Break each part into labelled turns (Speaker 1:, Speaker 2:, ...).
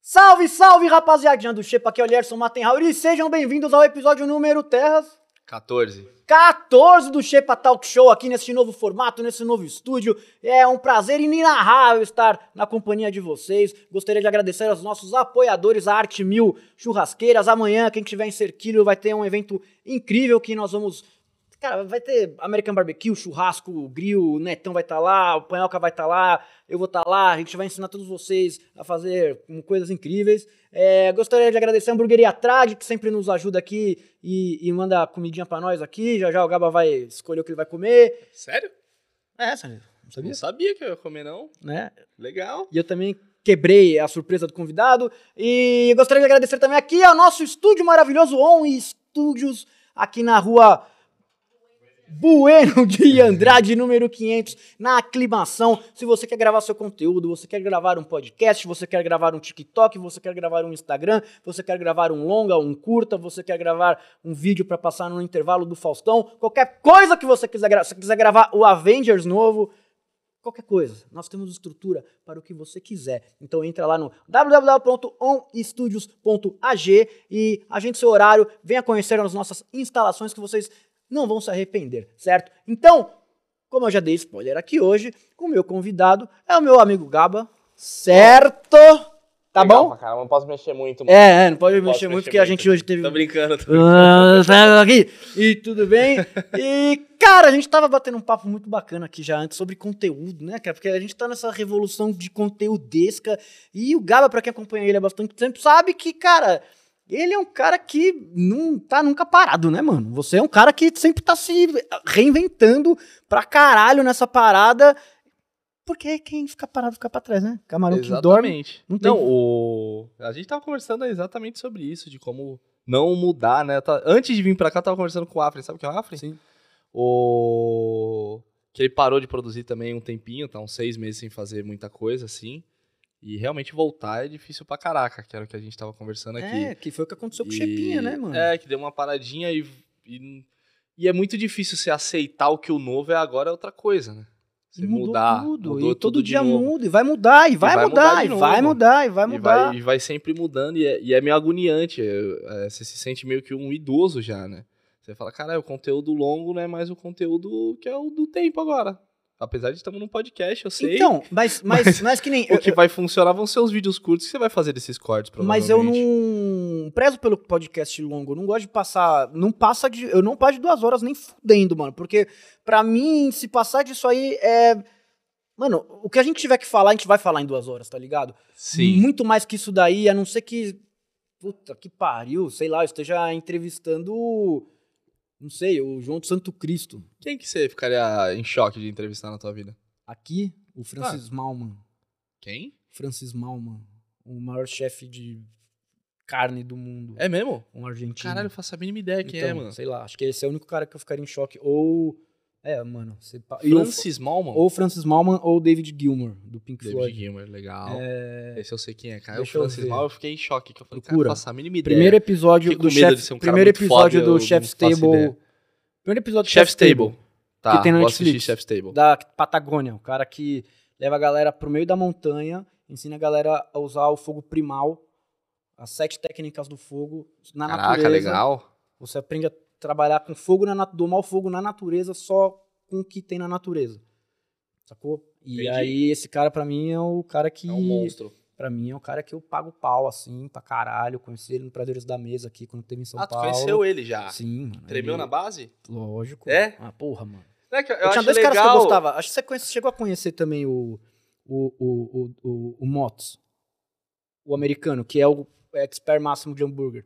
Speaker 1: Salve, salve, rapaziadinha do Xepa, aqui é o Lierson Mattenhauer e sejam bem-vindos ao episódio número Terras
Speaker 2: 14.
Speaker 1: 14 do Xepa Talk Show, aqui nesse novo formato, nesse novo estúdio. É um prazer inenarrável estar na companhia de vocês. Gostaria de agradecer aos nossos apoiadores, a Arte Mil Churrasqueiras. Amanhã, quem estiver em Cerquilho, vai ter um evento incrível que nós vamos Cara, vai ter American Barbecue, churrasco, grill, o Netão vai estar lá, o Panhoca vai estar lá, eu vou estar lá, a gente vai ensinar todos vocês a fazer hum, coisas incríveis. É, gostaria de agradecer a Hamburgueria Trad, que sempre nos ajuda aqui e, e manda comidinha pra nós aqui. Já já o Gaba vai escolher o que ele vai comer.
Speaker 2: Sério?
Speaker 1: É, Sérgio, não
Speaker 2: Não
Speaker 1: sabia?
Speaker 2: sabia que eu ia comer, não.
Speaker 1: Né?
Speaker 2: Legal.
Speaker 1: E eu também quebrei a surpresa do convidado. E gostaria de agradecer também aqui ao nosso estúdio maravilhoso On Studios, aqui na rua Bueno de Andrade, número 500, na aclimação. Se você quer gravar seu conteúdo, você quer gravar um podcast, você quer gravar um TikTok, você quer gravar um Instagram, você quer gravar um longa, um curta, você quer gravar um vídeo pra passar no intervalo do Faustão, qualquer coisa que você quiser gravar, se você quiser gravar o Avengers novo, qualquer coisa. Nós temos estrutura para o que você quiser. Então entra lá no www.onestudios.ag e agende seu horário, venha conhecer as nossas instalações que vocês não vão se arrepender, certo? Então, como eu já dei spoiler aqui hoje, o meu convidado é o meu amigo Gaba, certo? Tá
Speaker 3: Legal
Speaker 1: bom?
Speaker 3: pra caramba, não posso mexer muito. mano.
Speaker 1: É, é, não pode
Speaker 2: Não posso
Speaker 1: mexer muito porque a gente hoje
Speaker 3: Então,
Speaker 1: teve
Speaker 2: Tô brincando. Tô...
Speaker 1: ah, tá aqui. E tudo bem? E, cara, a gente tava batendo um papo muito bacana aqui já antes sobre conteúdo, né, cara? Porque a gente tá nessa revolução de conteudesca. E o Gaba, pra quem acompanha ele há bastante tempo, sabe que, cara, ele é um cara que não tá nunca parado, né, mano? Você é um cara que sempre tá se reinventando pra caralho nessa parada. Porque quem fica parado fica pra trás, né? Camarão que dorme.
Speaker 2: Exatamente.
Speaker 1: não tem-
Speaker 2: Não, o... a gente tava conversando exatamente sobre isso, de como não mudar, né? Tá- Antes de vir pra cá, eu tava conversando com o Afrin. Sabe o que é o Afrin? Sim. O... Que ele parou de produzir também um tempinho, tá uns seis meses sem fazer muita coisa, assim. E realmente voltar é difícil pra caraca, que era o que a gente tava conversando aqui.
Speaker 1: É, que foi o que aconteceu com o
Speaker 2: E-
Speaker 1: Chepinha, né, mano?
Speaker 2: É, que deu uma paradinha e, e. e é muito difícil você aceitar o que o novo é agora é outra coisa, né? Você
Speaker 1: mudou
Speaker 2: mudar.
Speaker 1: tudo.
Speaker 2: mudou
Speaker 1: e todo
Speaker 2: de
Speaker 1: dia
Speaker 2: novo.
Speaker 1: muda, e vai mudar, e vai,
Speaker 2: vai
Speaker 1: mudar,
Speaker 2: mudar de
Speaker 1: e vai
Speaker 2: novo.
Speaker 1: mudar, e vai
Speaker 2: E
Speaker 1: mudar.
Speaker 2: vai, e vai sempre mudando, e é, e é meio agoniante. é- é, você se sente meio que um idoso já, né? Você fala, caralho, o conteúdo longo não é mais o conteúdo que é o do tempo agora. Apesar de estamos num podcast, eu sei.
Speaker 1: Então, mas, mas, mas, que nem.
Speaker 2: o que
Speaker 1: eu-
Speaker 2: vai funcionar vão ser os vídeos curtos que você vai fazer desses cortes,
Speaker 1: mas
Speaker 2: provavelmente.
Speaker 1: eu não prezo pelo podcast longo, eu não gosto de passar, não passa de, eu não passo de duas horas nem fudendo, mano, porque pra mim se passar disso aí é, mano, o que a gente tiver que falar a gente vai falar em duas horas, tá ligado?
Speaker 2: Sim.
Speaker 1: Muito mais que isso daí, a não ser que. Puta que pariu, sei lá, eu esteja entrevistando. o- Não sei, o João do Santo Cristo.
Speaker 2: Quem que você ficaria em choque de entrevistar na tua vida?
Speaker 1: Aqui, o Francis Malman.
Speaker 2: Quem?
Speaker 1: Francis Malman, o maior chefe de carne do mundo.
Speaker 2: É mesmo?
Speaker 1: Um argentino. Então,
Speaker 2: Caralho, eu faço a mínima ideia quem é, mano.
Speaker 1: Sei lá, acho que esse é o único cara que eu ficaria em choque. Ou. É, mano. Você... pa- e
Speaker 2: Francis Malman?
Speaker 1: Ou, ou Francis Malman ou David Gilmour, do Pink
Speaker 2: David
Speaker 1: Floyd.
Speaker 2: Gilmour, legal. Esse eu sei quem é, cara. O
Speaker 1: Deixa eu
Speaker 2: Francis
Speaker 1: ver.
Speaker 2: Malman, eu fiquei em choque. Que eu falei,
Speaker 1: Procura.
Speaker 2: cara, eu faço a mínima ideia.
Speaker 1: Primeiro episódio
Speaker 2: Fiquei
Speaker 1: do
Speaker 2: com medo de
Speaker 1: Chef.
Speaker 2: ser um cara
Speaker 1: Primeiro
Speaker 2: muito
Speaker 1: episódio
Speaker 2: foda, eu
Speaker 1: do
Speaker 2: não
Speaker 1: Chef's
Speaker 2: faço
Speaker 1: Table.
Speaker 2: ideia.
Speaker 1: Primeiro episódio do
Speaker 2: Chef's Table. Tá,
Speaker 1: Que tem na
Speaker 2: vou assistir
Speaker 1: Netflix.
Speaker 2: Chef's Table.
Speaker 1: da Patagônia, o cara que leva a galera pro meio da montanha, ensina a galera a usar o fogo primal, as sete técnicas do fogo na
Speaker 2: Caraca,
Speaker 1: natureza.
Speaker 2: legal.
Speaker 1: Você aprende a trabalhar com fogo na nat- domar o fogo na natureza só com o que tem na natureza. Sacou? E
Speaker 2: Entendi.
Speaker 1: aí esse cara pra mim é o cara que
Speaker 2: É um monstro.
Speaker 1: para mim é o cara que eu pago pau assim, pra caralho, Eu conheci ele no Prazeres da Mesa aqui quando teve em São
Speaker 2: Ah, tu
Speaker 1: Paulo.
Speaker 2: conheceu ele já?
Speaker 1: Sim, mano.
Speaker 2: Tremeu
Speaker 1: ele-
Speaker 2: na base?
Speaker 1: Lógico.
Speaker 2: É?
Speaker 1: Ah, porra, mano.
Speaker 2: Não é que eu,
Speaker 1: Eu
Speaker 2: acho
Speaker 1: tinha dois
Speaker 2: legal.
Speaker 1: caras que eu gostava. Acho que você conhece- chegou a conhecer também o, o, o, o, o, o Motos, o americano, que é o expert máximo de hambúrguer.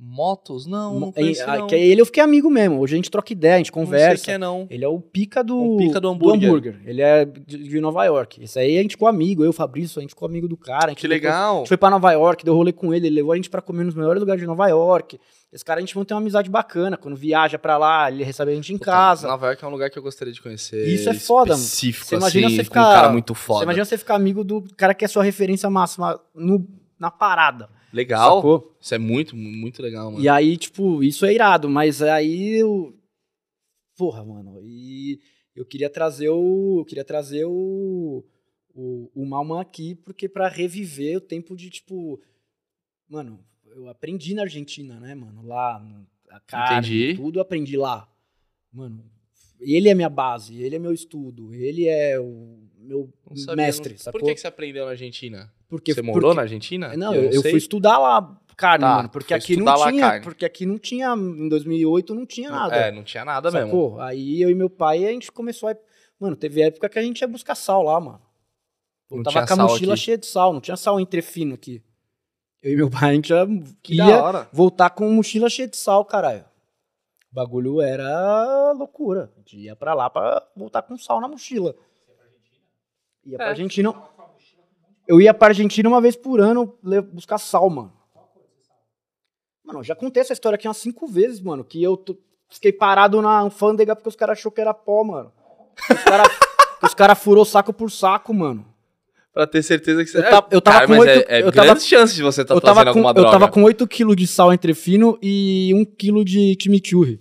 Speaker 2: Motos? Não, não
Speaker 1: Mo-
Speaker 2: conheço,
Speaker 1: é,
Speaker 2: não.
Speaker 1: Que ele eu fiquei amigo mesmo. Hoje a gente troca ideia, a gente
Speaker 2: Não sei
Speaker 1: conversa.
Speaker 2: quem é, não.
Speaker 1: Ele é o pica do,
Speaker 2: O pica do hambúrguer.
Speaker 1: Ele é de, de Nova York. Esse aí a gente ficou amigo, eu, o Fabrício, a gente ficou amigo do cara. a gente
Speaker 2: Que
Speaker 1: ficou- a
Speaker 2: legal.
Speaker 1: gente foi pra Nova York, deu rolê com ele, ele levou a gente pra comer nos melhores lugares de Nova York. Esse cara a gente mantém uma amizade bacana. Quando viaja pra lá, ele recebe a gente em
Speaker 2: Puta,
Speaker 1: casa.
Speaker 2: Nova York é um lugar que eu gostaria de conhecer.
Speaker 1: Isso é foda, mano.
Speaker 2: específico,
Speaker 1: Você imagina
Speaker 2: assim,
Speaker 1: você
Speaker 2: com um
Speaker 1: ficar-
Speaker 2: cara muito
Speaker 1: Você
Speaker 2: foda.
Speaker 1: imagina você ficar amigo do cara que é sua referência máxima no- na parada.
Speaker 2: Legal.
Speaker 1: Sacou?
Speaker 2: Isso é muito, muito legal, mano.
Speaker 1: E aí, tipo, isso é irado, mas aí eu. Porra, mano. E eu queria trazer o. Eu queria trazer o. O, o Malman aqui, porque pra reviver o tempo de, tipo. Mano, eu aprendi na Argentina, né, mano? Lá, a carne,
Speaker 2: Entendi.
Speaker 1: tudo eu aprendi lá. Mano, ele é minha base, ele é meu estudo, ele é o meu
Speaker 2: Não sabia,
Speaker 1: mestre,
Speaker 2: não-
Speaker 1: sacou?
Speaker 2: Por que, que você aprendeu na Argentina?
Speaker 1: Porque,
Speaker 2: você morou
Speaker 1: porque- É,
Speaker 2: na Argentina?
Speaker 1: Não, eu, eu
Speaker 2: sei.
Speaker 1: fui estudar lá carne,
Speaker 2: Tá,
Speaker 1: mano, porque
Speaker 2: foi
Speaker 1: aqui não
Speaker 2: estudar lá
Speaker 1: tinha,
Speaker 2: carne.
Speaker 1: porque aqui não tinha, em 2008 não tinha nada.
Speaker 2: É, não tinha nada mesmo.
Speaker 1: Sacou? Aí eu e meu pai, a gente começou a. Mano, teve época que a gente ia buscar sal lá, mano.
Speaker 2: Não
Speaker 1: tava
Speaker 2: tinha
Speaker 1: com a
Speaker 2: sal
Speaker 1: mochila
Speaker 2: aqui.
Speaker 1: cheia de sal, não tinha sal entrefino aqui. Eu e meu pai, a gente já
Speaker 2: Que da
Speaker 1: ia
Speaker 2: hora.
Speaker 1: voltar com mochila cheia de sal, caralho. O bagulho era loucura. A gente ia pra lá pra voltar com sal na mochila. Ia pra
Speaker 2: É.
Speaker 1: Argentina. Eu ia pra Argentina uma vez por ano le- buscar sal, mano. Mano, eu já contei essa história aqui umas cinco vezes, mano. Que eu t- fiquei parado na alfândega porque os caras achou que era pó, mano. Os caras cara furou saco por saco, mano.
Speaker 2: Pra ter certeza que você... é.
Speaker 1: Eu tava- eu tava
Speaker 2: Cara,
Speaker 1: com
Speaker 2: mas
Speaker 1: oito-
Speaker 2: é, é
Speaker 1: eu tava-
Speaker 2: grandes chances de você estar
Speaker 1: eu,
Speaker 2: tá
Speaker 1: tava
Speaker 2: trazendo
Speaker 1: com,
Speaker 2: alguma
Speaker 1: eu
Speaker 2: droga.
Speaker 1: tava com 8 kg de sal entrefino e 1 kg de chimichurri.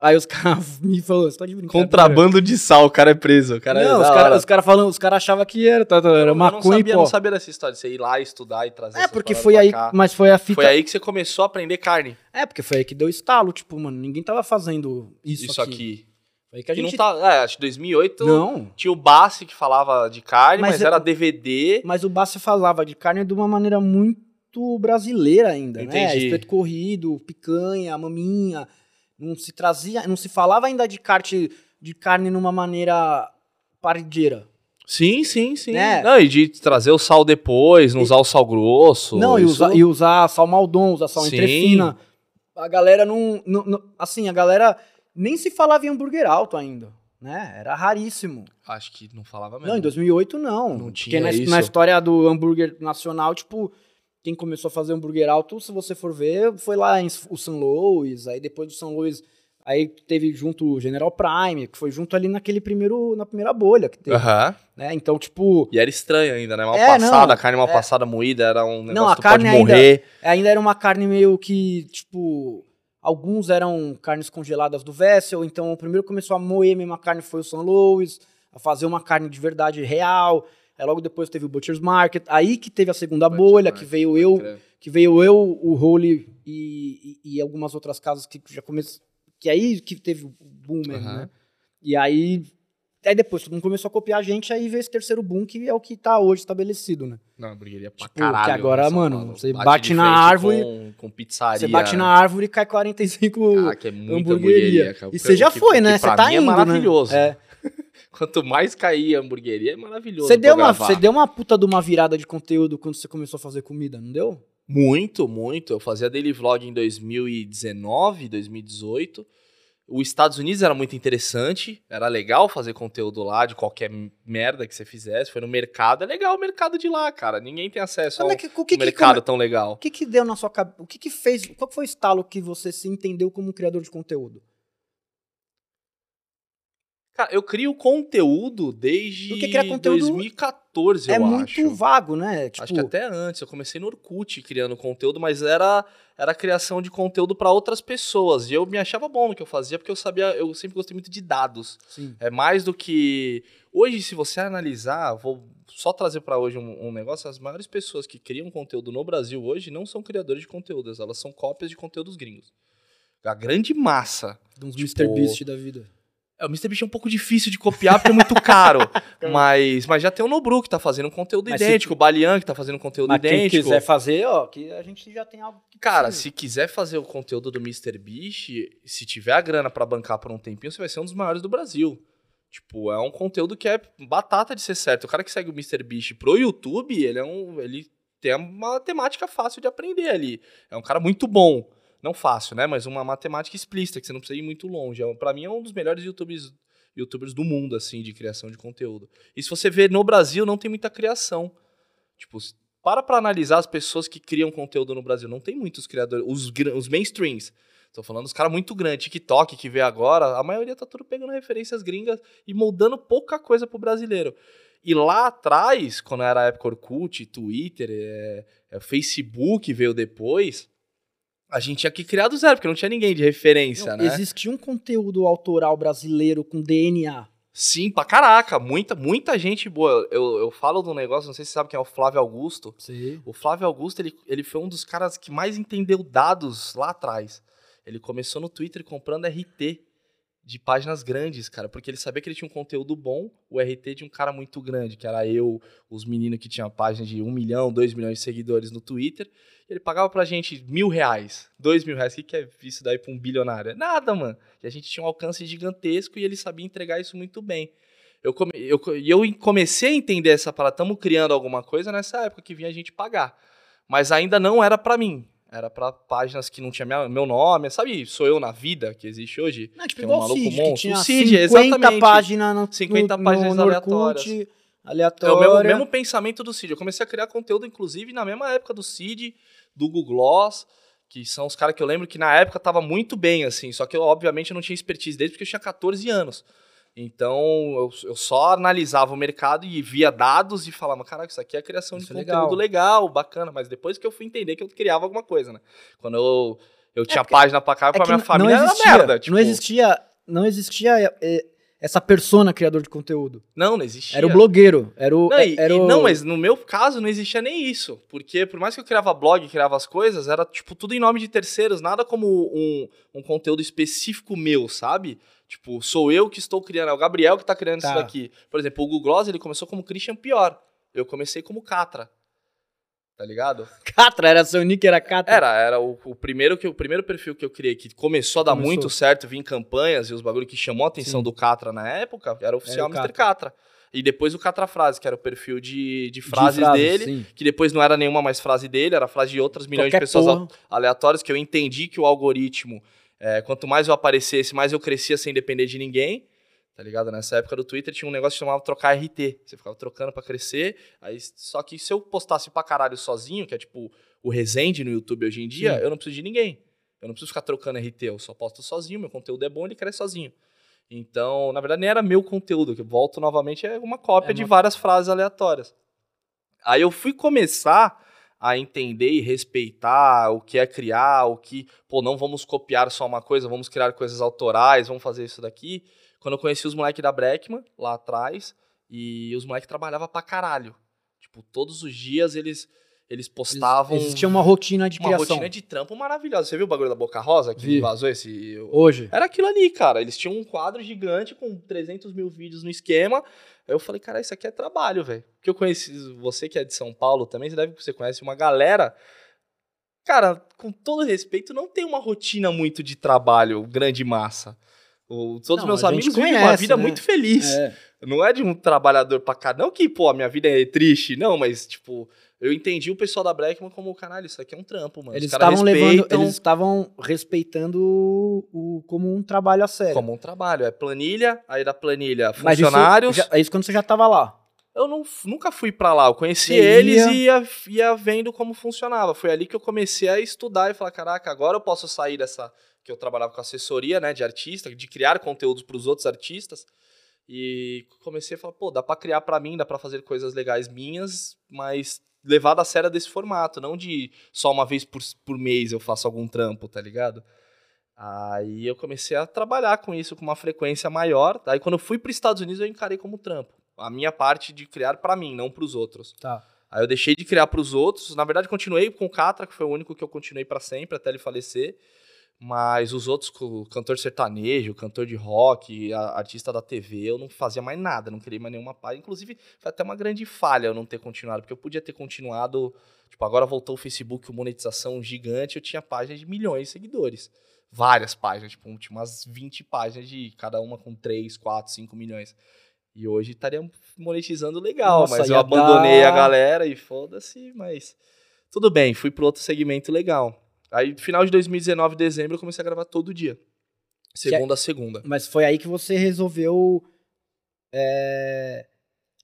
Speaker 1: Aí os caras me falaram, você tá de brincadeira.
Speaker 2: Contrabando de sal, o cara é preso. O cara é
Speaker 1: não, os
Speaker 2: da hora.
Speaker 1: caras cara falando, os caras achavam que era, tá, tá, era
Speaker 2: eu não
Speaker 1: maconha
Speaker 2: sabia,
Speaker 1: e pó.
Speaker 2: não sabia dessa história, de você ir lá estudar e trazer
Speaker 1: É,
Speaker 2: essas
Speaker 1: porque
Speaker 2: paradas
Speaker 1: foi
Speaker 2: pra
Speaker 1: aí,
Speaker 2: cá.
Speaker 1: mas foi a fita.
Speaker 2: Foi aí que você começou a aprender carne.
Speaker 1: É, porque foi aí que deu estalo, tipo, mano, ninguém tava fazendo isso,
Speaker 2: Isso, aqui.
Speaker 1: Foi aí que a
Speaker 2: Que
Speaker 1: gente...
Speaker 2: não tá... É, acho que 2008...
Speaker 1: Não,
Speaker 2: Tinha o Bassi que falava de carne,
Speaker 1: Mas
Speaker 2: mas,
Speaker 1: é-
Speaker 2: era DVD.
Speaker 1: mas o Bassi falava de carne de uma maneira muito brasileira ainda, né?
Speaker 2: Entendi.
Speaker 1: Espeto corrido, picanha, maminha, não se trazia, não se falava ainda de carne, de carne numa maneira pardieira.
Speaker 2: Sim, sim, sim.
Speaker 1: Né?
Speaker 2: Não, e de trazer o sal depois, não
Speaker 1: E-
Speaker 2: usar o sal grosso.
Speaker 1: Não, e,
Speaker 2: isso-
Speaker 1: usar, e usar sal maldon, usar sal
Speaker 2: Sim.
Speaker 1: entrefina. A galera não, não- não- Assim, a galera nem se falava em hambúrguer alto ainda, né? Era raríssimo.
Speaker 2: Acho que não falava mesmo.
Speaker 1: Não, em 2008 não.
Speaker 2: Não
Speaker 1: Porque
Speaker 2: tinha
Speaker 1: na,
Speaker 2: isso.
Speaker 1: na história do hambúrguer nacional, tipo, quem começou a fazer hambúrguer alto, se você for ver, foi lá em S- o São Louis, aí depois do São Louis, aí teve junto o General Prime, que foi junto ali naquele primeiro, na primeira bolha que teve,
Speaker 2: Aham.
Speaker 1: né? Então, tipo,
Speaker 2: E era estranho ainda, né? Mal
Speaker 1: É,
Speaker 2: passada,
Speaker 1: não.
Speaker 2: a carne mal
Speaker 1: É.
Speaker 2: passada moída, era um negócio
Speaker 1: a
Speaker 2: que tu
Speaker 1: carne
Speaker 2: pode
Speaker 1: ainda-
Speaker 2: morrer.
Speaker 1: ainda era uma carne meio que, tipo, alguns eram carnes congeladas do Vessel, então o primeiro que começou a moer mesmo a carne foi o São Louis, a fazer uma carne de verdade real. Aí logo depois teve o Butcher's Market, aí que teve a segunda
Speaker 2: Butcher's
Speaker 1: bolha, que
Speaker 2: Market,
Speaker 1: veio eu, que veio eu, o Holy e, e, e algumas outras casas que já começou. Que aí que teve o boom mesmo,
Speaker 2: Aham.
Speaker 1: né? E aí. Aí depois todo mundo começou a copiar a gente, aí veio esse terceiro boom, que é o que tá hoje estabelecido, né?
Speaker 2: Não, hamburgueria pra
Speaker 1: Tipo, que
Speaker 2: caralho.
Speaker 1: agora,
Speaker 2: né, São
Speaker 1: mano,
Speaker 2: Paulo.
Speaker 1: você
Speaker 2: de
Speaker 1: bate na
Speaker 2: frente
Speaker 1: árvore-
Speaker 2: Com, com pizzaria.
Speaker 1: Você bate na árvore e cai 45
Speaker 2: Ah, que é muita
Speaker 1: hamburgueria.
Speaker 2: hamburgueria. cara.
Speaker 1: E você já
Speaker 2: Que-
Speaker 1: foi,
Speaker 2: que
Speaker 1: né?
Speaker 2: pra
Speaker 1: Você tá
Speaker 2: mim
Speaker 1: indo,
Speaker 2: é maravilhoso.
Speaker 1: né? É.
Speaker 2: Quanto mais cair a hamburgueria, é maravilhoso.
Speaker 1: Você
Speaker 2: pra
Speaker 1: deu, uma,
Speaker 2: gravar.
Speaker 1: você deu uma puta de uma virada de conteúdo quando você começou a fazer comida, não deu?
Speaker 2: Muito, muito. Eu fazia daily vlog em 2019, 2018. Os Estados Unidos era muito interessante, era legal fazer conteúdo lá de qualquer merda que você fizesse. Foi no mercado, é legal o mercado de lá, cara. Ninguém tem acesso ao
Speaker 1: Como é que, o que, que,
Speaker 2: mercado tá-
Speaker 1: como-
Speaker 2: tão legal.
Speaker 1: o que que deu na sua cabeça? O que que fez? Qual foi o estalo que você se entendeu como um criador de conteúdo?
Speaker 2: Cara, eu crio conteúdo desde
Speaker 1: Porque criar conteúdo
Speaker 2: 2014,
Speaker 1: é
Speaker 2: eu
Speaker 1: muito
Speaker 2: acho.
Speaker 1: vago, né? Tipo,
Speaker 2: Acho que até antes, eu comecei no Orkut criando conteúdo, mas era era a criação de conteúdo para outras pessoas. E eu me achava bom no que eu fazia, porque eu sabia, eu sempre gostei muito de dados.
Speaker 1: sim.
Speaker 2: É mais do que. Hoje, se você analisar, vou só trazer para hoje um, um negócio: as maiores pessoas que criam conteúdo no Brasil hoje não são criadores de conteúdos, elas são cópias de conteúdos gringos. A grande massa.
Speaker 1: de uns
Speaker 2: tipo-
Speaker 1: Mr. Beast da vida.
Speaker 2: É, o MrBeast é um pouco difícil de copiar porque é muito caro. mas, mas já tem o Nobru que tá fazendo um conteúdo
Speaker 1: É. Mas se-
Speaker 2: idêntico, o Balian que tá fazendo um conteúdo
Speaker 1: Mas quem
Speaker 2: idêntico.
Speaker 1: quiser fazer, ó, que a gente já tem algo que
Speaker 2: Cara,
Speaker 1: precisa.
Speaker 2: se quiser fazer o conteúdo do Mr. Beast, se tiver a grana pra bancar por um tempinho, você vai ser um dos maiores do Brasil. Tipo, é um conteúdo que é batata de ser certo. O cara que segue o Mr. Beast pro YouTube, ele é um, ele tem uma temática fácil de aprender ali. É um cara muito bom. Não fácil, né? Mas uma matemática explícita, que você não precisa ir muito longe. É, um- pra mim, é um dos melhores YouTubers, youtubers do mundo, assim, de criação de conteúdo. E se você ver no Brasil, não tem muita criação. Tipo, s- para pra analisar as pessoas que criam conteúdo no Brasil. Não tem muitos criadores, os, gran- os mainstreams. Tô falando os caras muito grandes, TikTok que vê agora, a maioria tá tudo pegando referências gringas e moldando pouca coisa pro brasileiro. E lá atrás, quando era a época Orkut, Twitter, é, é, Facebook veio depois, a gente tinha que criar do zero, porque não tinha ninguém de referência,
Speaker 1: Não,
Speaker 2: né?
Speaker 1: Existia um conteúdo autoral brasileiro com DNA.
Speaker 2: Sim, pra caraca, muita, muita gente boa. Eu, eu falo de um negócio, não sei se você sabe quem é o Flávio Augusto.
Speaker 1: Sei.
Speaker 2: O Flávio Augusto, ele, ele foi um dos caras que mais entendeu dados lá atrás. Ele começou no Twitter comprando RT de páginas grandes, cara, porque ele sabia que ele tinha um conteúdo bom, o RT de um cara muito grande, que era eu, os meninos que tinham página de 1 milhão, 2 milhões de seguidores no Twitter. Ele pagava pra gente mil reais, dois mil reais. O que, que é isso daí pra um bilionário? É Nada, mano. E a gente tinha um alcance gigantesco e ele sabia entregar isso muito bem. Eu, come, eu, co- e eu em- comecei a entender essa parada, estamos criando alguma coisa nessa época que vinha a gente pagar. Mas ainda não era pra mim. Era pra páginas que não tinha minha- meu nome, sabe? Sou eu na vida que existe hoje.
Speaker 1: Não, tipo,
Speaker 2: Tem um
Speaker 1: igual o
Speaker 2: maluco
Speaker 1: Cid, que
Speaker 2: monstro.
Speaker 1: tinha
Speaker 2: O Cid,
Speaker 1: 50
Speaker 2: exatamente.
Speaker 1: páginas no,
Speaker 2: 50
Speaker 1: no,
Speaker 2: páginas
Speaker 1: no
Speaker 2: aleatórias.
Speaker 1: Orkut,
Speaker 2: É o
Speaker 1: aleatória.
Speaker 2: mesmo, mesmo pensamento do Cid. Eu comecei a criar conteúdo, inclusive, na mesma época do Cid, do Google Gloss, que são os caras que eu lembro que na época tava muito bem, assim. Só que eu, obviamente, eu não tinha expertise deles porque eu tinha 14 anos. Então, eu, eu só analisava o mercado e via dados e falava, caraca, isso aqui é a criação
Speaker 1: Isso
Speaker 2: de
Speaker 1: é
Speaker 2: conteúdo legal. bacana. Mas depois que eu fui entender que eu criava alguma coisa, né? Quando eu, eu tinha página pra cá,
Speaker 1: É
Speaker 2: pra
Speaker 1: que
Speaker 2: minha
Speaker 1: n-
Speaker 2: família,
Speaker 1: não existia,
Speaker 2: era merda. Tipo,
Speaker 1: não existia, não existia é, essa persona criador de conteúdo.
Speaker 2: Não, não existia.
Speaker 1: Era o blogueiro, era o... é,
Speaker 2: Não, e-
Speaker 1: era
Speaker 2: e
Speaker 1: o-
Speaker 2: não, é- mas no meu caso não existia nem isso. Porque por mais que eu criava blog, criava as coisas, era tipo tudo em nome de terceiros, nada como um, um conteúdo específico meu, sabe? Tipo, sou eu que estou criando, é o Gabriel que está criando
Speaker 1: Tá.
Speaker 2: isso daqui. Por exemplo, o Google Gloss, ele começou como Christian Pior. Eu comecei como Catra. Tá ligado?
Speaker 1: Catra, era seu nick, era Catra.
Speaker 2: Era, era o, o primeiro que o primeiro perfil que eu criei que começou a dar
Speaker 1: Começou.
Speaker 2: muito certo, vir campanhas e os bagulho que chamou a atenção
Speaker 1: Sim.
Speaker 2: do Catra na época, era o oficial
Speaker 1: o
Speaker 2: Mr. Catra. E depois o Catra Frase, que era o perfil de, de
Speaker 1: De
Speaker 2: frases dele,
Speaker 1: sim.
Speaker 2: que depois não era nenhuma mais frase dele, era frase de outras milhões de
Speaker 1: Qualquer
Speaker 2: pessoas
Speaker 1: porra.
Speaker 2: aleatórias, que eu entendi que o algoritmo, é, quanto mais eu aparecesse, mais eu crescia sem depender de ninguém. Tá ligado? Nessa época do Twitter tinha um negócio que chamava trocar RT. Você ficava trocando pra crescer. Aí, só que se eu postasse pra caralho sozinho, que é tipo o Resende no YouTube hoje em dia,
Speaker 1: Sim.
Speaker 2: eu não preciso de ninguém. Eu não preciso ficar trocando RT, eu só posto sozinho, meu conteúdo é bom, ele cresce sozinho. Então, na verdade, nem era meu conteúdo, que eu volto novamente, é uma cópia
Speaker 1: É
Speaker 2: de
Speaker 1: uma-
Speaker 2: várias frases aleatórias. Aí eu fui começar a entender e respeitar o que é criar, o que, pô, não vamos copiar só uma coisa, vamos criar coisas autorais, vamos fazer isso daqui. Quando eu conheci os moleques da Breckman, lá atrás, e os moleques trabalhavam pra caralho. Tipo, todos os dias eles, eles postavam
Speaker 1: Existia uma rotina de
Speaker 2: uma
Speaker 1: criação.
Speaker 2: rotina de trampo maravilhosa. Você viu o bagulho da Boca Rosa que
Speaker 1: Vi.
Speaker 2: vazou esse...
Speaker 1: Hoje.
Speaker 2: Era aquilo ali, cara. Eles tinham um quadro gigante com 300 mil vídeos no esquema. Eu falei, cara, isso aqui é trabalho, velho. Porque eu conheci, você que é de São Paulo também, você deve você conhece uma galera. Cara, com todo respeito, não tem uma rotina muito de trabalho, grande massa. O- todos
Speaker 1: Não,
Speaker 2: meus
Speaker 1: a gente
Speaker 2: amigos vivem uma
Speaker 1: conhece,
Speaker 2: vida
Speaker 1: né?
Speaker 2: muito feliz. Não é de um trabalhador pra cá. Não que, pô, a minha vida é triste, não, mas, tipo, eu entendi o pessoal da Blackman como, caralho, isso aqui é um trampo, mano. Os
Speaker 1: Eles
Speaker 2: caras
Speaker 1: estavam levando,
Speaker 2: respeitam.
Speaker 1: eles estavam respeitando o, o- como um trabalho a sério.
Speaker 2: Como um trabalho. É planilha, aí da planilha,
Speaker 1: Mas isso-
Speaker 2: funcionários.
Speaker 1: já- É isso quando você já tava lá.
Speaker 2: Eu não, nunca fui pra lá. Eu conheci
Speaker 1: Você
Speaker 2: eles e ia, ia vendo como funcionava. Foi ali que eu comecei a estudar e falar: caraca, agora eu posso sair dessa. Que eu trabalhava com assessoria, né, de artista, de criar conteúdos para os outros artistas. E comecei a falar: pô, dá pra criar pra mim, dá pra fazer coisas legais minhas, mas levado a sério desse formato, não de só uma vez por, por mês eu faço algum trampo, tá ligado? Aí eu comecei a trabalhar com isso com uma frequência maior. Aí quando eu fui para os Estados Unidos, eu encarei como trampo. A minha parte de criar para mim, não para os outros.
Speaker 1: Tá.
Speaker 2: Aí eu deixei de criar para os outros. Na verdade, continuei com o Catra, que foi o único que eu continuei para sempre, até ele falecer. Mas os outros, co- cantor sertanejo, cantor de rock, a- artista da TV, eu não fazia mais nada, não queria mais nenhuma parte. Inclusive, foi até uma grande falha eu não ter continuado, porque eu podia ter continuado. Tipo, agora voltou o Facebook, monetização gigante, eu tinha páginas de milhões de seguidores. Várias páginas, tipo, tinha umas 20 páginas de cada uma com 3, 4, 5 milhões. E hoje estaria monetizando legal,
Speaker 1: Nossa,
Speaker 2: mas eu
Speaker 1: ia
Speaker 2: abandonei a
Speaker 1: dar-
Speaker 2: galera e foda-se, mas tudo bem, fui pro outro segmento legal. Aí, no final de 2019, dezembro, eu comecei a gravar todo dia. Segunda a segunda.
Speaker 1: Mas foi aí que você resolveu é,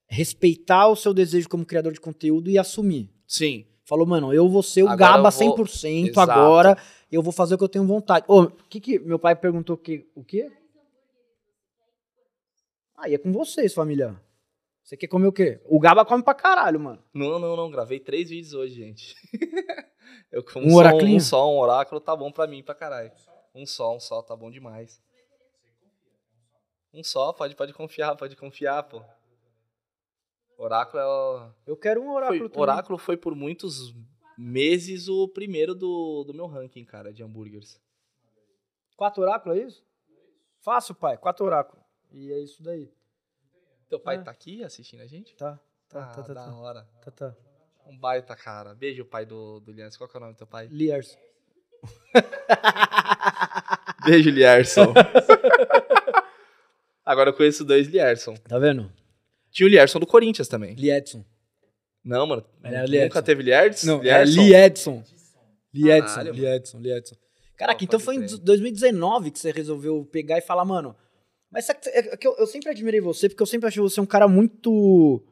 Speaker 1: respeitar o seu desejo como criador de conteúdo e assumir.
Speaker 2: Sim.
Speaker 1: Falou, mano, eu vou ser o Gaba
Speaker 2: Agora eu vou-
Speaker 1: 100%
Speaker 2: Exato.
Speaker 1: agora, eu vou fazer o que eu tenho vontade. Ô, que que meu pai perguntou que o quê? Aí é com vocês, família. Você quer comer o quê? O Gaba come pra caralho, mano.
Speaker 2: Não, não, não. Gravei três vídeos hoje, gente. eu como
Speaker 1: Um
Speaker 2: só
Speaker 1: oraclinho?
Speaker 2: Um só, um oráculo, tá bom pra mim, pra caralho. Um só, um só, tá bom demais. Um só, pode, pode confiar, pode confiar, pô. Oráculo é o...
Speaker 1: Eu quero um oráculo
Speaker 2: Foi-
Speaker 1: também.
Speaker 2: Oráculo foi por muitos meses o primeiro do, do meu ranking, cara, de hambúrgueres.
Speaker 1: Quatro oráculos, é isso? Fácil, pai. Quatro oráculos. E é isso daí.
Speaker 2: Teu pai
Speaker 1: Ah.
Speaker 2: tá aqui assistindo a gente?
Speaker 1: Tá,
Speaker 2: Tá,
Speaker 1: tá, tá, tá.
Speaker 2: da
Speaker 1: tá,
Speaker 2: hora.
Speaker 1: tá, tá.
Speaker 2: Um baita, cara. Beijo, pai do, do Lianson. Qual que é o nome do teu pai?
Speaker 1: Liers.
Speaker 2: Beijo, Lierson. Agora eu conheço dois Lierson.
Speaker 1: Tá vendo?
Speaker 2: Tinha o Lierson do Corinthians também.
Speaker 1: Liedson.
Speaker 2: Não, mano.
Speaker 1: Era
Speaker 2: nunca
Speaker 1: Lierson.
Speaker 2: teve Lierson?
Speaker 1: Não, é Liedson. Liedson,
Speaker 2: Caralho, mano.
Speaker 1: Liedson, Liedson. Caraca,
Speaker 2: Pô,
Speaker 1: então
Speaker 2: pode
Speaker 1: foi em
Speaker 2: crer.
Speaker 1: 2019 que você resolveu pegar e falar, mano. Mas sabe que você- é que eu, eu sempre admirei você, porque eu sempre achei você um cara muito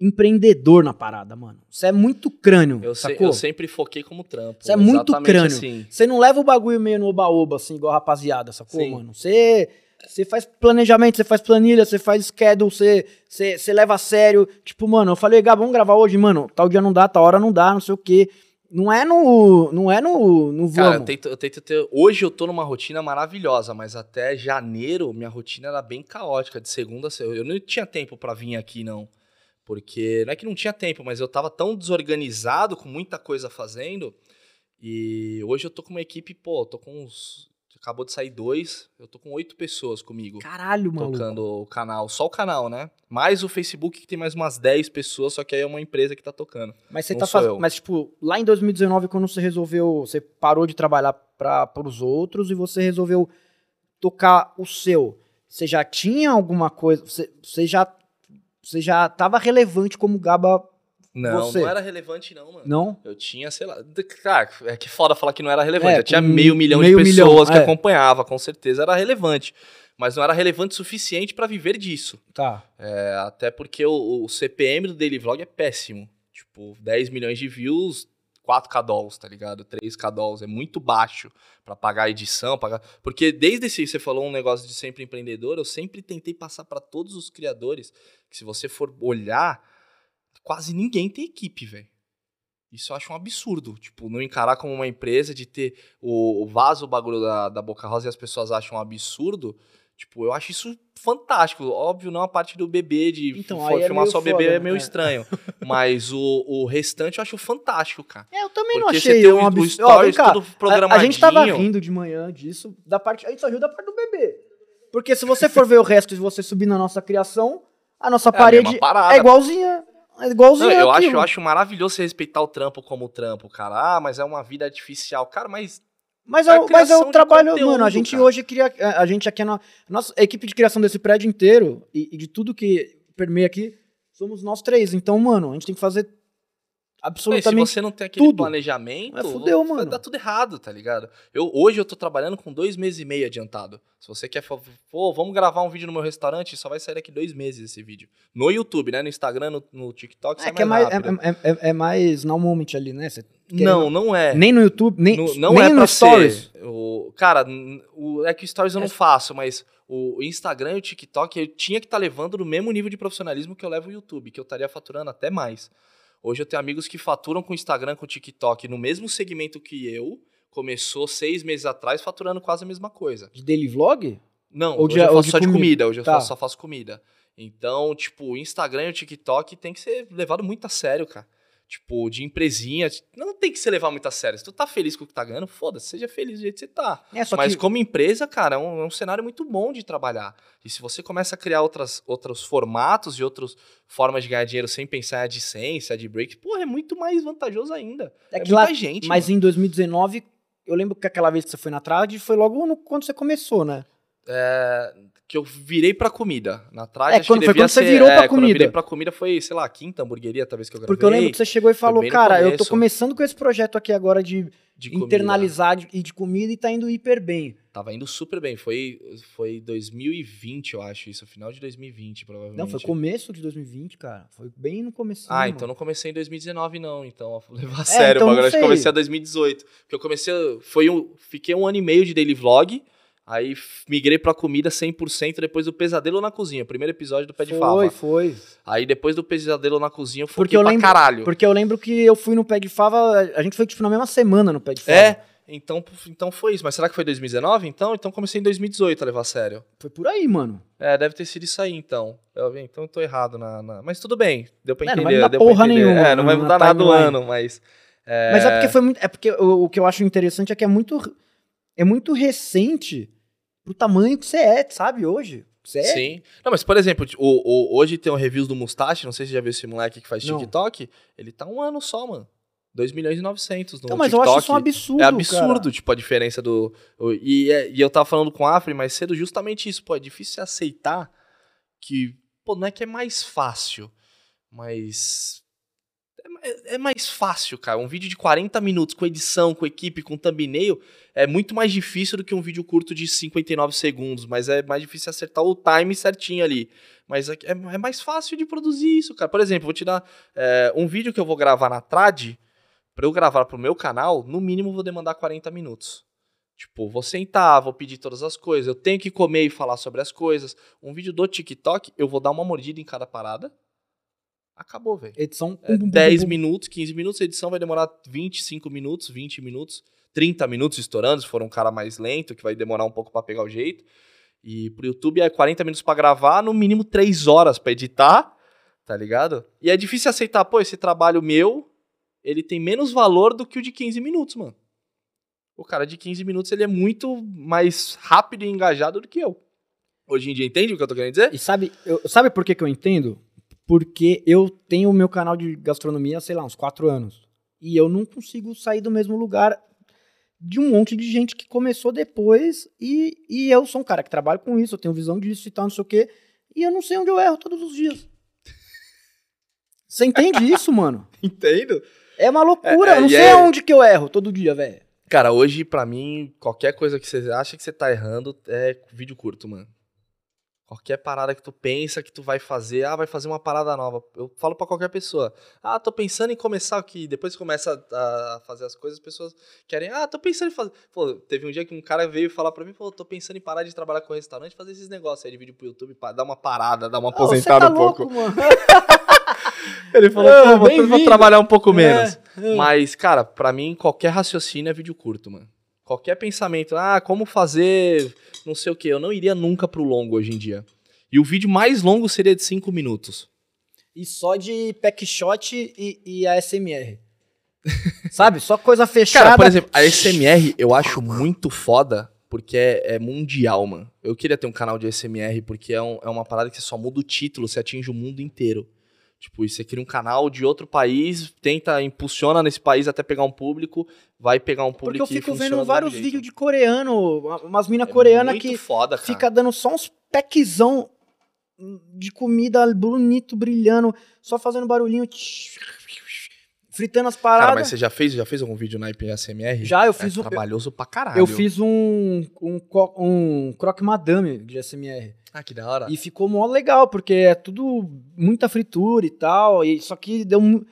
Speaker 1: empreendedor na parada, mano. Você é muito crânio,
Speaker 2: Eu, se-
Speaker 1: sacou?
Speaker 2: eu sempre foquei como trampo.
Speaker 1: Você é muito
Speaker 2: Exatamente
Speaker 1: crânio.
Speaker 2: assim.
Speaker 1: Você não leva o bagulho meio no oba-oba, assim, igual a rapaziada, sacou,
Speaker 2: Sim.
Speaker 1: mano? Você, você faz planejamento, você faz planilha, você faz schedule, você, você, você leva a sério. Tipo, mano, eu falei, Gabo, vamos gravar hoje? Mano, tal dia não dá, tal hora não dá, não sei o quê. Não é no... Não é no... Não
Speaker 2: Cara, eu
Speaker 1: vamos.
Speaker 2: tento, eu tento ter. Hoje eu tô numa rotina maravilhosa, mas até janeiro minha rotina era bem caótica, de segunda a sexta. Eu não tinha tempo pra vir aqui, não. Porque não é que não tinha tempo, mas eu tava tão desorganizado, com muita coisa fazendo. E hoje eu tô com uma equipe, pô, eu tô com uns. Acabou de sair dois, eu tô com oito pessoas comigo.
Speaker 1: Caralho, maluco.
Speaker 2: Tocando o canal, só o canal, né? Mais o Facebook, que tem mais umas 10 pessoas, só que aí é uma empresa que tá tocando.
Speaker 1: Mas você
Speaker 2: Não
Speaker 1: tá
Speaker 2: sou
Speaker 1: fazendo...
Speaker 2: eu.
Speaker 1: Mas, tipo, lá em 2019, quando você resolveu... Você parou de trabalhar pra, pros outros e você resolveu tocar o seu. Você já tinha alguma coisa... Você, você já... Você já tava relevante como Gaba...
Speaker 2: Não,
Speaker 1: Você?
Speaker 2: não era relevante, não, mano.
Speaker 1: Não?
Speaker 2: Eu tinha, sei lá. d- Cara, é que foda falar que não era relevante.
Speaker 1: É,
Speaker 2: eu tinha
Speaker 1: com
Speaker 2: meio milhão
Speaker 1: meio
Speaker 2: de pessoas
Speaker 1: milhão,
Speaker 2: que
Speaker 1: é.
Speaker 2: acompanhava, com certeza era relevante. Mas não era relevante o suficiente pra viver disso.
Speaker 1: Tá.
Speaker 2: É, até porque o, o CPM do Daily Vlog é péssimo. Tipo, 10 milhões de views, 4k dolls, tá ligado? 3k dolls. É muito baixo pra pagar a edição. Pagar... Porque desde esse, você falou um negócio de sempre empreendedor, eu sempre tentei passar pra todos os criadores que se você for olhar, quase ninguém tem equipe, velho. Isso eu acho um absurdo. Tipo, não encarar como uma empresa de ter o, o vaso, o bagulho da, da Boca Rosa e as pessoas acham um absurdo. Tipo, eu acho isso fantástico. Óbvio, não a parte do bebê, de
Speaker 1: Então,
Speaker 2: fo-
Speaker 1: aí é
Speaker 2: filmar
Speaker 1: meio
Speaker 2: só o bebê
Speaker 1: foda,
Speaker 2: é meio
Speaker 1: né?
Speaker 2: estranho. Mas o, o restante eu acho fantástico, cara.
Speaker 1: É, eu também não
Speaker 2: Porque
Speaker 1: achei
Speaker 2: você tem
Speaker 1: um
Speaker 2: o- o
Speaker 1: absurdo. Ó, vem
Speaker 2: stories
Speaker 1: cá,
Speaker 2: tudo
Speaker 1: a, a
Speaker 2: programadinho. É
Speaker 1: gente tava rindo de manhã disso, da parte, a gente só riu da parte do bebê. Porque se você for ver o resto e você subir na nossa criação, a nossa
Speaker 2: É a
Speaker 1: parede
Speaker 2: mesma parada.
Speaker 1: é igualzinha. É
Speaker 2: Não,
Speaker 1: igualzinha
Speaker 2: eu,
Speaker 1: aqui,
Speaker 2: acho, eu
Speaker 1: mano.
Speaker 2: acho maravilhoso você respeitar o trampo como trampo, cara. Ah, mas é uma vida artificial. Cara, mas
Speaker 1: Mas,
Speaker 2: a
Speaker 1: é o- mas é
Speaker 2: criação
Speaker 1: o
Speaker 2: de
Speaker 1: trabalho,
Speaker 2: conteúdo,
Speaker 1: mano. A gente
Speaker 2: cara.
Speaker 1: hoje cria. A, a gente aqui, na, nossa a equipe de criação desse prédio inteiro e, e de tudo que permeia aqui, somos nós três. Então, mano, a gente tem que fazer
Speaker 2: Bem, se
Speaker 1: absolutamente.
Speaker 2: você não tem aquele
Speaker 1: tudo.
Speaker 2: planejamento,
Speaker 1: É, fudeu,
Speaker 2: vai
Speaker 1: mano.
Speaker 2: dar tudo errado, tá ligado? Eu, hoje eu tô trabalhando com dois meses e meio adiantado. Se você quer, fa- pô, vamos gravar um vídeo no meu restaurante, só vai sair daqui dois meses esse vídeo. No YouTube, né? No Instagram, no, no TikTok, sai
Speaker 1: é que é
Speaker 2: mais
Speaker 1: mais, é,
Speaker 2: rápido.
Speaker 1: é- é- é mais now moment ali, né? Você-
Speaker 2: Não, não é.
Speaker 1: Nem no YouTube, nem,
Speaker 2: não não
Speaker 1: nem
Speaker 2: é
Speaker 1: no
Speaker 2: pra
Speaker 1: Stories.
Speaker 2: ser. O, cara, n- o, é que o Stories eu não
Speaker 1: É.
Speaker 2: faço, mas o Instagram e o TikTok eu tinha que estar levando no mesmo nível de profissionalismo que eu levo o YouTube, que eu estaria faturando até mais. Hoje eu tenho amigos que faturam com o Instagram, com o TikTok, no mesmo segmento que eu, começou seis meses atrás faturando quase a mesma coisa.
Speaker 1: De daily vlog?
Speaker 2: Não,
Speaker 1: Ou
Speaker 2: hoje
Speaker 1: de-
Speaker 2: eu
Speaker 1: ou
Speaker 2: faço
Speaker 1: de
Speaker 2: só de
Speaker 1: comida.
Speaker 2: comida, hoje eu
Speaker 1: Tá.
Speaker 2: só, só faço comida. Então, tipo, o Instagram e o TikTok tem que ser levado muito a sério, cara. Tipo, de empresinha, não tem que se levar muito a sério. Se tu tá feliz com o que tá ganhando, foda-se, seja feliz do jeito que você tá.
Speaker 1: É, só
Speaker 2: Mas
Speaker 1: que
Speaker 2: como empresa, cara, é um, é um cenário muito bom de trabalhar. E se você começa a criar outras, outros formatos e outras formas de ganhar dinheiro sem pensar em AdSense, Adbreak, porra, é muito mais vantajoso ainda.
Speaker 1: é
Speaker 2: É
Speaker 1: que lá,
Speaker 2: muita gente,
Speaker 1: mas
Speaker 2: mano.
Speaker 1: em 2019, eu lembro que aquela vez que você foi na Trade foi logo no- quando você começou, né?
Speaker 2: É, que eu virei pra comida. Na trás,
Speaker 1: É,
Speaker 2: acho
Speaker 1: quando-
Speaker 2: que
Speaker 1: foi
Speaker 2: devia
Speaker 1: quando você
Speaker 2: ser-
Speaker 1: virou
Speaker 2: é,
Speaker 1: pra
Speaker 2: Quando eu virei
Speaker 1: comida.
Speaker 2: pra comida foi, sei lá, a quinta hamburgueria, talvez que eu gravei.
Speaker 1: Porque eu lembro que você chegou e falou,
Speaker 2: bem no
Speaker 1: cara, eu tô
Speaker 2: começo.
Speaker 1: começando com esse projeto aqui agora de,
Speaker 2: de comida.
Speaker 1: internalizar de- e de comida e tá indo hiper bem.
Speaker 2: Tava indo super bem. Foi, foi 2020, eu acho isso. Final de 2020, provavelmente.
Speaker 1: Não, foi começo de 2020, cara. Foi bem no começo.
Speaker 2: Ah, então não comecei em 2019, não. Então, ó, vou levar a sério
Speaker 1: então
Speaker 2: o
Speaker 1: não
Speaker 2: bagulho. Acho que
Speaker 1: sei.
Speaker 2: comecei em 2018. Porque eu comecei. Foi um, fiquei um ano e meio de daily vlog. Aí f- migrei pra comida 100% depois do Pesadelo na Cozinha. Primeiro episódio do Pé de
Speaker 1: Foi,
Speaker 2: Fava.
Speaker 1: foi.
Speaker 2: Aí depois do Pesadelo na Cozinha eu
Speaker 1: Porque
Speaker 2: foquei
Speaker 1: eu
Speaker 2: pra
Speaker 1: lembro-
Speaker 2: caralho.
Speaker 1: Porque eu lembro que eu fui no Pé de Fava, a gente foi tipo na mesma semana no Pé de Fava.
Speaker 2: É, Então, então foi isso. Mas será que foi 2019? Então, então comecei em 2018 a levar a sério.
Speaker 1: Foi por aí, mano.
Speaker 2: É, deve ter sido isso aí, então. Eu, então eu tô errado na, na- Mas tudo bem, deu pra
Speaker 1: É,
Speaker 2: entender.
Speaker 1: não vai mudar
Speaker 2: deu pra
Speaker 1: porra
Speaker 2: entender.
Speaker 1: nenhuma
Speaker 2: É, não vai
Speaker 1: na
Speaker 2: mudar nada o
Speaker 1: timeline.
Speaker 2: ano, mas.
Speaker 1: Mas é porque foi muito. É porque o, o que eu acho interessante é que é muito. É muito recente pro tamanho que você é, sabe, hoje. Você é.
Speaker 2: Sim. Não, mas por exemplo, o, o- hoje tem um reviews do Mustache, não sei se você já viu esse moleque que faz
Speaker 1: Não.
Speaker 2: TikTok. Ele tá um ano só, mano. 2 milhões e 900 no
Speaker 1: Então, mas
Speaker 2: TikTok.
Speaker 1: eu acho isso um absurdo.
Speaker 2: É absurdo,
Speaker 1: cara.
Speaker 2: tipo, a diferença do. o- E, é- e eu tava falando com a Afri mais cedo justamente isso. Pô, é difícil você aceitar que. Pô, não é que é mais fácil, mas. é ma- É, mais fácil, cara. Um vídeo de 40 minutos com edição, com equipe, com thumbnail é muito mais difícil do que um vídeo curto de 59 segundos. Mas é mais difícil acertar o time certinho ali. Mas é, é- é mais fácil de produzir isso, cara. Por exemplo, vou te dar é, um vídeo que eu vou gravar na Trad. Pra eu gravar pro meu canal, no mínimo vou demandar 40 minutos. Tipo, vou sentar, vou pedir todas as coisas, eu tenho que comer e falar sobre as coisas. Um vídeo do TikTok, eu vou dar uma mordida em cada parada. Acabou, velho.
Speaker 1: Edição.
Speaker 2: É,
Speaker 1: pum, pum, pum,
Speaker 2: 10
Speaker 1: pum, pum.
Speaker 2: minutos, 15 minutos, a edição vai demorar 25 minutos, 20 minutos, 30 minutos estourando, se for um cara mais lento, que vai demorar um pouco pra pegar o jeito. E pro YouTube é 40 minutos pra gravar, no mínimo 3 horas pra editar, tá ligado? E é difícil aceitar, pô, esse trabalho meu, ele tem menos valor do que o de 15 minutos, mano. O cara de 15 minutos, ele é muito mais rápido e engajado do que eu. Hoje em dia, entende o que eu tô querendo dizer?
Speaker 1: E sabe, eu, sabe por que, que eu entendo? Porque eu tenho o meu canal de gastronomia, sei lá, uns quatro anos. E eu não consigo sair do mesmo lugar de um monte de gente que começou depois. E, e eu sou um cara que trabalha com isso, eu tenho visão disso e tal, não sei o quê. E eu não sei onde eu erro todos os dias. Você entende isso, mano?
Speaker 2: Entendo.
Speaker 1: É uma loucura.
Speaker 2: É, é,
Speaker 1: eu não
Speaker 2: e
Speaker 1: sei
Speaker 2: é-
Speaker 1: onde que eu erro todo dia, velho.
Speaker 2: Cara, hoje, pra mim, qualquer coisa que você acha que você tá errando é vídeo curto, mano. Qualquer parada que tu pensa que tu vai fazer, ah, vai fazer uma parada nova. Eu falo pra qualquer pessoa, ah, tô pensando em começar aqui. Depois que começa a, a fazer as coisas, as pessoas querem, ah, tô pensando em fazer. Pô, teve um dia que um cara veio falar pra mim, pô, tô pensando em parar de trabalhar com restaurante, fazer esses negócios aí de vídeo pro YouTube, pa- dar uma parada, dar uma
Speaker 1: Ah, você
Speaker 2: aposentada
Speaker 1: tá
Speaker 2: um
Speaker 1: louco,
Speaker 2: pouco.
Speaker 1: mano.
Speaker 2: Ele falou,
Speaker 1: Ah,
Speaker 2: pô, vou- vou,
Speaker 1: bem-vindo.
Speaker 2: trabalhar um pouco
Speaker 1: É,
Speaker 2: menos.
Speaker 1: é.
Speaker 2: Mas, cara, pra mim, qualquer raciocínio é vídeo curto, mano. Qualquer pensamento, ah, como fazer não sei o que, eu não iria nunca pro longo hoje em dia. E o vídeo mais longo seria de 5 minutos.
Speaker 1: E só de pack shot e, e ASMR. Sabe? Só coisa fechada.
Speaker 2: Cara, por exemplo, a SMR eu acho muito foda, porque é, é mundial, mano. Eu queria ter um canal de SMR, porque é, um- é uma parada que você só muda o título, você atinge o mundo inteiro. Tipo, e você cria um canal de outro país, tenta, impulsiona nesse país até pegar um público, vai pegar um
Speaker 1: Porque eu
Speaker 2: público e
Speaker 1: fico
Speaker 2: funciona
Speaker 1: vendo
Speaker 2: do
Speaker 1: vários
Speaker 2: mesmo jeito.
Speaker 1: vídeos de coreano, umas mina
Speaker 2: É
Speaker 1: coreana
Speaker 2: muito
Speaker 1: que
Speaker 2: foda, cara.
Speaker 1: fica dando só uns packzão de comida bonito, brilhando, só fazendo barulhinho, tch, fritando as paradas.
Speaker 2: Cara, mas você já fez, já fez algum vídeo na IPSMR?
Speaker 1: Já, eu fiz
Speaker 2: é
Speaker 1: um-
Speaker 2: trabalhoso pra caralho.
Speaker 1: Eu fiz um, um, co- um croque madame de ASMR.
Speaker 2: Ah, que da hora.
Speaker 1: E ficou mó legal, porque é tudo muita fritura e tal. E só que deu um.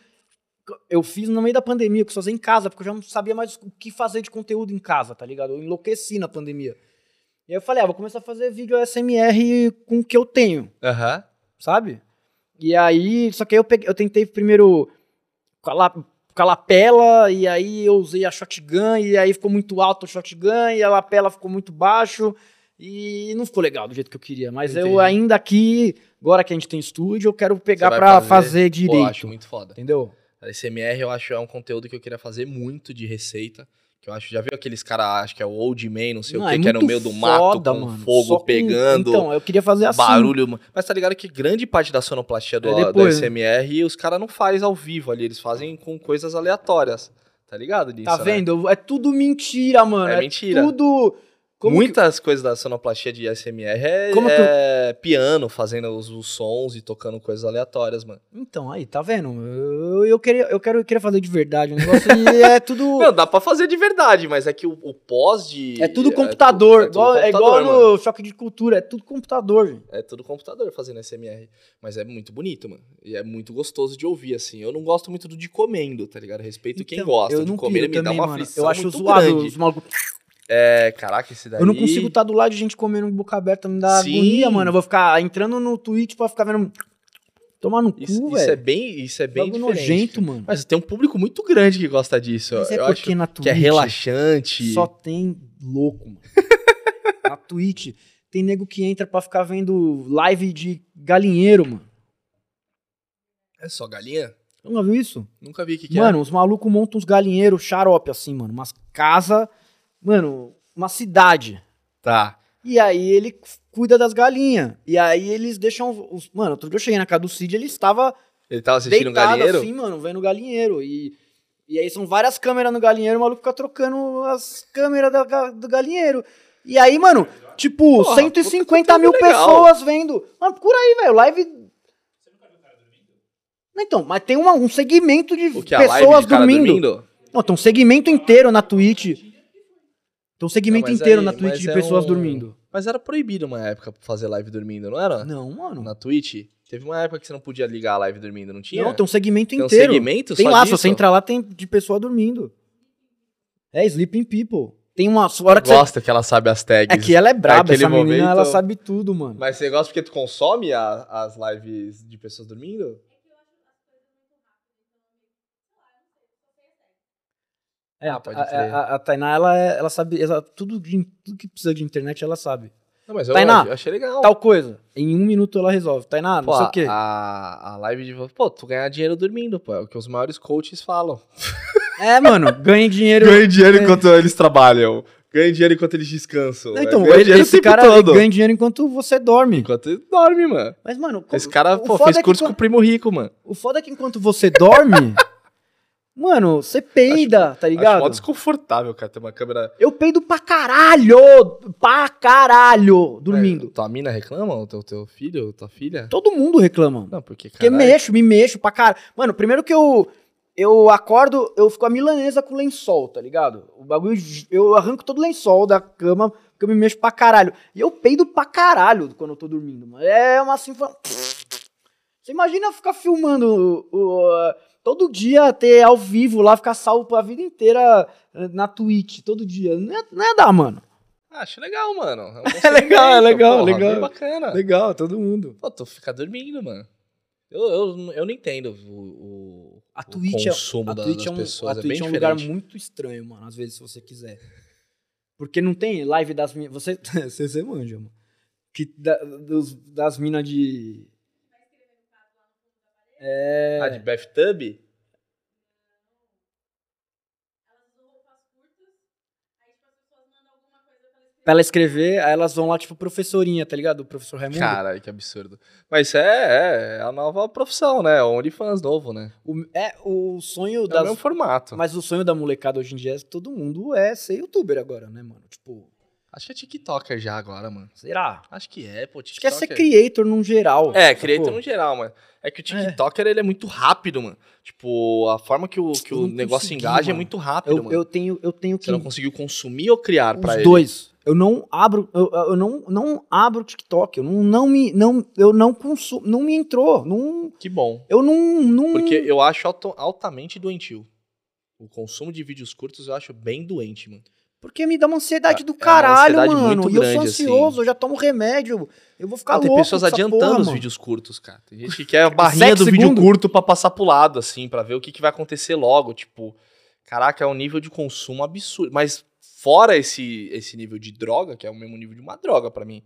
Speaker 1: Eu fiz no meio da pandemia, que eu só fazia em casa, porque eu já não sabia mais o que fazer de conteúdo em casa, tá ligado? Eu enlouqueci na pandemia. E aí eu falei, ah, vou começar a fazer vídeo ASMR com o que eu tenho,
Speaker 2: Aham.
Speaker 1: sabe? E aí, só que aí eu, peguei, eu tentei primeiro com a, la- com a lapela, e aí eu usei a shotgun, e aí ficou muito alto o shotgun, e a lapela ficou muito baixo, e não ficou legal do jeito que eu queria. Mas eu
Speaker 2: Entendi.
Speaker 1: ainda aqui, agora que a gente tem estúdio, eu quero pegar
Speaker 2: vai
Speaker 1: pra fazer,
Speaker 2: fazer? Pô, eu
Speaker 1: direito.
Speaker 2: acho muito foda.
Speaker 1: Entendeu?
Speaker 2: A SMR eu acho é um conteúdo que eu queria fazer muito de receita. Que eu acho, já viu aqueles caras, acho que é o Old Man, não sei o
Speaker 1: é
Speaker 2: que, que é no
Speaker 1: muito
Speaker 2: meio do mato,
Speaker 1: foda,
Speaker 2: com
Speaker 1: mano. Só
Speaker 2: fogo
Speaker 1: com-
Speaker 2: pegando,
Speaker 1: Então, eu queria fazer assim.
Speaker 2: barulho. Mas tá ligado que grande parte da sonoplastia do,
Speaker 1: É depois,
Speaker 2: da SMR os caras não fazem ao vivo ali, eles fazem com coisas aleatórias. Tá ligado disso,
Speaker 1: Tá
Speaker 2: né?
Speaker 1: vendo? É tudo mentira, mano.
Speaker 2: É
Speaker 1: É,
Speaker 2: mentira.
Speaker 1: tudo. Como
Speaker 2: Muitas coisas da sonoplastia de ASMR é,
Speaker 1: Como que eu-
Speaker 2: é piano, fazendo os, os sons e tocando coisas aleatórias, mano.
Speaker 1: que- Então, aí, tá vendo? Eu, eu, queria, eu, quero, eu queria fazer de verdade o negócio e é tudo.
Speaker 2: Não, dá pra fazer de verdade, mas é que o, o pós de...
Speaker 1: É tudo computador.
Speaker 2: é tudo
Speaker 1: igual, é
Speaker 2: computador,
Speaker 1: igual
Speaker 2: mano.
Speaker 1: no choque de cultura, é tudo computador, gente.
Speaker 2: É tudo computador fazendo ASMR. Mas é muito bonito, mano. E é muito gostoso de ouvir, assim. Eu não gosto muito do de comendo, tá ligado? Respeito quem
Speaker 1: Então,
Speaker 2: gosta.
Speaker 1: Eu
Speaker 2: de
Speaker 1: não
Speaker 2: comer
Speaker 1: piro
Speaker 2: me
Speaker 1: também,
Speaker 2: dá uma
Speaker 1: mano.
Speaker 2: aflição
Speaker 1: Eu acho
Speaker 2: muito
Speaker 1: zoado
Speaker 2: grande.
Speaker 1: os malucos.
Speaker 2: É, caraca, esse daí...
Speaker 1: Eu não consigo tá estar do lado de gente comendo boca aberta, me dá
Speaker 2: Sim.
Speaker 1: agonia, mano. Eu vou ficar entrando no Twitch pra ficar vendo. Tomar no
Speaker 2: Isso,
Speaker 1: cu,
Speaker 2: isso é
Speaker 1: velho.
Speaker 2: bem, isso é bem
Speaker 1: Bagulho
Speaker 2: diferente.
Speaker 1: nojento, mano.
Speaker 2: Mas tem um público muito grande que gosta disso.
Speaker 1: Mas é
Speaker 2: eu acho
Speaker 1: porque na Twitch
Speaker 2: que é relaxante.
Speaker 1: só tem louco, mano. na Twitch tem nego que entra pra ficar vendo live de galinheiro, mano.
Speaker 2: É só galinha?
Speaker 1: Você nunca viu isso?
Speaker 2: Nunca vi o que, é. que
Speaker 1: mano, os malucos montam uns galinheiros xarope assim, mano. Umas casa, mano, uma cidade.
Speaker 2: é. Tá.
Speaker 1: E aí ele c- cuida das galinhas. E aí eles deixam. Os... Mano, outro dia eu cheguei na casa do Cid, ele estava
Speaker 2: Ele tava assistindo um
Speaker 1: deitado
Speaker 2: galinheiro?
Speaker 1: assim, mano, vendo o galinheiro. E, e aí são várias câmeras no galinheiro, o maluco fica trocando as câmeras da ga- do galinheiro. E aí, mano, tipo,
Speaker 2: Porra,
Speaker 1: 150
Speaker 2: puta
Speaker 1: mil
Speaker 2: conteúdo legal.
Speaker 1: pessoas vendo. Mano, procura aí, velho. Live. Então, mas tem uma- um segmento de
Speaker 2: O que a live
Speaker 1: pessoas
Speaker 2: de cara
Speaker 1: dormindo.
Speaker 2: dormindo?
Speaker 1: Não, tem um segmento inteiro na Twitch. Tem um segmento
Speaker 2: Não, mas
Speaker 1: inteiro
Speaker 2: aí-
Speaker 1: na Twitch
Speaker 2: mas
Speaker 1: de
Speaker 2: é
Speaker 1: pessoas
Speaker 2: um-
Speaker 1: dormindo.
Speaker 2: Mas era proibido uma época fazer live dormindo, não era?
Speaker 1: Não, mano.
Speaker 2: Na Twitch? Teve uma época que você não podia ligar a live dormindo, não tinha?
Speaker 1: Não, tem um segmento
Speaker 2: Tem um
Speaker 1: inteiro.
Speaker 2: segmento
Speaker 1: Tem
Speaker 2: só
Speaker 1: lá, se
Speaker 2: disso?
Speaker 1: você entrar lá, tem de pessoa dormindo. É, Sleeping People. Tem uma hora que você...
Speaker 2: Gosta que ela sabe as tags.
Speaker 1: É que ela é braba,
Speaker 2: Naquele
Speaker 1: essa menina,
Speaker 2: momento-
Speaker 1: ela sabe tudo, mano.
Speaker 2: Mas você gosta porque tu consome a- as lives de pessoas dormindo?
Speaker 1: É,
Speaker 2: Ah, pode
Speaker 1: a,
Speaker 2: crer.
Speaker 1: a, a- a Tainá, ela, é- ela sabe ela- tudo, de- tudo que precisa de internet, ela sabe.
Speaker 2: Não, mas eu,
Speaker 1: Tainá,
Speaker 2: eu achei legal.
Speaker 1: Tal coisa, em um minuto ela resolve. Tainá, não
Speaker 2: Pô, ah.
Speaker 1: sei o quê.
Speaker 2: A, a live de. Pô, tu ganhar dinheiro dormindo, pô. É o que os maiores coaches falam.
Speaker 1: É, mano, ganha dinheiro. É.
Speaker 2: dinheiro enquanto eles trabalham. Ganha dinheiro enquanto eles descansam. É,
Speaker 1: Não, Então, ele- esse cara ganha dinheiro enquanto você dorme.
Speaker 2: Enquanto ele dorme, mano.
Speaker 1: Mas, mano,
Speaker 2: Esse cara,
Speaker 1: o
Speaker 2: pô,
Speaker 1: foda
Speaker 2: fez
Speaker 1: é que
Speaker 2: curso
Speaker 1: quando-
Speaker 2: com o primo rico, mano.
Speaker 1: O foda é que enquanto você dorme, mano, você peida, tá
Speaker 2: Acho mó
Speaker 1: ligado?
Speaker 2: desconfortável, cara, ter uma câmera. né?
Speaker 1: Eu peido pra caralho! Pra caralho! Dormindo.
Speaker 2: É, tua mina reclama? O teu, teu filho, tua filha?
Speaker 1: É. Todo mundo reclama.
Speaker 2: Não, porque,
Speaker 1: porque
Speaker 2: cara.
Speaker 1: mexo, me mexo pra caralho. Mano, primeiro que eu. Eu acordo, eu fico a milanesa com lençol, tá ligado? O bagulho. j- Eu arranco todo o lençol da cama, porque eu me mexo pra caralho. E eu peido pra caralho quando eu tô dormindo, mano. É uma sinfonia. Você imagina ficar filmando o- o, ah, todo dia, ter ao vivo lá, ficar salvo pra vida inteira eh, na Twitch, todo dia. Não é, não é dar, mano.
Speaker 2: Ah, Acho legal, mano. É, um bom
Speaker 1: É legal, é
Speaker 2: segmento,
Speaker 1: legal,
Speaker 2: porra,
Speaker 1: legal.
Speaker 2: bem bacana.
Speaker 1: Legal, todo mundo.
Speaker 2: Pô, tu fica dormindo, mano. Eu, eu, eu não entendo o, o-
Speaker 1: A
Speaker 2: o
Speaker 1: Twitch é-
Speaker 2: consumo
Speaker 1: A
Speaker 2: da-
Speaker 1: Twitch
Speaker 2: das
Speaker 1: é um,
Speaker 2: pessoas.
Speaker 1: a
Speaker 2: é bem
Speaker 1: Twitch é um lugar
Speaker 2: diferente.
Speaker 1: muito estranho, mano, às vezes, se você quiser. Porque não tem live das minas. Você, você, você manja, mano. Que da- dos- das minas de. É.
Speaker 2: Ah, de bathtub?
Speaker 1: Pra ela escrever, aí elas vão lá, tipo, professorinha, tá ligado? O professor Raimundo.
Speaker 2: Caralho, que absurdo. Mas é, é, é a nova profissão, né? O OnlyFans novo, né?
Speaker 1: O- é o sonho
Speaker 2: É o
Speaker 1: das.
Speaker 2: mesmo formato.
Speaker 1: Mas o sonho da molecada hoje em dia é todo mundo é ser youtuber agora, né, mano? Tipo,
Speaker 2: Acho que é TikToker já agora, mano.
Speaker 1: será?
Speaker 2: Acho que é, pô.
Speaker 1: Acho que é
Speaker 2: TikToker.
Speaker 1: ser creator num geral.
Speaker 2: É,
Speaker 1: sacou?
Speaker 2: creator no geral, mano. É que o TikToker, ele é muito rápido, mano. Tipo, a forma que o, que
Speaker 1: Eu
Speaker 2: o
Speaker 1: não
Speaker 2: negócio
Speaker 1: consegui,
Speaker 2: engaja é
Speaker 1: mano.
Speaker 2: muito rápido,
Speaker 1: Eu,
Speaker 2: mano.
Speaker 1: eu tenho, eu tenho
Speaker 2: Você
Speaker 1: que
Speaker 2: não conseguiu consumir ou criar pra
Speaker 1: Os
Speaker 2: ele?
Speaker 1: dois. Eu não abro, eu, eu não, não abro o TikTok, eu não, não me, não, eu não consumo, não me entrou, não,
Speaker 2: Que bom.
Speaker 1: eu não, não
Speaker 2: Porque eu acho alto- altamente doentio. O consumo de vídeos curtos eu acho bem doente, mano.
Speaker 1: porque me dá uma ansiedade
Speaker 2: É-
Speaker 1: do
Speaker 2: é uma
Speaker 1: caralho,
Speaker 2: ansiedade
Speaker 1: mano.
Speaker 2: muito
Speaker 1: e eu sou
Speaker 2: grande,
Speaker 1: ansioso,
Speaker 2: assim.
Speaker 1: eu já tomo remédio, eu vou ficar
Speaker 2: Ah, tem
Speaker 1: louco.
Speaker 2: pessoas
Speaker 1: com essa
Speaker 2: adiantando
Speaker 1: porra,
Speaker 2: os
Speaker 1: mano.
Speaker 2: vídeos curtos, cara. Tem gente que quer a barrinha
Speaker 1: Sete
Speaker 2: do vídeo
Speaker 1: segundos?
Speaker 2: curto pra passar pro lado, assim, pra ver o que, que vai acontecer logo. Tipo, caraca, é um nível de consumo absurdo. Mas fora esse, esse nível de droga, que é o mesmo nível de uma droga pra mim,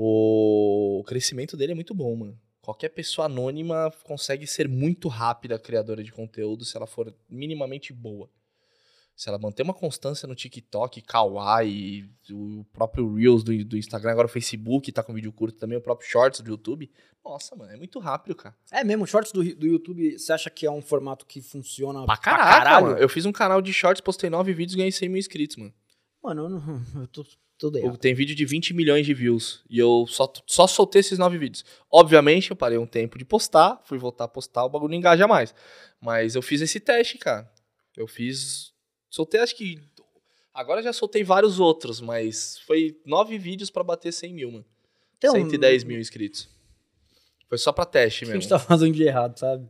Speaker 2: o crescimento dele é muito bom, mano. Qualquer pessoa anônima consegue ser muito rápida criadora de conteúdo se ela for minimamente boa. Se ela manter uma constância no TikTok, Kawaii, o próprio Reels do, do Instagram, agora o Facebook tá com vídeo curto também, o próprio Shorts do YouTube. Nossa, mano, é muito rápido, cara.
Speaker 1: É mesmo, shorts do, do YouTube, você acha que é um formato que funciona
Speaker 2: mano. Eu fiz um canal de Shorts, postei nove vídeos e ganhei 100 mil inscritos, mano.
Speaker 1: Mano, eu, não, eu tô tudo
Speaker 2: Eu-
Speaker 1: errado.
Speaker 2: Tem vídeo de 20 milhões de views. E eu só, só soltei esses nove vídeos. Obviamente, eu parei um tempo de postar, fui voltar a postar, o bagulho não engaja mais. Mas eu fiz esse teste, cara. Eu fiz. Soltei, acho que. Agora já soltei vários outros, mas foi nove vídeos pra bater 100 mil, mano.
Speaker 1: Então,
Speaker 2: 110 mil inscritos. Foi só pra teste
Speaker 1: o que a gente
Speaker 2: mesmo.
Speaker 1: tá fazendo de errado, sabe?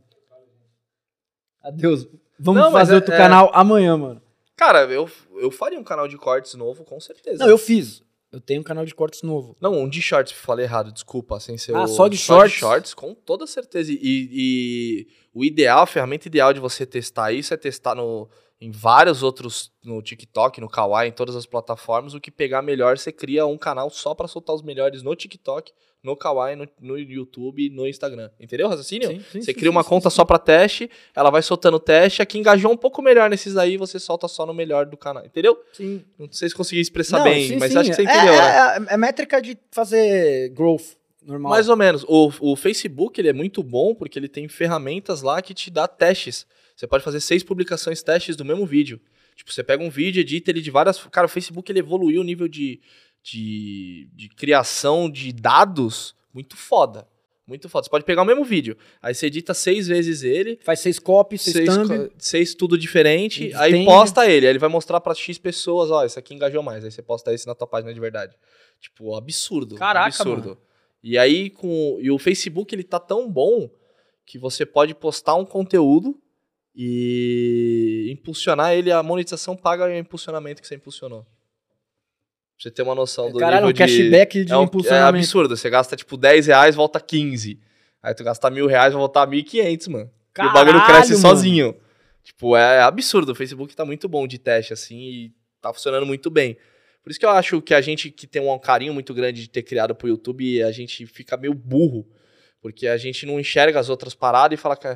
Speaker 1: Adeus. Vamos
Speaker 2: Não, mas
Speaker 1: fazer
Speaker 2: é-
Speaker 1: outro
Speaker 2: é-
Speaker 1: canal amanhã, mano.
Speaker 2: Cara, eu, eu faria um canal de cortes novo, com certeza.
Speaker 1: Não, eu fiz. Eu Eu tenho um canal de cortes novo.
Speaker 2: Não, um de shorts, falei errado, desculpa, sem ser
Speaker 1: Ah,
Speaker 2: o-
Speaker 1: só de shorts?
Speaker 2: shorts, com toda certeza. E, e o ideal, a ferramenta ideal de você testar isso é testar no, em vários outros, no TikTok, no Kawaii, em todas as plataformas, o que pegar melhor, você cria um canal só pra soltar os melhores no TikTok, no Kawaii, no, no YouTube, no Instagram. Entendeu o raciocínio? Você cria uma conta só pra teste, ela vai soltando teste, a que engajou um pouco melhor nesses aí, você solta só no melhor do canal, entendeu?
Speaker 1: Sim.
Speaker 2: Não sei se consegui expressar
Speaker 1: Não,
Speaker 2: bem,
Speaker 1: sim,
Speaker 2: mas
Speaker 1: sim.
Speaker 2: acho que você
Speaker 1: É-
Speaker 2: entendeu,
Speaker 1: é,
Speaker 2: né?
Speaker 1: é- é métrica de fazer growth normal.
Speaker 2: Mais ou menos. O, o Facebook ele é muito bom porque ele tem ferramentas lá que te dá testes. Você pode fazer seis publicações testes do mesmo vídeo. Tipo, você pega um vídeo, edita ele de várias. Cara, o Facebook ele evoluiu o nível de, de, de criação de dados muito foda. Muito foda. Você pode pegar o mesmo vídeo. Aí você edita seis vezes ele,
Speaker 1: Faz seis copies, seis,
Speaker 2: seis,
Speaker 1: thumb.
Speaker 2: co- seis tudo diferente,
Speaker 1: Eles
Speaker 2: aí
Speaker 1: têm,
Speaker 2: posta ele. Aí ele vai mostrar pra X pessoas, ó, esse aqui engajou mais. Aí você posta esse na tua página de verdade. Tipo, absurdo.
Speaker 1: Caraca,
Speaker 2: absurdo. E aí, com. E o Facebook, ele tá tão bom que você pode postar um conteúdo e impulsionar ele, a monetização paga o impulsionamento que você impulsionou. Pra você ter uma noção do
Speaker 1: Caralho,
Speaker 2: nível
Speaker 1: um
Speaker 2: de...
Speaker 1: cashback de
Speaker 2: é, um- é
Speaker 1: impulsionamento.
Speaker 2: absurdo, você gasta tipo 10 reais, volta 15. Aí tu gastar mil reais, vai voltar 1.500, mano. E o bagulho
Speaker 1: Caralho,
Speaker 2: cresce
Speaker 1: mano.
Speaker 2: sozinho. Tipo, é absurdo. O Facebook tá muito bom de teste, assim, e tá funcionando muito bem. Por isso que eu acho que a gente que tem um carinho muito grande de ter criado pro YouTube, a gente fica meio burro. Porque a gente não enxerga as outras paradas e fala que.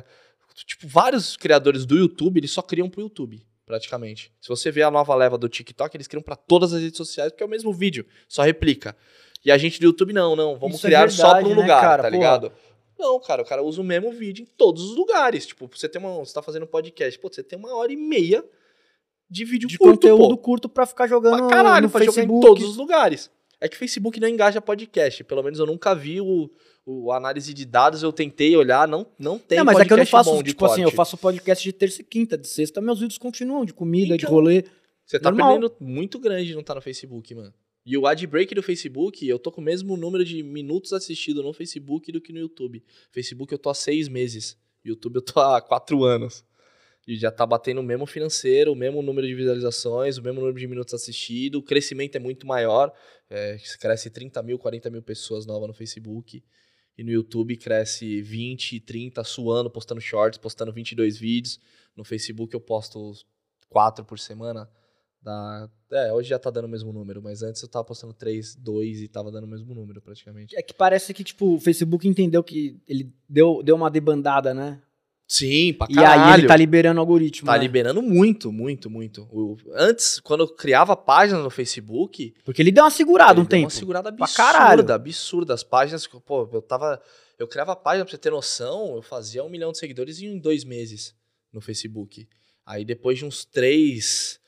Speaker 2: Tipo, vários criadores do YouTube, eles só criam pro YouTube, praticamente. Se você vê a nova leva do TikTok, eles criam pra todas as redes sociais, porque é o mesmo vídeo, só replica. E a gente do YouTube, não, não, vamos
Speaker 1: Isso é
Speaker 2: criar só pra
Speaker 1: verdade,
Speaker 2: um
Speaker 1: né,
Speaker 2: lugar,
Speaker 1: cara?
Speaker 2: tá
Speaker 1: Pô.
Speaker 2: ligado? Não, cara, o cara usa o mesmo vídeo em todos os lugares. Tipo, você tem uma. Você tá fazendo podcast, pô, você tem uma hora e meia de vídeo
Speaker 1: de
Speaker 2: curto,
Speaker 1: conteúdo
Speaker 2: pô.
Speaker 1: curto pra ficar
Speaker 2: Pra
Speaker 1: jogando
Speaker 2: caralho,
Speaker 1: no
Speaker 2: pra jogar em
Speaker 1: Facebook.
Speaker 2: todos os lugares. É que Facebook não engaja podcast. Pelo menos eu nunca vi o, o análise de dados, eu tentei olhar, não, não tem.
Speaker 1: não, mas é que eu não
Speaker 2: podcast
Speaker 1: faço,
Speaker 2: bom de
Speaker 1: tipo assim, eu
Speaker 2: corte.
Speaker 1: faço podcast de terça e quinta, de sexta, meus vídeos continuam de comida, de
Speaker 2: Então.
Speaker 1: rolê.
Speaker 2: Você tá
Speaker 1: normal.
Speaker 2: perdendo muito grande não tá no Facebook, mano. E o ad break do Facebook, eu tô com o mesmo número de minutos assistido no Facebook do que no YouTube. Facebook eu tô há seis meses. YouTube eu tô há quatro anos. E já tá batendo o mesmo financeiro, o mesmo número de visualizações, o mesmo número de minutos assistidos. O crescimento é muito maior. É, cresce 30 mil, 40 mil pessoas novas no Facebook. E no YouTube cresce 20, 30, suando, postando shorts, postando 22 vídeos. No Facebook eu posto quatro por semana. Dá- É, hoje já tá dando o mesmo número, mas antes eu tava postando 3, 2 e tava dando o mesmo número praticamente.
Speaker 1: É que parece que, tipo, o Facebook entendeu que ele deu, deu uma debandada, né?
Speaker 2: Sim, pra
Speaker 1: E aí ele tá liberando o algoritmo.
Speaker 2: Tá
Speaker 1: né?
Speaker 2: liberando muito, muito, muito. O- antes, quando eu criava página no Facebook,
Speaker 1: Porque ele deu uma segurada um
Speaker 2: deu
Speaker 1: tempo.
Speaker 2: uma segurada
Speaker 1: Pra
Speaker 2: absurda,
Speaker 1: caralho.
Speaker 2: absurda. As páginas, que eu- pô, eu tava. Eu criava página, pra você ter noção, eu fazia um milhão de seguidores em dois meses no Facebook. Aí depois de uns três,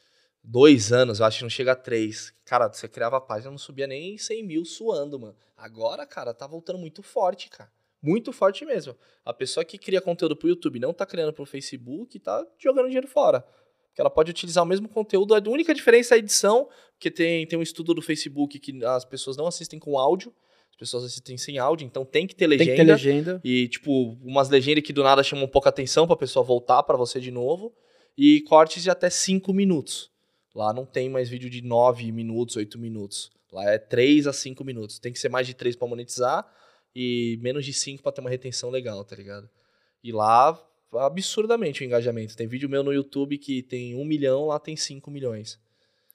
Speaker 2: dois anos, eu acho que não chega a três. Cara, você criava a página, não subia nem 100 mil suando, mano. Agora, cara, tá voltando muito forte, cara. Muito forte mesmo. A pessoa que cria conteúdo pro YouTube não tá criando pro Facebook, tá jogando dinheiro fora. Porque ela pode utilizar o mesmo conteúdo, a única diferença é a edição, porque tem, tem um estudo do Facebook que as pessoas não assistem com áudio, as pessoas assistem sem áudio, então tem que ter legenda.
Speaker 1: Tem que ter legenda.
Speaker 2: E, tipo, umas legendas que do nada chamam um pouco a atenção pra pessoa voltar pra você de novo. E cortes de até 5 minutos. Lá não tem mais vídeo de 9 minutos, 8 minutos. Lá é 3 a 5 minutos. Tem que ser mais de 3 pra monetizar e menos de 5 pra ter uma retenção legal, tá ligado? E lá, absurdamente o engajamento. Tem vídeo meu no YouTube que tem 1 milhão, lá tem 5 milhões.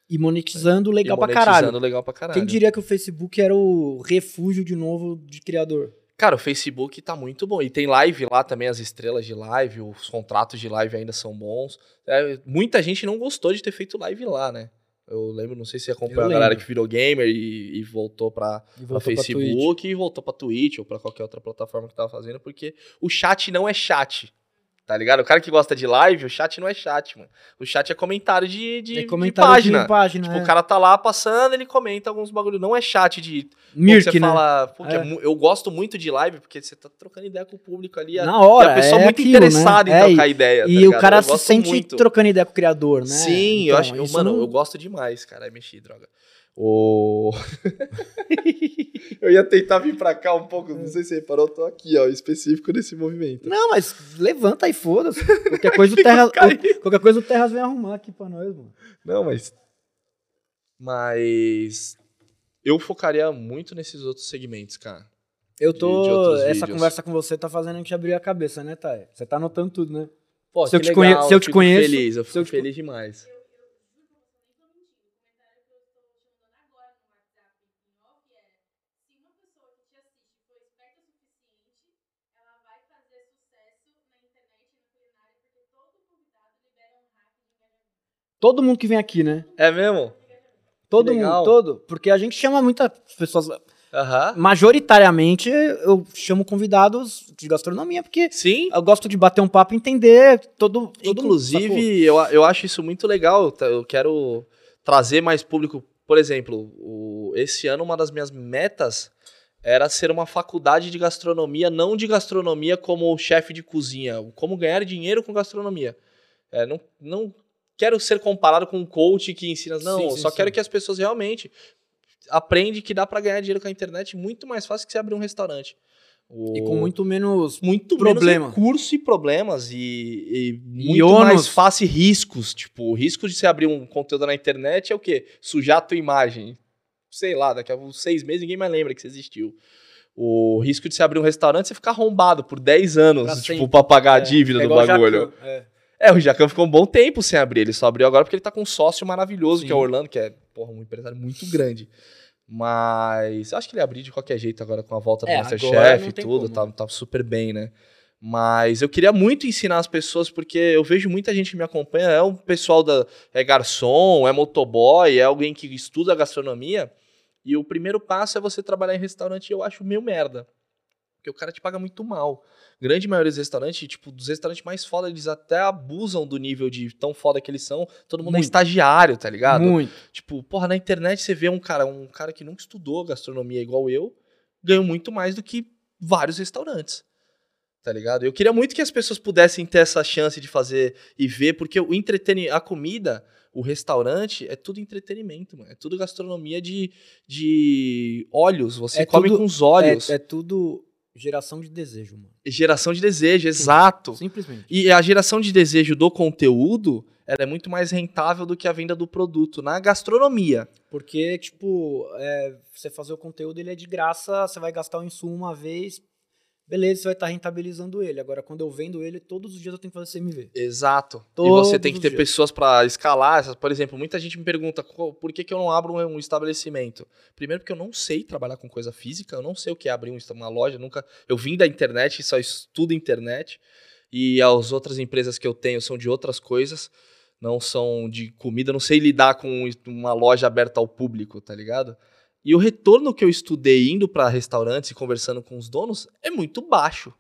Speaker 1: E monetizando
Speaker 2: E
Speaker 1: legal pra
Speaker 2: monetizando
Speaker 1: caralho.
Speaker 2: legal pra caralho.
Speaker 1: Quem diria que o Facebook era o refúgio de novo de criador?
Speaker 2: Cara, o Facebook tá muito bom. E tem live lá também, as estrelas de live, os contratos de live ainda são bons. É, muita gente não gostou de ter feito live lá, né? Eu lembro, não sei se você acompanhou
Speaker 1: Eu
Speaker 2: a galera
Speaker 1: lembro.
Speaker 2: que virou gamer e, e voltou pra,
Speaker 1: E
Speaker 2: pra
Speaker 1: voltou pra Twitch.
Speaker 2: Facebook e voltou pra Twitch ou pra qualquer outra plataforma que tava fazendo, porque o chat não é chat. Tá ligado? O cara que gosta de live, o chat não é chat, mano. O chat é comentário de, de,
Speaker 1: É
Speaker 2: de
Speaker 1: comentário de
Speaker 2: página.
Speaker 1: página,
Speaker 2: Tipo,
Speaker 1: é.
Speaker 2: o cara tá lá passando, ele comenta alguns bagulho. Não é chat de Mirk,
Speaker 1: Mirk,
Speaker 2: você
Speaker 1: né?
Speaker 2: fala, pô, que é
Speaker 1: É.
Speaker 2: mu- eu gosto muito de live, porque você tá trocando ideia com o público ali.
Speaker 1: Na hora,
Speaker 2: e a pessoa
Speaker 1: é
Speaker 2: muito
Speaker 1: aquilo,
Speaker 2: interessada
Speaker 1: né?
Speaker 2: em
Speaker 1: É,
Speaker 2: trocar ideia. tá
Speaker 1: E
Speaker 2: ligado?
Speaker 1: o cara
Speaker 2: Eu
Speaker 1: se
Speaker 2: gosto
Speaker 1: sente
Speaker 2: muito.
Speaker 1: trocando ideia com o criador, né?
Speaker 2: Sim, eu
Speaker 1: Então,
Speaker 2: acho. Eu,
Speaker 1: isso
Speaker 2: mano,
Speaker 1: não-
Speaker 2: eu gosto demais, cara. É mexi, droga. O... eu ia tentar vir pra cá um pouco, não sei se você reparou, eu tô aqui, ó, específico nesse movimento.
Speaker 1: Não, mas levanta aí, foda-se. Qualquer coisa, o terra, o- qualquer coisa o Terras vem arrumar aqui pra nós, mano.
Speaker 2: Não, mas. Mas. eu focaria muito nesses outros segmentos, cara.
Speaker 1: Eu
Speaker 2: de-
Speaker 1: tô.
Speaker 2: de outros
Speaker 1: essa
Speaker 2: vídeos.
Speaker 1: conversa com você tá fazendo a gente abrir a cabeça, né, Thay? Você tá anotando tudo, né?
Speaker 2: Pô,
Speaker 1: Se eu
Speaker 2: que
Speaker 1: te conhe- se eu te
Speaker 2: fico
Speaker 1: conheço-
Speaker 2: Feliz, eu
Speaker 1: se
Speaker 2: fico
Speaker 1: eu te con-
Speaker 2: feliz demais.
Speaker 1: Todo mundo que vem aqui, né?
Speaker 2: É mesmo?
Speaker 1: Todo
Speaker 2: Que legal.
Speaker 1: mundo, todo. Porque a gente chama muitas pessoas.
Speaker 2: Aham.
Speaker 1: Majoritariamente, eu chamo convidados de gastronomia, porque
Speaker 2: Sim.
Speaker 1: eu gosto de bater um papo e entender todo. todo mundo, sacou?
Speaker 2: Inclusive, eu, eu acho isso muito legal. tá? Eu quero trazer mais público. Por exemplo, o- esse ano uma das minhas metas era ser uma faculdade de gastronomia, não de gastronomia como chefe de cozinha, como ganhar dinheiro com gastronomia. É, não, não quero ser comparado com um coach que ensina. Não,
Speaker 3: Sim,
Speaker 2: eu
Speaker 3: sim,
Speaker 2: só
Speaker 3: sim.
Speaker 2: quero que as pessoas realmente aprendem que dá pra ganhar dinheiro com a internet muito mais fácil que você abrir um restaurante.
Speaker 1: E
Speaker 2: O-
Speaker 1: com muito menos.
Speaker 2: muito
Speaker 1: Problema.
Speaker 2: menos recurso e problemas e, e muito
Speaker 1: ônus.
Speaker 2: mais fácil e riscos. Tipo, o risco de você abrir um conteúdo na internet é o quê? Sujar a tua imagem. Sei lá, daqui a uns seis meses ninguém mais lembra que você existiu. O risco de você abrir um restaurante você ficar arrombado por 10 anos,
Speaker 1: Pra
Speaker 2: tipo,
Speaker 1: sempre.
Speaker 2: pra pagar a dívida
Speaker 1: é
Speaker 2: do
Speaker 1: igual
Speaker 2: bagulho.
Speaker 1: Jacan, é.
Speaker 2: É, o Jacan ficou um bom tempo sem abrir. Ele só abriu agora porque ele tá com um sócio maravilhoso, que é o
Speaker 3: Sim.
Speaker 2: Orlando, que é, porra, um empresário muito grande. Mas acho que ele abriu de qualquer jeito agora com a volta do
Speaker 1: É, agora
Speaker 2: Masterchef
Speaker 1: não
Speaker 2: e
Speaker 1: tem
Speaker 2: tudo.
Speaker 1: como.
Speaker 2: Tá, tá super bem, né? Mas eu queria muito ensinar as pessoas, porque eu vejo muita gente que me acompanha, é um pessoal da. É garçom, é motoboy, é alguém que estuda gastronomia. E o primeiro passo é você trabalhar em restaurante, e eu acho meio merda. Porque o cara te paga muito mal. Grande maioria dos restaurantes, tipo, dos restaurantes mais foda, eles até abusam do nível de tão foda que eles são. Todo mundo é
Speaker 1: Muito.
Speaker 2: estagiário, tá ligado?
Speaker 1: Muito.
Speaker 2: Tipo, porra, na internet você vê um cara, um cara que nunca estudou gastronomia igual eu, ganhou muito mais do que vários restaurantes. Tá ligado? Eu queria muito que as pessoas pudessem ter essa chance de fazer e ver, porque o entretenimento, a comida, o restaurante, é tudo entretenimento, mano. É tudo gastronomia de, de olhos. Você
Speaker 1: É
Speaker 2: come
Speaker 1: tudo-
Speaker 2: com os olhos.
Speaker 1: É, é tudo geração de desejo, mano.
Speaker 2: Geração de desejo, exato.
Speaker 1: Simplesmente.
Speaker 2: E a geração de desejo do conteúdo, ela é muito mais rentável do que a venda do produto na gastronomia.
Speaker 1: Porque, tipo, é, você fazer o conteúdo, ele é de graça, você vai gastar o insumo uma vez, beleza, você vai estar rentabilizando ele. Agora, quando eu vendo ele, todos os dias eu tenho que fazer você me ver.
Speaker 2: Exato. e
Speaker 1: Todos
Speaker 2: você tem que
Speaker 1: os
Speaker 2: ter
Speaker 1: dias.
Speaker 2: pessoas pra escalar. essas- Por exemplo, muita gente me pergunta "Qual- por que, que eu não abro um um estabelecimento. Primeiro, porque eu não sei trabalhar com coisa física, eu não sei o que é abrir um esta- uma loja. Nunca. Eu vim da internet, só estudo internet. E as outras empresas que eu tenho são de outras coisas, não são de comida. Eu não sei lidar com um, uma loja aberta ao público, tá ligado? E o retorno que eu estudei indo pra restaurantes e conversando com os donos é muito baixo.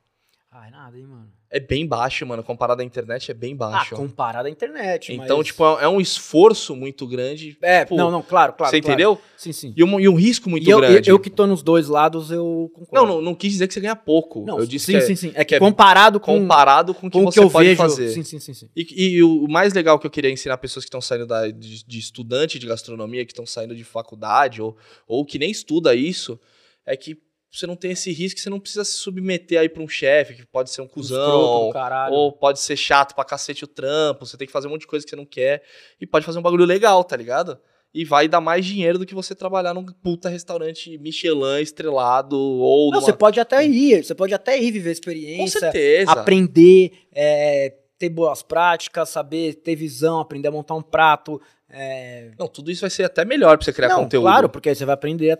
Speaker 1: Ai, nada, hein, mano.
Speaker 2: É bem baixo, mano. Comparado à internet, é bem baixo.
Speaker 1: Ah, comparado à internet,
Speaker 2: Então,
Speaker 1: mas-
Speaker 2: tipo, é é um esforço muito grande.
Speaker 1: É,
Speaker 2: tipo,
Speaker 1: não, não, claro, claro.
Speaker 2: você
Speaker 1: claro.
Speaker 2: entendeu?
Speaker 1: Sim, sim.
Speaker 2: E um, e um risco muito
Speaker 1: E eu,
Speaker 2: grande.
Speaker 1: eu, eu que tô nos dois lados, eu
Speaker 2: não,
Speaker 1: concordo.
Speaker 2: não, não quis dizer que você ganha pouco. eu disse
Speaker 1: sim,
Speaker 2: que é
Speaker 1: sim, sim. É
Speaker 2: que
Speaker 1: que
Speaker 2: é
Speaker 1: comparado com,
Speaker 2: comparado com o que
Speaker 1: com o
Speaker 2: você
Speaker 1: que eu
Speaker 2: pode
Speaker 1: vejo.
Speaker 2: fazer.
Speaker 1: Sim, sim, sim, sim.
Speaker 2: E, e o mais legal que eu queria ensinar pessoas que estão saindo da- de, de estudante de gastronomia, que estão saindo de faculdade ou, ou que nem estuda isso, é que você não tem esse risco, você não precisa se submeter aí pra um chefe, que pode ser um
Speaker 1: Escroto
Speaker 2: cuzão,
Speaker 1: do caralho.
Speaker 2: Ou pode ser chato pra cacete o trampo, você tem que fazer um monte de coisa que você não quer. E pode fazer um bagulho legal, tá ligado? E vai dar mais dinheiro do que você trabalhar num puta restaurante Michelin estrelado ou.
Speaker 1: Não,
Speaker 2: numa-
Speaker 1: você pode até ir, você pode até ir viver a experiência.
Speaker 2: Com certeza.
Speaker 1: aprender, é, ter boas práticas, saber ter visão, aprender a montar um prato. é,
Speaker 2: Não, tudo isso vai ser até melhor pra você criar
Speaker 1: não,
Speaker 2: conteúdo.
Speaker 1: Claro, porque aí você vai aprender. a-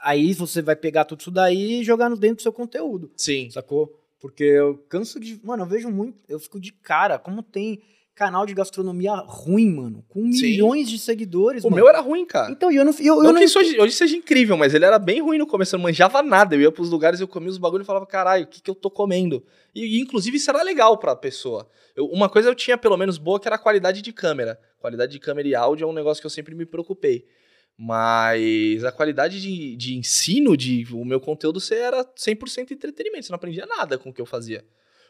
Speaker 1: Aí você vai pegar tudo isso daí e jogar no dentro do seu conteúdo,
Speaker 2: Sim.
Speaker 1: sacou? Porque eu canso de. Mano, eu vejo muito. Eu fico de cara como tem canal de gastronomia ruim, mano. Com
Speaker 2: Sim.
Speaker 1: milhões de seguidores.
Speaker 2: O
Speaker 1: mano.
Speaker 2: meu era ruim, cara.
Speaker 1: Então, e eu não. Eu, eu
Speaker 2: não,
Speaker 1: não
Speaker 2: que isso hoje, hoje seja incrível, mas ele era bem ruim no começo, eu não manjava nada. Eu ia pros lugares, eu comia os bagulhos e falava, caralho, o que, que eu tô comendo? E, e, inclusive, isso era legal pra pessoa. Eu- uma coisa eu tinha, pelo menos, boa, que era a qualidade de câmera. Qualidade de câmera e áudio é um negócio que eu sempre me preocupei. Mas a qualidade de, de ensino, de o meu conteúdo, você era 100% entretenimento. Você não aprendia nada com o que eu fazia.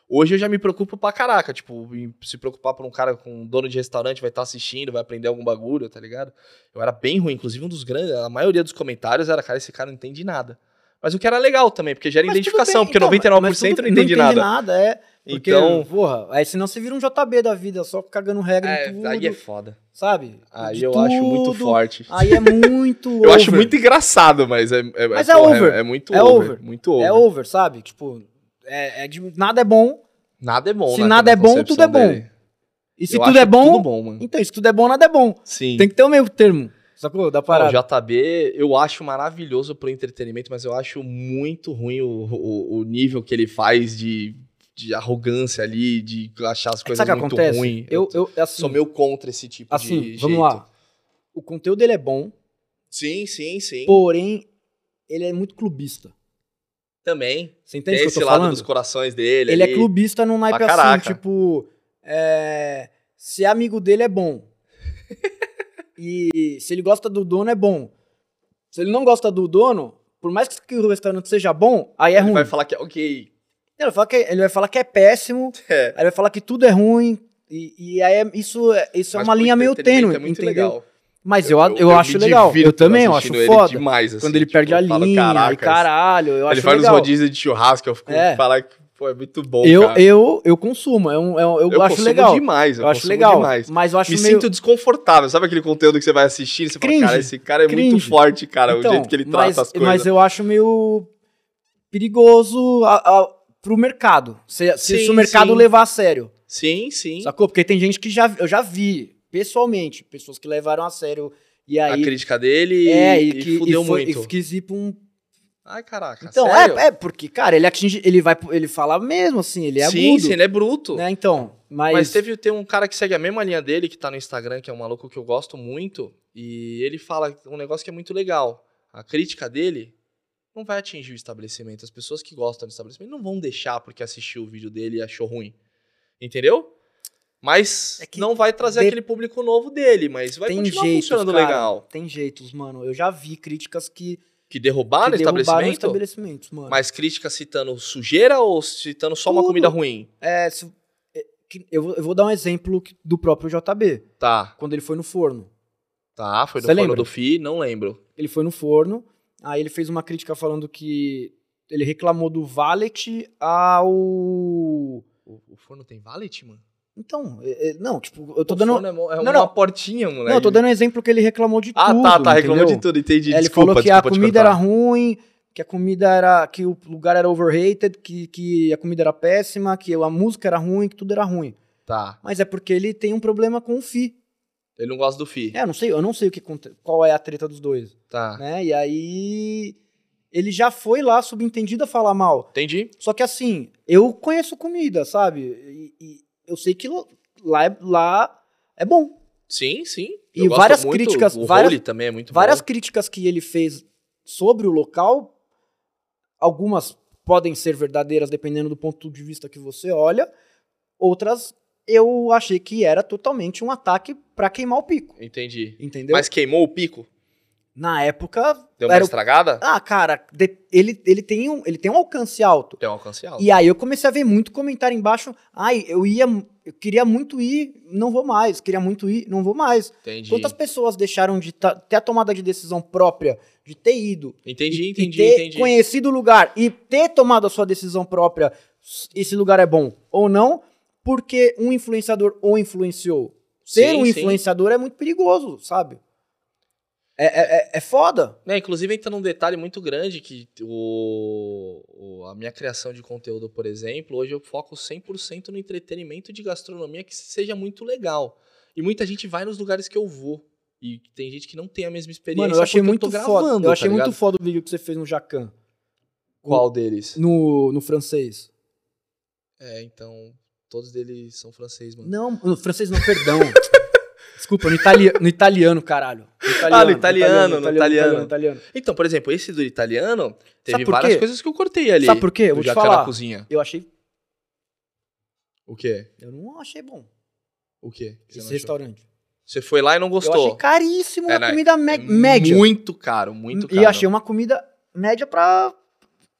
Speaker 2: Hoje eu já me preocupo pra caraca. Tipo, em se preocupar por um cara com um dono de restaurante vai estar assistindo, vai aprender algum bagulho, tá ligado? Eu era bem ruim, inclusive um dos grandes, a maioria dos comentários era, cara, esse cara não entende nada. Mas o que era legal também, porque gera
Speaker 1: Mas tudo
Speaker 2: identificação,
Speaker 1: bem,
Speaker 2: porque
Speaker 1: então,
Speaker 2: 99%
Speaker 1: mas tudo-
Speaker 2: não entende nada.
Speaker 1: é. Porque,
Speaker 2: Então-
Speaker 1: porra, aí senão você vira um JB da vida, só cagando regra
Speaker 2: É,
Speaker 1: em tudo,
Speaker 2: aí é foda.
Speaker 1: sabe?
Speaker 2: Aí
Speaker 1: De
Speaker 2: eu acho muito
Speaker 1: tudo.
Speaker 2: forte.
Speaker 1: Aí é muito
Speaker 2: Eu acho
Speaker 1: over.
Speaker 2: muito engraçado, mas é, é,
Speaker 1: Mas
Speaker 2: é,
Speaker 1: é
Speaker 2: porra,
Speaker 1: over.
Speaker 2: é, é muito
Speaker 1: É
Speaker 2: over,
Speaker 1: over.
Speaker 2: Muito over.
Speaker 1: É over, sabe? Tipo, é, é de, nada é bom.
Speaker 2: Nada é bom,
Speaker 1: Se
Speaker 2: né,
Speaker 1: nada é
Speaker 2: na
Speaker 1: bom,
Speaker 2: concepção
Speaker 1: tudo é bom.
Speaker 2: dele.
Speaker 1: E se
Speaker 2: Eu
Speaker 1: tudo
Speaker 2: acho
Speaker 1: é bom,
Speaker 2: Tudo bom, mano.
Speaker 1: Então, se tudo é bom, nada é bom.
Speaker 2: Sim.
Speaker 1: Tem que ter um meio termo. Sacou? Da
Speaker 2: Não, o
Speaker 1: parada.
Speaker 2: JB, eu acho maravilhoso pro entretenimento, mas eu acho muito ruim o, o, o nível que ele faz de, de arrogância ali, de achar as
Speaker 1: É que
Speaker 2: coisas
Speaker 1: sabe o que
Speaker 2: muito
Speaker 1: acontece?
Speaker 2: ruim.
Speaker 1: Eu, eu, assim,
Speaker 2: sou meio contra esse tipo
Speaker 1: assim,
Speaker 2: de
Speaker 1: vamos
Speaker 2: jeito.
Speaker 1: lá. O conteúdo dele é bom,
Speaker 2: Sim, sim, sim.
Speaker 1: porém, ele é muito clubista.
Speaker 2: Também.
Speaker 1: Você entende o
Speaker 2: Tem
Speaker 1: que eu
Speaker 2: esse
Speaker 1: tô
Speaker 2: lado
Speaker 1: falando?
Speaker 2: dos corações dele.
Speaker 1: Ele é
Speaker 2: ali.
Speaker 1: clubista num naipe
Speaker 2: Pra
Speaker 1: assim,
Speaker 2: caraca.
Speaker 1: tipo, é, se é amigo dele é bom. e se ele gosta do dono é bom. Se ele não gosta do dono, por mais que o restaurante seja bom, aí é
Speaker 2: Ele
Speaker 1: ruim.
Speaker 2: vai falar que é ok.
Speaker 1: Ele vai falar que, ele vai falar que é péssimo,
Speaker 2: É.
Speaker 1: aí ele vai falar que tudo é ruim, e, e aí é- isso, é- isso é
Speaker 2: Mas
Speaker 1: uma
Speaker 2: pro
Speaker 1: linha meio
Speaker 2: entretenimento
Speaker 1: tênue,
Speaker 2: é muito
Speaker 1: entendeu?
Speaker 2: legal.
Speaker 1: Mas eu, eu,
Speaker 2: me
Speaker 1: acho legal,
Speaker 2: divirto
Speaker 1: eu também eu acho
Speaker 2: assistindo ele
Speaker 1: foda.
Speaker 2: demais, assim,
Speaker 1: quando ele
Speaker 2: tipo,
Speaker 1: perde a
Speaker 2: eu falo,
Speaker 1: linha, e
Speaker 2: "Caraca,
Speaker 1: caralho, eu
Speaker 2: Ele
Speaker 1: acho
Speaker 2: faz
Speaker 1: legal.
Speaker 2: uns rodízios de churrasco, eu fico
Speaker 1: É.
Speaker 2: falar que, pô, é muito bom,
Speaker 1: eu,
Speaker 2: cara.
Speaker 1: eu, eu consumo, é um- é um- eu, acho
Speaker 2: consumo
Speaker 1: legal.
Speaker 2: demais, eu,
Speaker 1: Eu acho
Speaker 2: consumo
Speaker 1: legal,
Speaker 2: demais.
Speaker 1: mas eu acho
Speaker 2: Me
Speaker 1: meio...
Speaker 2: sinto desconfortável, sabe aquele conteúdo que você vai assistir e você
Speaker 1: Cringe,
Speaker 2: fala, cara, esse cara é muito
Speaker 1: cringe.
Speaker 2: forte, cara,
Speaker 1: Então,
Speaker 2: o jeito que ele trata
Speaker 1: mas,
Speaker 2: as coisas.
Speaker 1: Mas eu acho meio perigoso a, a, pro mercado, se, se
Speaker 2: Sim,
Speaker 1: isso o mercado
Speaker 2: sim.
Speaker 1: levar a sério,
Speaker 2: Sim, sim.
Speaker 1: sacou? Porque tem gente que já, eu já vi, pessoalmente, pessoas que levaram a sério, e
Speaker 2: a
Speaker 1: aí...
Speaker 2: crítica dele
Speaker 1: é, e,
Speaker 2: e
Speaker 1: que
Speaker 2: fudeu
Speaker 1: e foi,
Speaker 2: muito.
Speaker 1: E quis ir pra um
Speaker 2: Ai, caraca,
Speaker 1: Então,
Speaker 2: Tá sério?
Speaker 1: é, é porque, cara, ele atinge, ele vai, pro- ele fala mesmo assim, ele é
Speaker 2: sim,
Speaker 1: agudo,
Speaker 2: sim, ele é bruto.
Speaker 1: né? Então, mas,
Speaker 2: Mas teve tem um cara que segue a mesma linha dele, que tá no Instagram, que é um maluco que eu gosto muito, e ele fala um negócio que é muito legal. A crítica dele não vai atingir o estabelecimento. As pessoas que gostam do estabelecimento não vão deixar porque assistiu o vídeo dele e achou ruim. Entendeu? Mas
Speaker 1: É que
Speaker 2: não vai trazer
Speaker 1: de-
Speaker 2: aquele público novo dele, mas vai
Speaker 1: tem
Speaker 2: continuar
Speaker 1: jeitos,
Speaker 2: funcionando
Speaker 1: cara,
Speaker 2: legal.
Speaker 1: Tem jeitos, mano. Eu já vi críticas que,
Speaker 2: Que derrubaram,
Speaker 1: que
Speaker 2: o
Speaker 1: derrubaram
Speaker 2: estabelecimento,
Speaker 1: estabelecimentos, mano.
Speaker 2: mas crítica citando sujeira ou citando só uma
Speaker 1: Tudo.
Speaker 2: comida ruim?
Speaker 1: É, se- é, que- eu, vou- eu vou dar um exemplo que- do próprio JB,
Speaker 2: Tá,
Speaker 1: quando ele foi no forno.
Speaker 2: tá, foi do
Speaker 1: Você
Speaker 2: forno
Speaker 1: lembra?
Speaker 2: do Fi, não lembro.
Speaker 1: Ele foi no forno, aí ele fez uma crítica falando que ele reclamou do valet ao...
Speaker 2: O, o forno tem valet, mano?
Speaker 1: Então, é- é- não, tipo, eu tô
Speaker 2: O
Speaker 1: dando...
Speaker 2: forno é mo- é
Speaker 1: Não,
Speaker 2: uma
Speaker 1: não.
Speaker 2: portinha, moleque.
Speaker 1: Não, eu tô dando um exemplo que ele reclamou de
Speaker 2: Ah,
Speaker 1: tudo,
Speaker 2: tá, tá, reclamou
Speaker 1: entendeu?
Speaker 2: de tudo, entendi.
Speaker 1: Ele
Speaker 2: desculpa,
Speaker 1: falou que
Speaker 2: desculpa
Speaker 1: a
Speaker 2: te
Speaker 1: comida
Speaker 2: cortar.
Speaker 1: era ruim, que a comida era. que o lugar era overrated, que, que a comida era péssima, que a música era ruim, que tudo era ruim.
Speaker 2: Tá,
Speaker 1: Mas é porque ele tem um problema com o Fi.
Speaker 2: ele não gosta do Fi.
Speaker 1: É, eu não sei, eu não sei o que aconte- qual é a treta dos dois.
Speaker 2: Tá,
Speaker 1: Né? E aí. Ele já foi lá subentendido a falar mal.
Speaker 2: entendi.
Speaker 1: Só que assim, eu conheço comida, sabe? E, e eu sei que lá- lá é, lá é bom.
Speaker 2: Sim, sim.
Speaker 1: E
Speaker 2: Eu gosto
Speaker 1: várias
Speaker 2: muito,
Speaker 1: críticas,
Speaker 2: O
Speaker 1: várias-
Speaker 2: Holy também é muito
Speaker 1: Tipo, Várias
Speaker 2: bom.
Speaker 1: críticas que ele fez sobre o local, algumas podem ser verdadeiras dependendo do ponto de vista que você olha, outras eu achei que era totalmente um ataque pra queimar o pico,
Speaker 2: Entendi.
Speaker 1: entendeu?
Speaker 2: Mas queimou o pico?
Speaker 1: na época
Speaker 2: Deu uma
Speaker 1: era o-
Speaker 2: estragada?
Speaker 1: ah, cara, de- ele, ele, tem um, ele tem um alcance alto.
Speaker 2: Deu um alcance alto.
Speaker 1: E aí eu comecei a ver muito comentário embaixo, ai, eu ia, eu queria muito ir, não vou mais, queria muito ir, não vou mais.
Speaker 2: Entendi.
Speaker 1: Quantas pessoas deixaram de ta- ter a tomada de decisão própria, de ter ido,
Speaker 2: Entendi,
Speaker 1: e-
Speaker 2: entendi,
Speaker 1: e ter
Speaker 2: entendi.
Speaker 1: conhecido o lugar e ter tomado a sua decisão própria, s- esse lugar é bom ou não, porque um influenciador o influenciou. Ser
Speaker 2: Sim,
Speaker 1: um
Speaker 2: sim.
Speaker 1: influenciador é muito perigoso, sabe? É, é, é- é foda.
Speaker 2: Né, inclusive entra num detalhe muito grande que o, o- a minha criação de conteúdo, por exemplo, hoje eu foco 100% no entretenimento de gastronomia que seja muito legal. E muita gente vai nos lugares que eu vou. E tem gente que não tem a mesma experiência
Speaker 1: Mano, eu achei
Speaker 2: porque
Speaker 1: muito
Speaker 2: eu tô
Speaker 1: foda.
Speaker 2: gravando,
Speaker 1: eu achei
Speaker 2: tá
Speaker 1: muito
Speaker 2: ligado?
Speaker 1: foda o vídeo que você fez no Jacan,
Speaker 2: Qual deles?
Speaker 1: no, no francês.
Speaker 2: É, então, todos deles são francês, mano.
Speaker 1: Não, no francês não, perdão. Desculpa, no, itali no italiano, caralho. No
Speaker 2: Ah, no italiano, no italiano.
Speaker 1: no italiano.
Speaker 2: Então, por exemplo, esse do italiano, teve
Speaker 1: Sabe por
Speaker 2: várias
Speaker 1: quê?
Speaker 2: coisas que eu cortei ali.
Speaker 1: Sabe por quê? Eu
Speaker 2: Do
Speaker 1: vou te
Speaker 2: Jacaré
Speaker 1: falar.
Speaker 2: cozinha.
Speaker 1: Eu achei.
Speaker 2: O quê?
Speaker 1: Eu não achei bom
Speaker 2: O quê? que
Speaker 1: esse
Speaker 2: você não achou?
Speaker 1: restaurante.
Speaker 2: Você foi lá e não
Speaker 1: Eu achei
Speaker 2: gostou.
Speaker 1: caríssimo
Speaker 2: É,
Speaker 1: uma
Speaker 2: né?
Speaker 1: comida me- média.
Speaker 2: Muito caro, muito caro.
Speaker 1: E achei um- uma comida média pra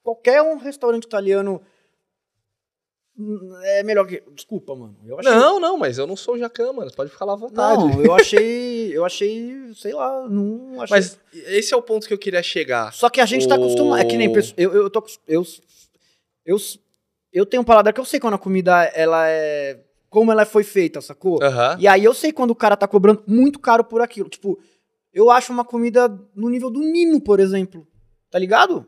Speaker 1: qualquer um restaurante italiano é melhor que. Desculpa, mano. Eu achei-
Speaker 2: Não, não, mas eu não sou o Jacan, mano. Pode ficar lá à vontade.
Speaker 1: Não, eu achei. Eu achei, sei lá, não achei.
Speaker 2: Mas esse é o ponto que eu queria chegar.
Speaker 1: Só que a gente tá acostumado. É que nem.
Speaker 2: O-
Speaker 1: pesso- Eu, eu tô. acos- Eu, eu, eu tenho um paladar que eu sei quando a comida ela é. Como ela foi feita, sacou?
Speaker 2: Aham.
Speaker 1: E aí eu sei quando o cara tá cobrando muito caro por aquilo. Tipo, eu acho uma comida no nível do Nino, por exemplo. Tá ligado?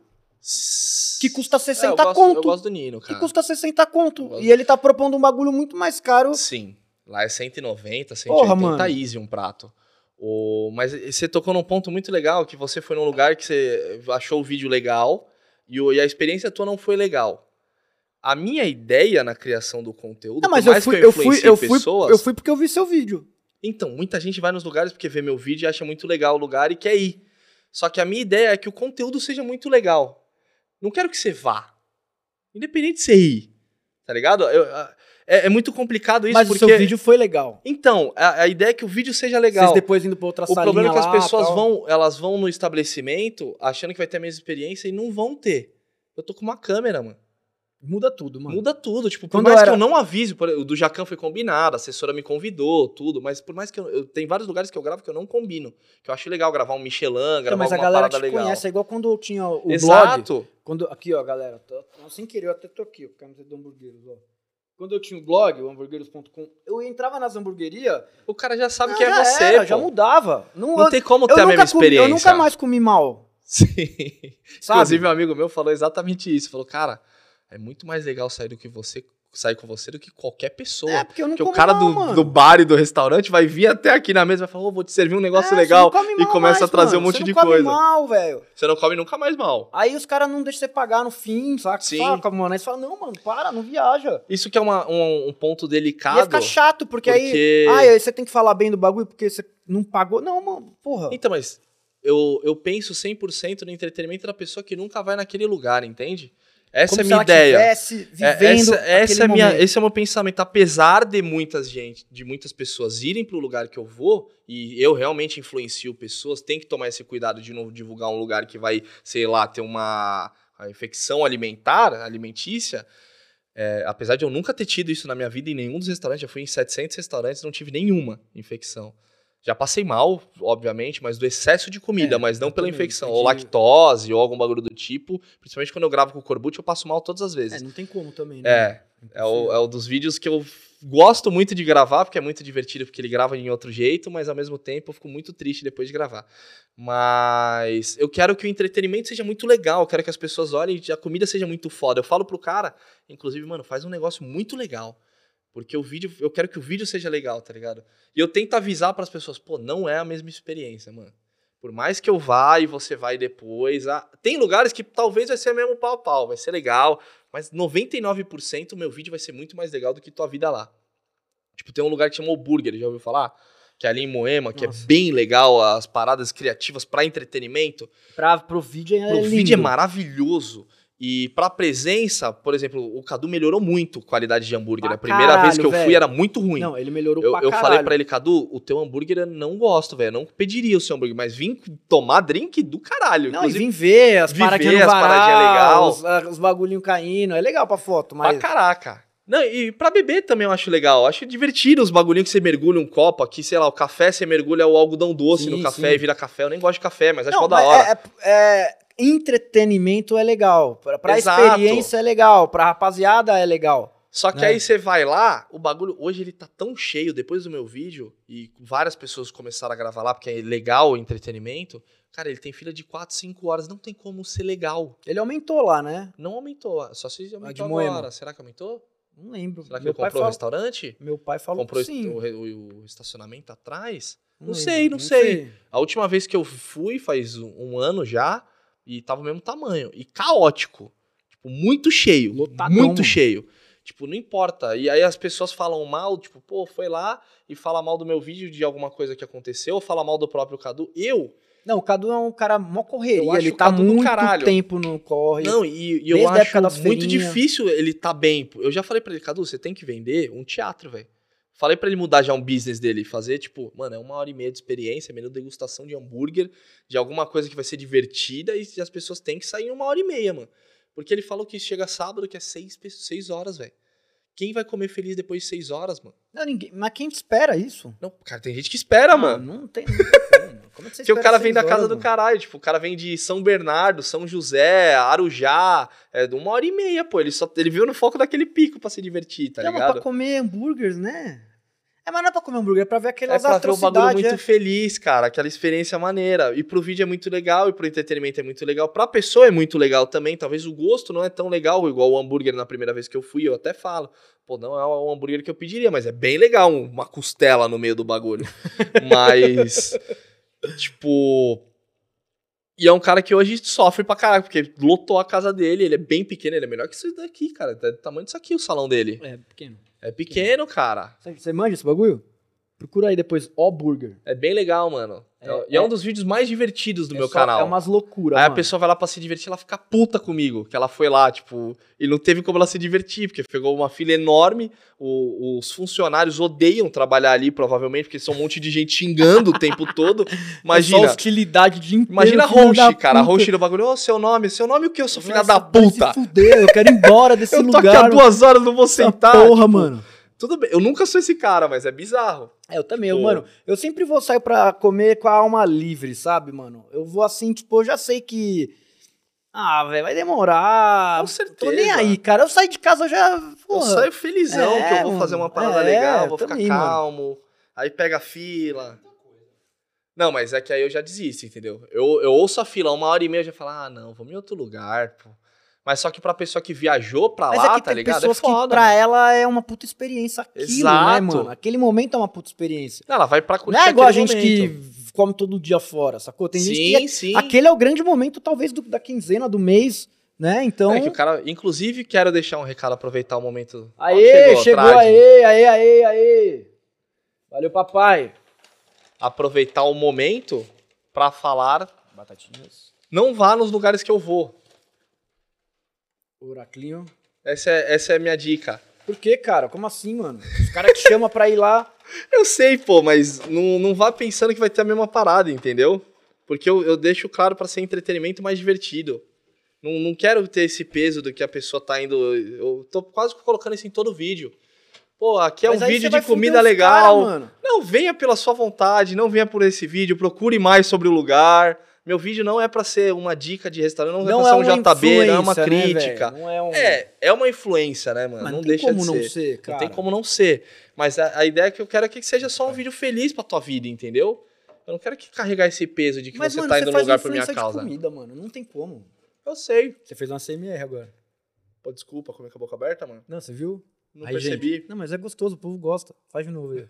Speaker 1: Que custa
Speaker 2: É, eu
Speaker 1: 60
Speaker 2: gosto,
Speaker 1: conto.
Speaker 2: Eu gosto do Nino, cara.
Speaker 1: que custa 60
Speaker 2: Eu
Speaker 1: conto.
Speaker 2: gosto.
Speaker 1: E ele tá propondo um bagulho muito mais caro.
Speaker 2: Sim. Lá é 190, 180
Speaker 1: Porra, mano.
Speaker 2: easy um prato. O... Mas você tocou num ponto muito legal, que você foi num lugar que você achou o vídeo legal e, o- e a experiência tua não foi legal. A minha ideia na criação do conteúdo,
Speaker 1: Não, mas
Speaker 2: por
Speaker 1: eu
Speaker 2: mais
Speaker 1: fui,
Speaker 2: que eu
Speaker 1: eu fui,
Speaker 2: influencie
Speaker 1: eu fui,
Speaker 2: pessoas...
Speaker 1: eu fui porque eu vi seu vídeo.
Speaker 2: Então, muita gente vai nos lugares porque vê meu vídeo e acha muito legal o lugar e quer ir. Só que a minha ideia é que o conteúdo seja muito legal. Não quero que você vá. Independente de você ir. Tá ligado? Eu- a- é, é muito complicado isso
Speaker 1: mas
Speaker 2: porque.
Speaker 1: o seu vídeo foi legal.
Speaker 2: Então, a, a ideia é que o vídeo seja legal.
Speaker 1: Vocês depois indo pra outra
Speaker 2: O
Speaker 1: salinha
Speaker 2: problema é que as
Speaker 1: lá,
Speaker 2: pessoas
Speaker 1: tal.
Speaker 2: vão, elas vão no estabelecimento achando que vai ter a mesma experiência e não vão ter. Eu tô com uma câmera, mano.
Speaker 1: Muda tudo, mano.
Speaker 2: Muda tudo. Tipo, por
Speaker 1: Quando
Speaker 2: mais
Speaker 1: eu
Speaker 2: que
Speaker 1: era-
Speaker 2: eu não avise, por- o do Jacan foi combinado, a assessora me convidou, tudo, mas por mais que eu, eu- Tem vários lugares que eu gravo que eu não combino. Que eu acho legal gravar um Michelin, gravar
Speaker 1: Então, mas a
Speaker 2: alguma
Speaker 1: galera
Speaker 2: parada
Speaker 1: te
Speaker 2: legal.
Speaker 1: conhece, é igual quando eu tinha o blog.
Speaker 2: Exato.
Speaker 1: Quando, aqui, ó, galera, tô- não, sem querer, eu até tô aqui, ó, com a camisa do hamburgueiros, ó. Quando eu tinha o blog, o hamburgueiros.com, eu entrava nas hamburguerias,
Speaker 2: O cara já sabe
Speaker 1: ah,
Speaker 2: que é
Speaker 1: já
Speaker 2: você.
Speaker 1: era,
Speaker 2: pô.
Speaker 1: já mudava. Não,
Speaker 2: Não
Speaker 1: eu-
Speaker 2: tem como
Speaker 1: eu
Speaker 2: ter a
Speaker 1: nunca
Speaker 2: mesma
Speaker 1: comi-
Speaker 2: experiência.
Speaker 1: Eu nunca mais comi mal,
Speaker 2: Sim.
Speaker 1: sabe?
Speaker 2: Inclusive, um amigo meu falou exatamente isso. Falou, cara, é muito mais legal sair do que você sair com você do que qualquer pessoa.
Speaker 1: é, porque eu não
Speaker 2: Porque
Speaker 1: como
Speaker 2: o cara
Speaker 1: mal,
Speaker 2: do,
Speaker 1: mano.
Speaker 2: do bar e do restaurante vai vir até aqui na mesa e vai falar, ô, vou te servir um
Speaker 1: É,
Speaker 2: negócio legal. e começa a trazer um monte de coisa.
Speaker 1: Você não come mal, velho.
Speaker 2: Você não come nunca mais mal.
Speaker 1: Aí os caras não deixam você pagar no fim, saca?
Speaker 2: Sim.
Speaker 1: Saca, mano? Aí você fala, não, mano, para, não viaja.
Speaker 2: Isso que é uma- um, um ponto delicado.
Speaker 1: Ia ficar chato, porque,
Speaker 2: Porque-
Speaker 1: aí... Ah, aí você tem que falar bem do bagulho porque você não pagou. Não, mano, porra.
Speaker 2: Então, mas eu, eu penso 100% no entretenimento da pessoa que nunca vai naquele lugar, entende? Essa
Speaker 1: Como
Speaker 2: é a
Speaker 1: se
Speaker 2: minha
Speaker 1: ela
Speaker 2: ideia.
Speaker 1: tivesse
Speaker 2: É,
Speaker 1: vivendo
Speaker 2: essa essa é
Speaker 1: aquele
Speaker 2: minha,
Speaker 1: momento.
Speaker 2: esse é o meu pensamento. Apesar de muitas gente, de muitas pessoas irem para o lugar que eu vou, e eu realmente influencio pessoas, tem que tomar esse cuidado de não divulgar um lugar que vai, sei lá, ter uma uma infecção alimentar, alimentícia. É, apesar de eu nunca ter tido isso na minha vida em nenhum dos restaurantes, já fui em 700 restaurantes, não tive nenhuma infecção. Já passei mal, obviamente, mas do excesso de comida,
Speaker 1: É,
Speaker 2: mas não
Speaker 1: eu
Speaker 2: pela
Speaker 1: também,
Speaker 2: infecção,
Speaker 1: eu
Speaker 2: ou
Speaker 1: tive-
Speaker 2: lactose, ou algum bagulho do tipo. Principalmente quando eu gravo com o Corbucci, eu passo mal todas as vezes.
Speaker 1: É, não tem como também, né?
Speaker 2: É, é o, é o dos vídeos que eu gosto muito de gravar, porque é muito divertido, porque ele grava em outro jeito, mas ao mesmo tempo eu fico muito triste depois de gravar. Mas eu quero que o entretenimento seja muito legal, eu quero que as pessoas olhem e a comida seja muito foda. Eu falo pro cara, inclusive, mano, faz um negócio muito legal. Porque o vídeo, eu quero que o vídeo seja legal, tá ligado? E eu tento avisar pras pessoas, pô, não é a mesma experiência, mano. Por mais que eu vá e você vai depois, ah, tem lugares que talvez vai ser mesmo pau a pau, vai ser legal, mas 99% meu vídeo vai ser muito mais legal do que tua vida lá. Tipo, tem um lugar que chamou Burger, já ouviu falar? Que é ali em Moema, que é
Speaker 1: Nossa.
Speaker 2: bem legal, as paradas criativas pra entretenimento.
Speaker 1: Pra, pro vídeo é
Speaker 2: Pro
Speaker 1: lindo.
Speaker 2: vídeo é maravilhoso. E pra presença, por exemplo, o Cadu melhorou muito a qualidade de hambúrguer.
Speaker 1: Pra
Speaker 2: a primeira vez que eu
Speaker 1: caralho,
Speaker 2: fui
Speaker 1: velho.
Speaker 2: era muito ruim.
Speaker 1: Não, ele melhorou
Speaker 2: eu
Speaker 1: pra
Speaker 2: eu
Speaker 1: caralho.
Speaker 2: falei pra ele, Cadu, o teu hambúrguer eu não gosto, velho. Eu não pediria o seu hambúrguer, mas vim tomar drink do caralho.
Speaker 1: Não, e
Speaker 2: Inclusive,
Speaker 1: vim ver as
Speaker 2: viver
Speaker 1: paradinhas no
Speaker 2: as paradinhas
Speaker 1: varal,
Speaker 2: legal.
Speaker 1: os, ah, os bagulhinhos caindo. É legal pra foto,
Speaker 2: Pra
Speaker 1: mas...
Speaker 2: caraca. Não, e pra beber também eu acho legal. Eu acho divertido os bagulhinhos que você mergulha um copo aqui, sei lá, o café você mergulha é o algodão doce
Speaker 1: Sim,
Speaker 2: no café
Speaker 1: sim.
Speaker 2: e vira café. Eu nem gosto de café, mas acho mó
Speaker 1: Não,
Speaker 2: da
Speaker 1: mas
Speaker 2: hora.
Speaker 1: É, é- é- entretenimento é legal. Pra, pra
Speaker 2: Exato.
Speaker 1: experiência é legal. Pra rapaziada é legal.
Speaker 2: Só que
Speaker 1: É.
Speaker 2: aí você vai lá, o bagulho hoje ele tá tão cheio depois do meu vídeo e várias pessoas começaram a gravar lá porque é legal o entretenimento. Cara, ele tem fila de 4, 5 horas, não tem como ser legal.
Speaker 1: Ele aumentou lá, né?
Speaker 2: Não aumentou, ah, só se
Speaker 1: Ah, de
Speaker 2: aumentou
Speaker 1: Moema.
Speaker 2: agora. Será que aumentou?
Speaker 1: Não lembro.
Speaker 2: Será que
Speaker 1: meu,
Speaker 2: ele comprou
Speaker 1: pai
Speaker 2: o
Speaker 1: falou,
Speaker 2: restaurante?
Speaker 1: meu pai falou
Speaker 2: comprou
Speaker 1: que sim.
Speaker 2: o, o- o estacionamento atrás? não
Speaker 1: lembro,
Speaker 2: sei, não sei. A última vez que eu fui faz um, um ano já e tava o mesmo tamanho e caótico, tipo muito cheio,
Speaker 1: Lotadão,
Speaker 2: muito
Speaker 1: mano.
Speaker 2: cheio. Tipo, não importa. E aí as pessoas falam mal, tipo, pô, foi lá e fala mal do meu vídeo de alguma coisa que aconteceu, ou fala mal do próprio Cadu. Eu,
Speaker 1: Não, o Cadu é um cara mó
Speaker 2: Eu
Speaker 1: correria,
Speaker 2: acho
Speaker 1: ele
Speaker 2: o
Speaker 1: tá
Speaker 2: Cadu do
Speaker 1: muito
Speaker 2: caralho.
Speaker 1: tempo no corre.
Speaker 2: não, e, e eu
Speaker 1: Desde a
Speaker 2: acho
Speaker 1: época das
Speaker 2: muito
Speaker 1: feirinhas.
Speaker 2: difícil ele tá bem. Eu já falei pra ele, Cadu, você tem que vender um teatro, velho. Falei pra ele mudar já um business dele, fazer tipo, mano, é uma hora e meia de experiência, menu degustação de hambúrguer, de alguma coisa que vai ser divertida e as pessoas têm que sair em uma hora e meia, mano. Porque ele falou que chega sábado que é seis, pe- seis horas, velho. Quem vai comer feliz depois de seis horas, mano?
Speaker 1: Não, ninguém, mas quem te espera isso?
Speaker 2: Não, cara, tem gente que espera,
Speaker 1: Ah,
Speaker 2: mano.
Speaker 1: Não tem. não tem, mano. Como é que você
Speaker 2: Porque o
Speaker 1: espera
Speaker 2: cara vem
Speaker 1: seis
Speaker 2: da casa
Speaker 1: horas,
Speaker 2: do
Speaker 1: mano?
Speaker 2: caralho, tipo, o cara vem de São Bernardo, São José, Arujá, é de uma hora e meia, pô. Ele, só, ele viu no foco daquele pico pra se divertir, tá
Speaker 1: Não, mas
Speaker 2: ligado?
Speaker 1: pra comer hambúrgueres, né? É, mas não é pra comer hambúrguer, é pra ver
Speaker 2: É
Speaker 1: aquelas
Speaker 2: pra ver um bagulho
Speaker 1: atrocidades.
Speaker 2: muito
Speaker 1: é.
Speaker 2: feliz, cara. Aquela experiência é maneira. E pro vídeo é muito legal, e pro entretenimento é muito legal. Pra pessoa é muito legal também. Talvez o gosto não é tão legal, igual o hambúrguer na primeira vez que eu fui. Eu até falo, pô, não é o hambúrguer que eu pediria, mas é bem legal uma costela no meio do bagulho. mas, tipo. E é um cara que hoje sofre pra caraca, porque lotou a casa dele. Ele é bem pequeno, ele é melhor que isso daqui, cara. É do tamanho disso aqui o salão dele.
Speaker 1: É, pequeno.
Speaker 2: É pequeno, cara.
Speaker 1: Você, você manja esse bagulho? Procura aí depois, ó burger.
Speaker 2: É bem legal, mano.
Speaker 1: É,
Speaker 2: e é,
Speaker 1: é-
Speaker 2: um dos vídeos mais divertidos do
Speaker 1: É
Speaker 2: meu
Speaker 1: só-
Speaker 2: canal.
Speaker 1: É umas loucuras,
Speaker 2: Aí a
Speaker 1: mano.
Speaker 2: pessoa vai lá pra se divertir, ela fica puta comigo, que ela foi lá, tipo, e não teve como ela se divertir, porque pegou uma fila enorme, o- os funcionários odeiam trabalhar ali, provavelmente, porque são um monte de gente xingando o tempo todo.
Speaker 1: É
Speaker 2: Imagina,
Speaker 1: só hostilidade de inteiro.
Speaker 2: imagina a
Speaker 1: filho da
Speaker 2: Roche, cara, a
Speaker 1: puta.
Speaker 2: Roche no bagulho, ô, seu nome, seu nome o que, eu sou filha
Speaker 1: Vai
Speaker 2: da
Speaker 1: se- vai
Speaker 2: puta?
Speaker 1: Se fuder, eu quero ir embora desse
Speaker 2: Eu tô aqui há
Speaker 1: lugar.
Speaker 2: duas horas, não vou
Speaker 1: essa
Speaker 2: sentar.
Speaker 1: Porra,
Speaker 2: Tipo,
Speaker 1: mano.
Speaker 2: Tudo bem, eu nunca sou esse cara, mas é bizarro.
Speaker 1: É, eu também, eu,
Speaker 2: Pô.
Speaker 1: mano. Eu sempre vou sair pra comer com a alma livre, sabe, mano? Eu vou assim, tipo, eu já sei que. Ah, velho, vai demorar.
Speaker 2: Com certeza.
Speaker 1: Ah, Tô nem aí, cara. Eu saí de casa eu já.
Speaker 2: Eu
Speaker 1: Porra,
Speaker 2: saio felizão
Speaker 1: É,
Speaker 2: que eu vou
Speaker 1: mano.
Speaker 2: fazer uma parada
Speaker 1: É,
Speaker 2: legal, vou ficar
Speaker 1: também, mano.
Speaker 2: calmo. Aí pega a fila. Não, mas é que aí eu já desisto, entendeu? Eu, eu ouço a fila uma hora e meia e já falo, ah, não, vou em outro lugar, pô. Mas só que pra pessoa que viajou pra
Speaker 1: Mas
Speaker 2: lá,
Speaker 1: é que
Speaker 2: tá
Speaker 1: tem
Speaker 2: ligado? É
Speaker 1: pessoas que
Speaker 2: foda.
Speaker 1: pra
Speaker 2: mano.
Speaker 1: ela é uma puta experiência aquilo,
Speaker 2: Exato.
Speaker 1: né, mano? Aquele momento é uma puta experiência.
Speaker 2: Não, ela vai pra curtir
Speaker 1: Não é igual a
Speaker 2: aquele
Speaker 1: gente
Speaker 2: momento.
Speaker 1: que come todo dia fora, sacou? Tem gente que
Speaker 2: sim, sim.
Speaker 1: Aquele é o grande momento, talvez, do- da quinzena, do mês, né? Então.
Speaker 2: É que o cara, inclusive, quero deixar um recado, aproveitar o momento. Ah, Ó,
Speaker 1: Aê, chegou,
Speaker 2: Trad.
Speaker 1: aê, aê, aê, aê. Valeu, papai.
Speaker 2: Aproveitar o momento pra falar,
Speaker 1: Batatinhas.
Speaker 2: não vá nos lugares que eu vou.
Speaker 1: Oraclinho.
Speaker 2: Essa é, essa é a minha dica.
Speaker 1: Por que, cara? Como assim, mano? Os caras te chamam pra ir lá.
Speaker 2: Eu sei, pô, mas não, não vá pensando que vai ter a mesma parada, entendeu? Porque eu, eu deixo claro pra ser entretenimento mais divertido. Não, não quero ter esse peso do que a pessoa tá indo. Eu tô quase colocando isso em todo vídeo. Pô, aqui é
Speaker 1: Mas
Speaker 2: um
Speaker 1: aí você
Speaker 2: vídeo
Speaker 1: vai
Speaker 2: de
Speaker 1: fuder
Speaker 2: comida
Speaker 1: os
Speaker 2: legal.
Speaker 1: cara, mano.
Speaker 2: não venha pela sua vontade, não venha por esse vídeo, procure mais sobre o lugar. Meu vídeo não é pra ser uma dica de restaurante, não, é pra ser um JB, não é uma
Speaker 1: influência, né,
Speaker 2: crítica.
Speaker 1: velho? não é um.
Speaker 2: é, é uma influência, né, mano?
Speaker 1: Mas
Speaker 2: não
Speaker 1: não, tem
Speaker 2: deixa
Speaker 1: como
Speaker 2: de ser.
Speaker 1: não ser, cara.
Speaker 2: Não tem como não ser. Mas a, a ideia que eu quero é que seja só um vídeo feliz pra tua vida, entendeu? Eu não quero que carregar esse peso de que
Speaker 1: Mas,
Speaker 2: você
Speaker 1: mano,
Speaker 2: tá
Speaker 1: você
Speaker 2: indo no
Speaker 1: faz
Speaker 2: lugar por minha
Speaker 1: influência de
Speaker 2: causa.
Speaker 1: comida, mano. Não tem como.
Speaker 2: Eu sei.
Speaker 1: Você fez uma CMR agora.
Speaker 2: Pô, desculpa, comer com a boca é aberta, mano.
Speaker 1: Não, você viu?
Speaker 2: Não
Speaker 1: Aí,
Speaker 2: percebi.
Speaker 1: gente. Não, mas é gostoso, o povo gosta. Faz de novo aí.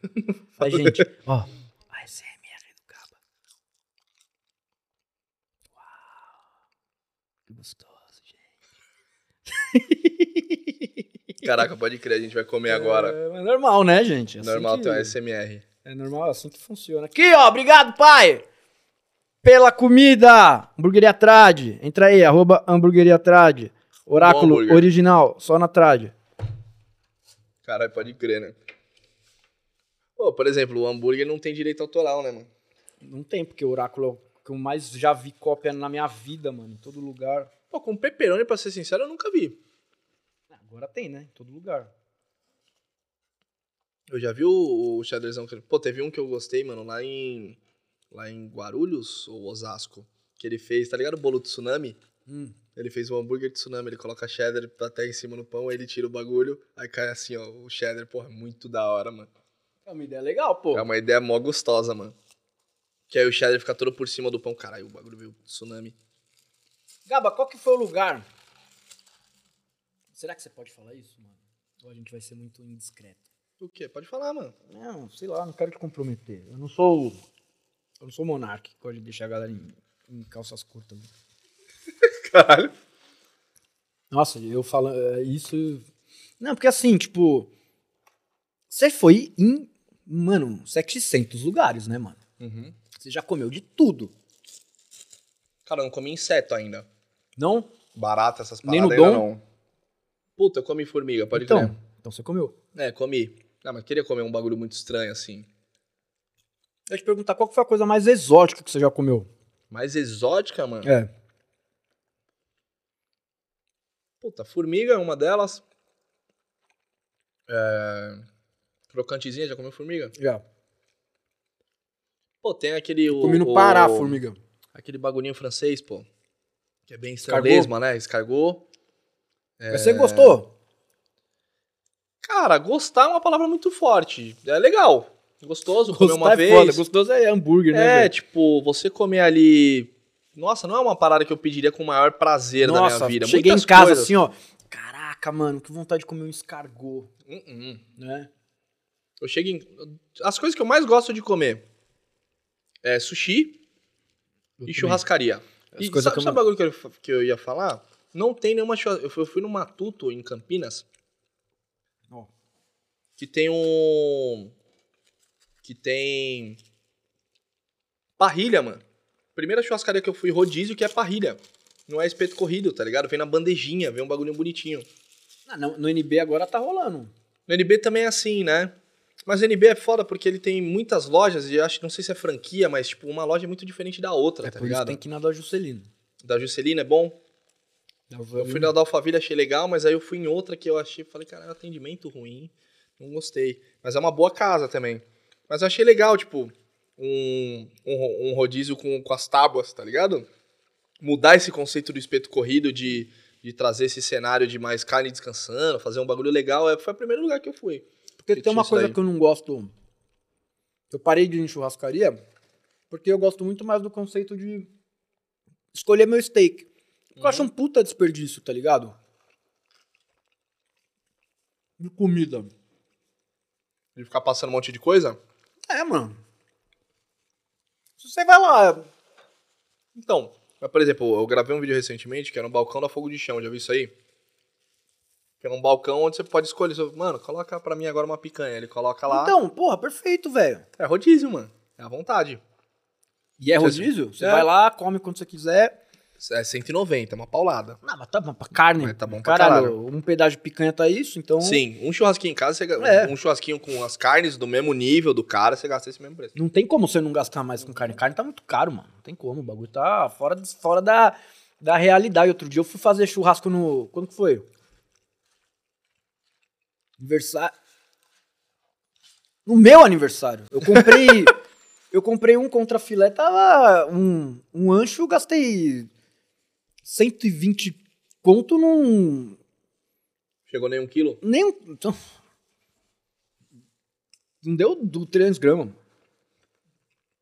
Speaker 1: Aí, gente. Ó. A SMR do Caba. Uau. Que gostoso, gente.
Speaker 2: Caraca, pode crer, a gente vai comer agora.
Speaker 1: É, mas normal, né, gente? É assim
Speaker 2: Normal
Speaker 1: que-
Speaker 2: ter um SMR.
Speaker 1: É normal, é assim que funciona. Aqui, ó. Obrigado, pai! Pela comida! Hamburgueria Trad. Entra aí, arroba hamburgueria Trad.
Speaker 2: Bom
Speaker 1: Oráculo
Speaker 2: hambúrguer.
Speaker 1: original, só na Trad.
Speaker 2: Caralho, pode crer, né? Pô, por exemplo, o hambúrguer não tem direito autoral, né, mano?
Speaker 1: Não tem, porque o Oráculo é o que eu mais já vi cópia na minha vida, mano. Em todo lugar.
Speaker 2: Pô, com pepperoni, pra ser sincero, eu nunca vi.
Speaker 1: Agora tem, né? Em todo lugar.
Speaker 2: Eu já vi o, o Cheddarzão. que ele- Pô, teve um que eu gostei, mano, lá em. Lá em Guarulhos ou Osasco. Que ele fez, tá ligado? O bolo de tsunami?
Speaker 1: Hum.
Speaker 2: Ele fez um hambúrguer de tsunami, ele coloca cheddar até em cima no pão, aí ele tira o bagulho, aí cai assim, ó, o cheddar, porra, muito da hora, mano.
Speaker 1: É uma ideia legal, pô.
Speaker 2: É uma ideia mó gostosa, mano. Que aí o cheddar fica todo por cima do pão, caralho, o bagulho veio tsunami.
Speaker 1: Gaba, qual que foi o lugar? Será que você pode falar isso, mano? Ou a gente vai ser muito indiscreto?
Speaker 2: O quê? Pode falar, mano.
Speaker 1: "Ah, Não, sei lá, não quero te comprometer. Eu não sou. Eu não sou monarca, que pode deixar a galera em, em calças curtas.
Speaker 2: Caralho.
Speaker 1: Nossa, eu falo é, isso. Não, porque assim, tipo. Você foi em, mano, 700 lugares, né, mano?
Speaker 2: Uhum.
Speaker 1: Você já comeu de tudo.
Speaker 2: Cara, eu não comi inseto ainda.
Speaker 1: Não?
Speaker 2: Barata, essas
Speaker 1: Nem
Speaker 2: paradas
Speaker 1: no
Speaker 2: ainda
Speaker 1: dom?
Speaker 2: não. Puta, eu comi formiga, pode
Speaker 1: então,
Speaker 2: crer.
Speaker 1: então você comeu.
Speaker 2: É, comi. Ah, mas queria comer um bagulho muito estranho, assim.
Speaker 1: Eu ia te perguntar qual que foi a coisa mais exótica que você já comeu.
Speaker 2: Mais exótica, mano.
Speaker 1: É.
Speaker 2: Puta, formiga é uma delas. É, Crocantezinha, já comeu formiga?
Speaker 3: Já.
Speaker 2: Pô, tem aquele. o-
Speaker 3: Comi no
Speaker 2: o-
Speaker 3: Pará, formiga.
Speaker 2: Aquele bagulhinho francês, pô. Que é bem
Speaker 3: Escargot?
Speaker 2: estrelesma, né? Escargot.
Speaker 1: Mas
Speaker 2: É.
Speaker 1: você gostou?
Speaker 2: Cara, gostar é uma palavra muito forte. É legal. Gostoso, comer uma
Speaker 1: Gostar é
Speaker 2: vez.
Speaker 1: foda, Gostoso é hambúrguer, né?
Speaker 2: É,
Speaker 1: velho?
Speaker 2: tipo, você comer ali. Nossa, não é uma parada que eu pediria com o maior prazer da minha vida.
Speaker 1: cheguei
Speaker 2: Muitas
Speaker 1: em casa
Speaker 2: coisas-
Speaker 1: assim, ó. Caraca, mano, que vontade de comer um escargot,
Speaker 2: Uh-uh.
Speaker 1: né?
Speaker 2: Eu chego em. As coisas que eu mais gosto de comer é sushi e churrascaria.
Speaker 1: As
Speaker 2: e
Speaker 1: coisas
Speaker 2: sabe,
Speaker 1: que eu
Speaker 2: sabe o bagulho que eu, fa- que eu ia falar? Não tem nenhuma churrascaria. Eu fui- eu fui no Matuto, em Campinas.
Speaker 1: Ó.
Speaker 2: Que tem um. Que tem. Parrilha, mano. Primeira churrascaria que eu fui, rodízio, que é parrilha. Não é espeto corrido, tá ligado? Vem na bandejinha, vem um bagulhinho bonitinho.
Speaker 1: Ah, não, no NB agora tá rolando.
Speaker 2: No NB também é assim, né? Mas o NB é foda porque ele tem muitas lojas e eu acho, não sei se é franquia, mas tipo, uma loja é muito diferente da outra,
Speaker 1: É
Speaker 2: tá
Speaker 1: por isso que
Speaker 2: ligado?
Speaker 1: tem que ir na da Juscelino.
Speaker 2: Da Juscelina é bom. Eu fui
Speaker 1: Hum.
Speaker 2: na da Alphaville, achei legal, mas aí eu fui em outra que eu achei, falei, caralho, atendimento ruim, não gostei. Mas é uma boa casa também. Mas eu achei legal, tipo, um, um, ro- um rodízio com, com as tábuas, tá ligado? Mudar esse conceito do espeto corrido, de, de trazer esse cenário de mais carne descansando, fazer um bagulho legal, é- foi o primeiro lugar que eu fui.
Speaker 3: Porque
Speaker 2: Que
Speaker 3: tem uma
Speaker 2: isso
Speaker 3: coisa
Speaker 2: daí?
Speaker 3: que eu não gosto. Eu parei de ir em churrascaria porque eu gosto muito mais do conceito de escolher meu steak. Eu
Speaker 2: Uhum.
Speaker 3: acho um puta desperdício, tá ligado? De comida.
Speaker 2: De ficar passando um monte de coisa?
Speaker 3: É, mano. Se você vai lá.
Speaker 2: Então, mas, por exemplo, eu gravei um vídeo recentemente que era um balcão da Fogo de Chão, já viu isso aí? Que era um balcão onde você pode escolher. você- Mano, coloca pra mim agora uma picanha. Ele coloca lá.
Speaker 3: Então, porra, perfeito, velho.
Speaker 2: É rodízio, mano. É à vontade.
Speaker 3: E é rodízio? Você vai lá, come quando você quiser.
Speaker 2: É 190, é uma paulada.
Speaker 1: Não, mas tá bom pra carne.
Speaker 2: Mas tá bom pra
Speaker 1: caralho. Um pedaço de picanha tá isso, então.
Speaker 2: Sim, um churrasquinho em casa, você ga-
Speaker 1: É.
Speaker 2: um churrasquinho com as carnes do mesmo nível do cara, você gasta esse mesmo preço.
Speaker 1: Não tem como você não gastar mais com carne. Carne tá muito caro, mano. Não tem como. O bagulho tá fora, de- fora da, da realidade. Outro dia eu fui fazer churrasco no. Quando que foi? Aniversário. No meu aniversário. Eu comprei. eu comprei um contra filé, tava um, um ancho, eu gastei 120 conto num.
Speaker 2: Chegou nem um quilo?
Speaker 1: Nem um. Então, não deu do 300 gramas.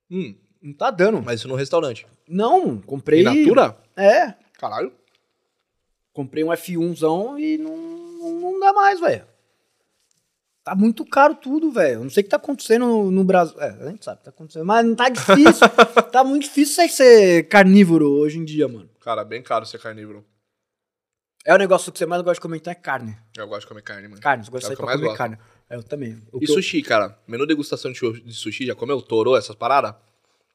Speaker 2: Hum,
Speaker 1: Não tá dando.
Speaker 2: mas isso no restaurante.
Speaker 1: Não, comprei.
Speaker 2: In natura?
Speaker 1: É,
Speaker 2: Caralho.
Speaker 1: comprei um F1zão e não, não, não dá mais, velho. Tá muito caro tudo, velho. Eu Não sei o que tá acontecendo no, no Brasil. É, a gente sabe o que tá acontecendo, mas não tá difícil. tá muito difícil você ser carnívoro hoje em dia, mano.
Speaker 2: Cara, bem caro ser carnívoro.
Speaker 1: É o negócio que você mais gosta de comentar é carne.
Speaker 2: Eu gosto de comer carne, mano.
Speaker 1: Carne, você gosta
Speaker 2: É
Speaker 1: de sair
Speaker 2: o que eu
Speaker 1: pra
Speaker 2: mais
Speaker 1: comer
Speaker 2: gosto.
Speaker 1: carne. É, Eu também. O
Speaker 2: E
Speaker 1: que eu-
Speaker 2: sushi, cara? Menu degustação de chu- de sushi, já comeu toro, essas paradas?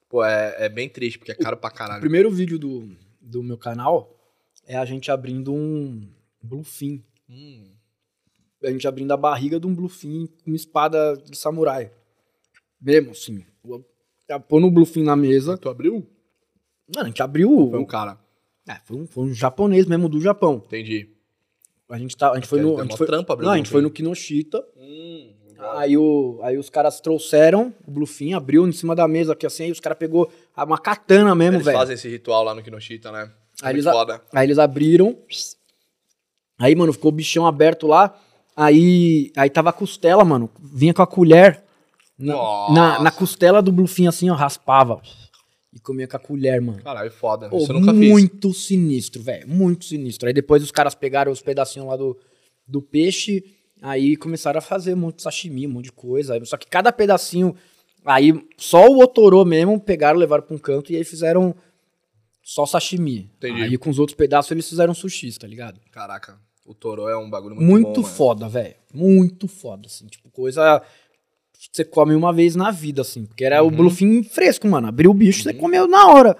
Speaker 2: Pô, é, é bem triste, porque é caro pra
Speaker 1: O
Speaker 2: caralho.
Speaker 1: primeiro vídeo do, do meu canal é a gente abrindo um bluefin.
Speaker 2: Hum,
Speaker 1: a gente abrindo a barriga de um bluefin com uma espada de samurai. Mesmo, assim. Pondo o bluefin na mesa.
Speaker 2: tu abriu?
Speaker 1: Mano, a gente abriu.
Speaker 2: Foi um cara.
Speaker 1: é, foi, um, foi um japonês mesmo do Japão.
Speaker 2: Entendi.
Speaker 1: A gente, tá, a gente foi no.
Speaker 2: É
Speaker 1: A
Speaker 2: mó
Speaker 1: gente foi,
Speaker 2: trampa abrir
Speaker 1: não,
Speaker 2: o
Speaker 1: a gente
Speaker 2: Bluefin.
Speaker 1: foi no Kinoshita.
Speaker 2: Hum,
Speaker 1: Aí, o, aí os caras trouxeram o bluefin, abriu em cima da mesa aqui assim. Aí os caras pegou a- uma katana mesmo,
Speaker 2: Eles
Speaker 1: velho.
Speaker 2: fazem esse ritual lá no Kinoshita, né?
Speaker 1: Aí
Speaker 2: Muito
Speaker 1: eles a-
Speaker 2: foda.
Speaker 1: Aí eles abriram. Aí, mano, ficou o bichão aberto lá. Aí, aí tava a costela, mano. Vinha com a colher na,
Speaker 2: Nossa.
Speaker 1: na, na costela do Bluefin, assim, ó, raspava. E comia com a colher, mano.
Speaker 2: Caralho, foda.
Speaker 1: Pô,
Speaker 2: né? Isso eu nunca fiz.
Speaker 1: muito sinistro, velho. Muito sinistro. Aí depois os caras pegaram os pedacinhos lá do, do peixe. Aí começaram a fazer um monte de sashimi, um monte de coisa. Aí- Só que cada pedacinho. Aí só o Otorô mesmo pegaram, levaram pra um canto e aí fizeram só sashimi.
Speaker 2: Entendi.
Speaker 1: Aí com os outros pedaços eles fizeram sushis, tá ligado?
Speaker 2: Caraca, o toro é um bagulho muito,
Speaker 1: Muito,
Speaker 2: bom, mano.
Speaker 1: foda, velho. Muito foda, assim. Tipo, coisa que você come uma vez na vida, assim. Porque era o
Speaker 2: Uhum.
Speaker 1: bluefin fresco, mano. Abriu o bicho, você comeu na hora.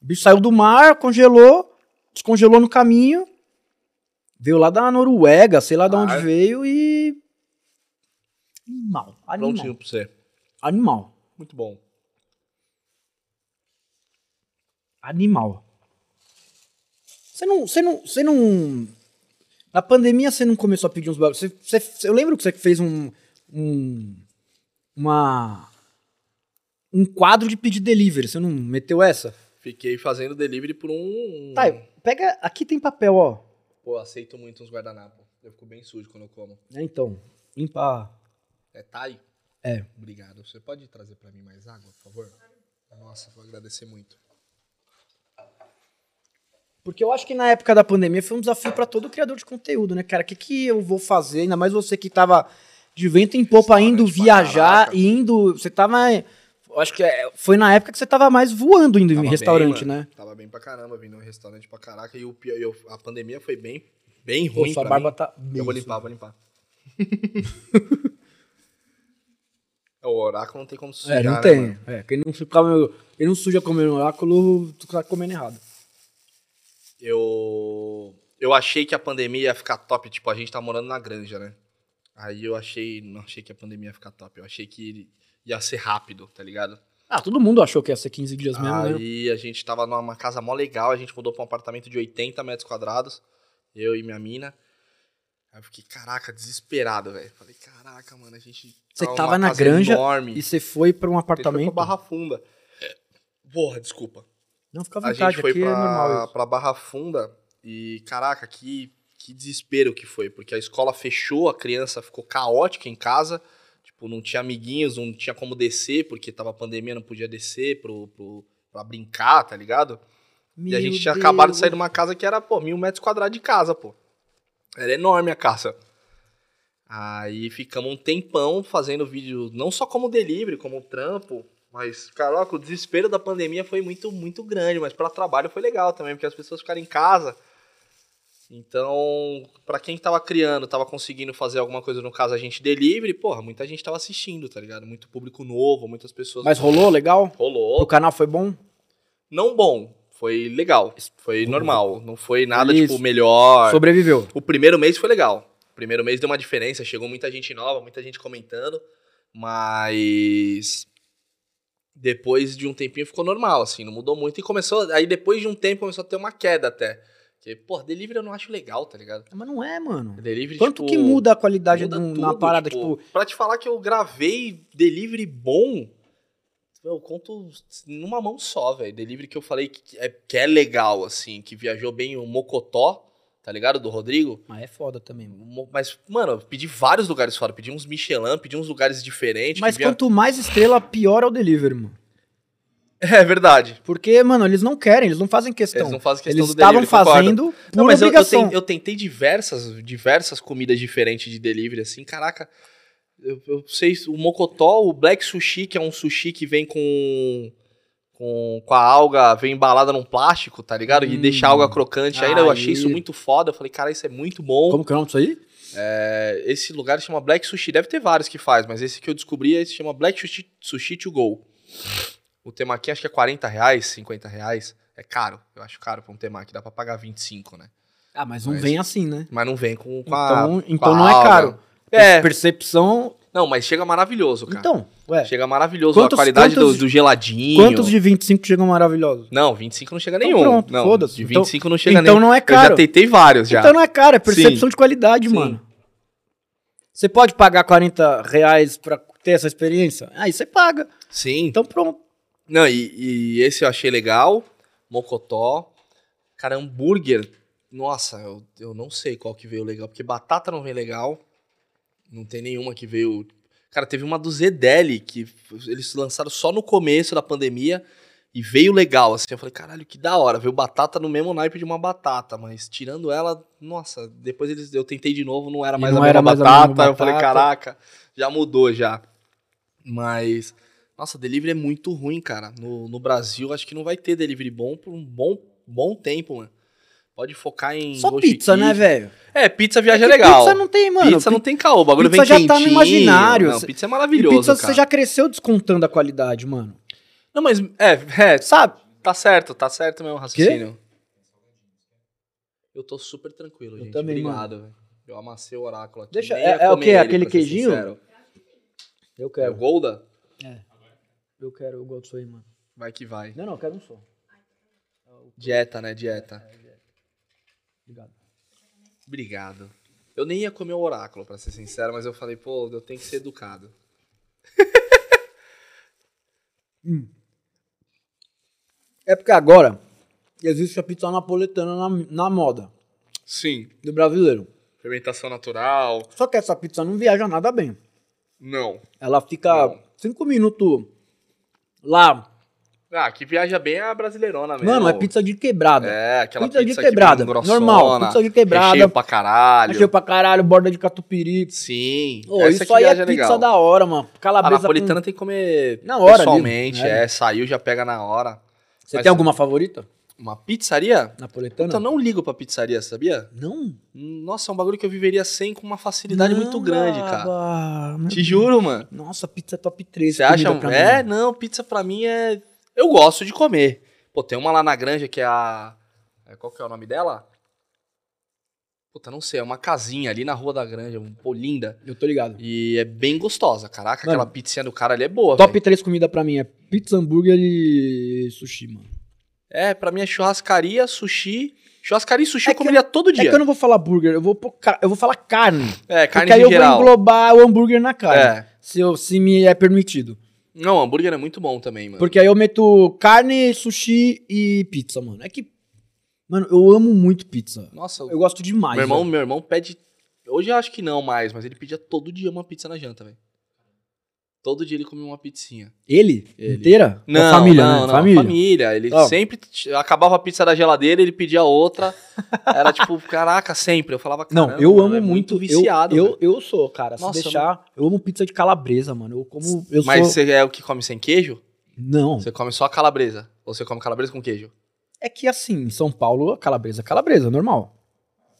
Speaker 1: O bicho saiu do mar, congelou, descongelou no caminho. Veio lá da Noruega, sei lá de onde
Speaker 2: Ah.
Speaker 1: veio e. Animal. Animal.
Speaker 2: Prontinho pra você.
Speaker 1: Animal.
Speaker 2: Muito bom.
Speaker 1: Animal. Você não. Você não. Você não. Na pandemia você não começou a pedir uns bagulhos. Você- você- Eu lembro que você fez um. um uma. Um quadro de pedir delivery. Você não meteu essa?
Speaker 2: Fiquei fazendo delivery por um.
Speaker 1: Tá, pega. Aqui tem papel, ó.
Speaker 2: Pô, aceito muito uns guardanapos. Eu fico bem sujo quando eu como.
Speaker 1: É, então. Limpa.
Speaker 2: É Thai?
Speaker 1: É.
Speaker 2: Obrigado. Você pode trazer pra mim mais água, por favor? Nossa, vou agradecer muito.
Speaker 1: Porque eu acho que na época da pandemia foi um desafio pra todo criador de conteúdo, né, cara? O que, que eu vou fazer? Ainda mais você que tava de vento em popa
Speaker 2: Restaurante
Speaker 1: indo
Speaker 2: pra
Speaker 1: viajar,
Speaker 2: caraca.
Speaker 1: indo. Você tava. eu Acho que é, foi na época que você tava mais voando indo em
Speaker 2: Tava
Speaker 1: restaurante,
Speaker 2: bem, mano.
Speaker 1: né?
Speaker 2: Tava bem pra caramba, vindo em um restaurante pra caraca. E o pior, eu- a pandemia foi bem, bem
Speaker 1: Pô,
Speaker 2: ruim.
Speaker 1: sua
Speaker 2: pra
Speaker 1: barba
Speaker 2: mim.
Speaker 1: tá bem.
Speaker 2: Eu vou limpar, vou limpar. É, o oráculo não tem como sujar,
Speaker 1: É, não
Speaker 2: né,
Speaker 1: tem.
Speaker 2: mano?
Speaker 1: é, quem não, se come- quem não suja comendo oráculo, tu tá comendo errado.
Speaker 2: Eu. Eu achei que a pandemia ia ficar top. Tipo, a gente tá morando na granja, né? Aí eu achei. Não achei que a pandemia ia ficar top. Eu achei que ia ser rápido, tá ligado?
Speaker 1: Ah, todo mundo achou que ia ser 15 dias mesmo, né?
Speaker 2: Aí a gente tava numa casa mó legal, a gente mudou pra um apartamento de 80 metros quadrados, eu e minha mina. Aí eu fiquei, caraca, desesperado, velho. Falei, caraca, mano, a gente. tá
Speaker 1: Você
Speaker 2: numa
Speaker 1: tava na
Speaker 2: casa
Speaker 1: granja
Speaker 2: enorme.
Speaker 1: E você foi pra um
Speaker 2: A gente foi
Speaker 1: apartamento.
Speaker 2: pra Barra Funda. Porra, desculpa.
Speaker 1: Não, fica à
Speaker 2: A
Speaker 1: vontade,
Speaker 2: gente foi
Speaker 1: aqui é normal.
Speaker 2: pra,
Speaker 1: isso.
Speaker 2: pra Barra Funda e, caraca, que, que desespero que foi, porque a escola fechou, a criança ficou caótica em casa, tipo, não tinha amiguinhos, não tinha como descer, porque tava pandemia, não podia descer pro, pro, pra brincar, tá ligado? e a gente
Speaker 1: Meu
Speaker 2: tinha acabado de
Speaker 1: Deus.
Speaker 2: sair de uma casa que era, pô, mil metros quadrados de casa, pô. Era enorme a casa. Aí ficamos um tempão fazendo vídeo, não só como delivery, como trampo, mas, caraca, o desespero da pandemia foi muito, muito grande, mas para trabalho foi legal também, porque as pessoas ficaram em casa. Então, para quem tava criando, tava conseguindo fazer alguma coisa, no caso a gente delivery, porra, muita gente tava assistindo, tá ligado? Muito público novo, muitas pessoas.
Speaker 1: Mas rolou, legal?
Speaker 2: rolou,
Speaker 1: O canal foi bom?
Speaker 2: não bom. Foi legal. Foi normal. Não foi nada,
Speaker 1: Isso.
Speaker 2: tipo, melhor.
Speaker 1: Sobreviveu.
Speaker 2: O primeiro mês foi legal. O primeiro mês deu uma diferença. Chegou muita gente nova, muita gente comentando. Mas. Depois de um tempinho ficou normal, assim, não mudou muito. E começou. Aí depois de um tempo começou a ter uma queda até. Porque, pô, delivery eu não acho legal, tá ligado?
Speaker 1: Mas não é, mano.
Speaker 2: Delivery,
Speaker 1: Quanto
Speaker 2: tipo,
Speaker 1: que muda a qualidade
Speaker 2: muda
Speaker 1: de um-
Speaker 2: tudo,
Speaker 1: na parada, tipo...
Speaker 2: Pra te falar que eu gravei delivery bom, eu conto numa mão só, velho. Delivery que eu falei que é, que é legal, assim, que viajou bem o Mocotó, tá ligado? Do Rodrigo.
Speaker 1: Ah, é foda também, mano.
Speaker 2: Mo- Mas, mano, eu pedi vários lugares fora. Pedi uns Michelin, pedi uns lugares diferentes.
Speaker 1: Mas
Speaker 2: que via-
Speaker 1: quanto mais estrela, pior é o delivery, mano.
Speaker 2: É verdade.
Speaker 1: Porque, mano, eles não querem, eles não fazem questão.
Speaker 2: Eles não fazem questão
Speaker 1: Então, Eles
Speaker 2: do
Speaker 1: estavam
Speaker 2: delivery, concordo.
Speaker 1: fazendo por
Speaker 2: Não, mas eu, eu
Speaker 1: obrigação.
Speaker 2: ten- eu tentei diversas, diversas comidas diferentes de delivery, assim, caraca. Eu, eu sei, o mocotó, o black sushi, que é um sushi que vem com com, com a alga, vem embalada num plástico, tá ligado? E
Speaker 1: Hum.
Speaker 2: deixa a alga crocante ainda. Eu achei
Speaker 1: Aí.
Speaker 2: isso muito foda. Eu falei, cara, isso é muito bom.
Speaker 1: Como que é o nome disso aí?
Speaker 2: É, esse lugar chama Black Sushi. Deve ter vários que faz, mas esse que eu descobri esse chama Black Sushi, Sushi to Go. O temaki acho que é 40 reais, 50 reais. É caro. Eu acho caro pra um temaki. Dá pra pagar 25, né?
Speaker 1: Ah, mas não
Speaker 2: Mas-
Speaker 1: vem assim, né?
Speaker 2: Mas não vem com, com a.
Speaker 1: Então,
Speaker 2: com
Speaker 1: então
Speaker 2: a
Speaker 1: não é
Speaker 2: alga.
Speaker 1: caro.
Speaker 2: É,
Speaker 1: Percepção...
Speaker 2: não, mas chega maravilhoso, cara.
Speaker 1: Então, ué.
Speaker 2: chega maravilhoso.
Speaker 1: Quantos-
Speaker 2: a qualidade do-
Speaker 1: quantos-
Speaker 2: do, geladinho.
Speaker 1: Quantos de 25 chegam maravilhosos?
Speaker 2: Não, 25 não chega
Speaker 1: Então
Speaker 2: nenhum.
Speaker 1: pronto,
Speaker 2: não,
Speaker 1: foda-se.
Speaker 2: De
Speaker 1: Então-
Speaker 2: 25 não chega
Speaker 1: então
Speaker 2: nenhum.
Speaker 1: não é
Speaker 2: Eu já
Speaker 1: caro.
Speaker 2: tentei vários já.
Speaker 1: Então não é caro, é percepção
Speaker 2: Sim.
Speaker 1: de qualidade,
Speaker 2: Sim.
Speaker 1: mano. Você pode pagar 40 reais pra ter essa experiência? Aí você paga.
Speaker 2: Sim.
Speaker 1: Então pronto.
Speaker 2: Não, e, e esse eu achei legal. Mocotó. Cara, hambúrguer. Nossa, eu, eu não sei qual que veio legal, porque batata não vem legal. Não tem nenhuma que veio. Cara, teve uma do Zedeli que f- eles lançaram só no começo da pandemia e veio legal. Assim, eu falei, caralho, que da hora. Veio batata no mesmo naipe de uma batata, mas tirando ela, nossa, depois eles, eu tentei de novo, não era
Speaker 1: E
Speaker 2: mais,
Speaker 1: não
Speaker 2: a,
Speaker 1: era
Speaker 2: mesma
Speaker 1: mais a
Speaker 2: batata,
Speaker 1: mesma
Speaker 2: Eu falei,
Speaker 1: batata.
Speaker 2: caraca, já mudou já. Mas nossa, delivery é muito ruim, cara. No, no Brasil, acho que não vai ter delivery bom por um bom, bom tempo, mano. Pode focar em.
Speaker 1: Só
Speaker 2: Ghost
Speaker 1: pizza,
Speaker 2: Kitchen.
Speaker 1: né, velho?
Speaker 2: É, pizza viaja
Speaker 1: Que
Speaker 2: legal.
Speaker 1: Pizza não tem, mano.
Speaker 2: pizza é não tem caô, o bagulho
Speaker 1: pizza
Speaker 2: vem
Speaker 1: já tá no
Speaker 2: quentinho.
Speaker 1: imaginário.
Speaker 2: Não,
Speaker 1: Cê-
Speaker 2: pizza é
Speaker 1: E
Speaker 2: maravilhoso,
Speaker 1: pizza
Speaker 2: cara.
Speaker 1: você já cresceu descontando a qualidade, mano.
Speaker 2: Não, mas, é, é, sabe? Tá certo, tá certo mesmo o raciocínio. Eu tô super tranquilo,
Speaker 1: Eu
Speaker 2: gente.
Speaker 1: também,
Speaker 2: Obrigado, velho. Eu amassei o oráculo aqui.
Speaker 1: Deixa-
Speaker 2: Nem
Speaker 1: é-
Speaker 2: ia
Speaker 1: é o
Speaker 2: comer
Speaker 1: quê?
Speaker 2: ele,
Speaker 1: Aquele
Speaker 2: pra ser
Speaker 1: queijinho?
Speaker 2: sincero.
Speaker 1: Eu
Speaker 2: É o
Speaker 1: quero.
Speaker 2: Golda?
Speaker 1: Eu quero, eu gosto disso aí, mano.
Speaker 2: Vai que vai.
Speaker 1: Não, não, eu quero um só.
Speaker 2: Dieta, né? Dieta.
Speaker 1: Obrigado.
Speaker 2: Obrigado. Eu nem ia comer o oráculo, pra ser sincero, mas eu falei, pô, eu tenho que ser educado.
Speaker 1: É porque agora existe a pizza napoletana na, na moda
Speaker 2: Sim.
Speaker 1: do brasileiro.
Speaker 2: Fermentação natural.
Speaker 1: Só que essa pizza não viaja nada bem.
Speaker 2: Não.
Speaker 1: Ela fica
Speaker 2: Não.
Speaker 1: cinco minutos lá.
Speaker 2: Ah, que viaja bem é a brasileirona mesmo.
Speaker 1: Mano, é pizza de quebrada.
Speaker 2: É, aquela
Speaker 1: Pizza
Speaker 2: pizza,
Speaker 1: de
Speaker 2: que
Speaker 1: quebrada,
Speaker 2: vem grossona,
Speaker 1: normal, pizza de quebrada.
Speaker 2: Recheio pra caralho.
Speaker 1: Achei pra caralho, borda de catupiry.
Speaker 2: Sim.
Speaker 1: Ô,
Speaker 2: essa
Speaker 1: isso
Speaker 2: que
Speaker 1: aí é
Speaker 2: viaja
Speaker 1: pizza
Speaker 2: legal.
Speaker 1: da hora, mano.
Speaker 2: A
Speaker 1: Calabresa
Speaker 2: napolitana tem que comer
Speaker 1: Na hora ali,
Speaker 2: pessoalmente,
Speaker 1: né?
Speaker 2: é. Saiu, já pega na hora.
Speaker 1: com... Você
Speaker 2: Mas-
Speaker 1: tem alguma favorita?
Speaker 2: Uma pizzaria?
Speaker 1: Napoletana?
Speaker 2: Puta, eu não ligo pra pizzaria, sabia?
Speaker 1: Não?
Speaker 2: Nossa, é um bagulho que eu viveria sem com uma facilidade
Speaker 1: Não, ah,
Speaker 2: muito grande, cara.
Speaker 1: baba.
Speaker 2: Te juro, mano.
Speaker 1: Nossa, pizza é top 3.
Speaker 2: Você acha? É, não, pizza pra mim é. Eu gosto de comer. Pô, tem uma lá na granja que é a. é, Qual que é o nome dela? Puta, não sei, é uma casinha ali na rua da granja, um pô, linda.
Speaker 1: Eu tô ligado.
Speaker 2: E é bem gostosa, caraca,
Speaker 1: Mano,
Speaker 2: aquela pizzinha do cara ali é boa,
Speaker 1: Top
Speaker 2: velho.
Speaker 1: 3 comida pra mim é pizza, hambúrguer e sushi, mano.
Speaker 2: É, pra mim é churrascaria, sushi. Churrascaria e sushi
Speaker 1: É
Speaker 2: eu
Speaker 1: que
Speaker 2: comeria todo
Speaker 1: É
Speaker 2: dia.
Speaker 1: que eu não vou falar burger, eu vou, pôr ca- eu vou falar carne. porque
Speaker 2: É, carne
Speaker 1: aí
Speaker 2: em
Speaker 1: eu
Speaker 2: geral.
Speaker 1: vou englobar o hambúrguer na carne.
Speaker 2: É.
Speaker 1: Se, eu- se me é permitido.
Speaker 2: Não, hambúrguer é muito bom também, mano.
Speaker 1: Porque aí eu meto carne, sushi e pizza, mano. É que. Mano, eu amo muito pizza.
Speaker 2: Nossa,
Speaker 1: Eu gosto demais.
Speaker 2: meu irmão,
Speaker 1: velho.
Speaker 2: meu irmão pede. Hoje eu acho que não mais, mas ele pedia todo dia uma pizza na janta, velho. Todo dia ele comia uma pizzinha.
Speaker 1: Ele?
Speaker 2: Ele.
Speaker 1: Inteira? Ou família, né?
Speaker 2: Família.
Speaker 1: Família.
Speaker 2: Ele
Speaker 1: Ó.
Speaker 2: sempre t- acabava a pizza da geladeira, ele pedia outra. Era tipo, caraca, sempre. Eu falava,
Speaker 1: Não,
Speaker 2: "Caramba,
Speaker 1: eu
Speaker 2: mano,
Speaker 1: amo
Speaker 2: é
Speaker 1: muito. eu-
Speaker 2: viciado.
Speaker 1: Eu,
Speaker 2: velho."
Speaker 1: eu, sou, cara.
Speaker 2: Nossa,
Speaker 1: se deixar. Eu... amo pizza de calabresa, mano. Eu como. Eu
Speaker 2: Mas
Speaker 1: sou.
Speaker 2: você é o que come sem queijo?
Speaker 1: Não.
Speaker 2: Você come só a calabresa. Ou você come calabresa com queijo?
Speaker 1: É que assim, em São Paulo, a calabresa é calabresa, normal.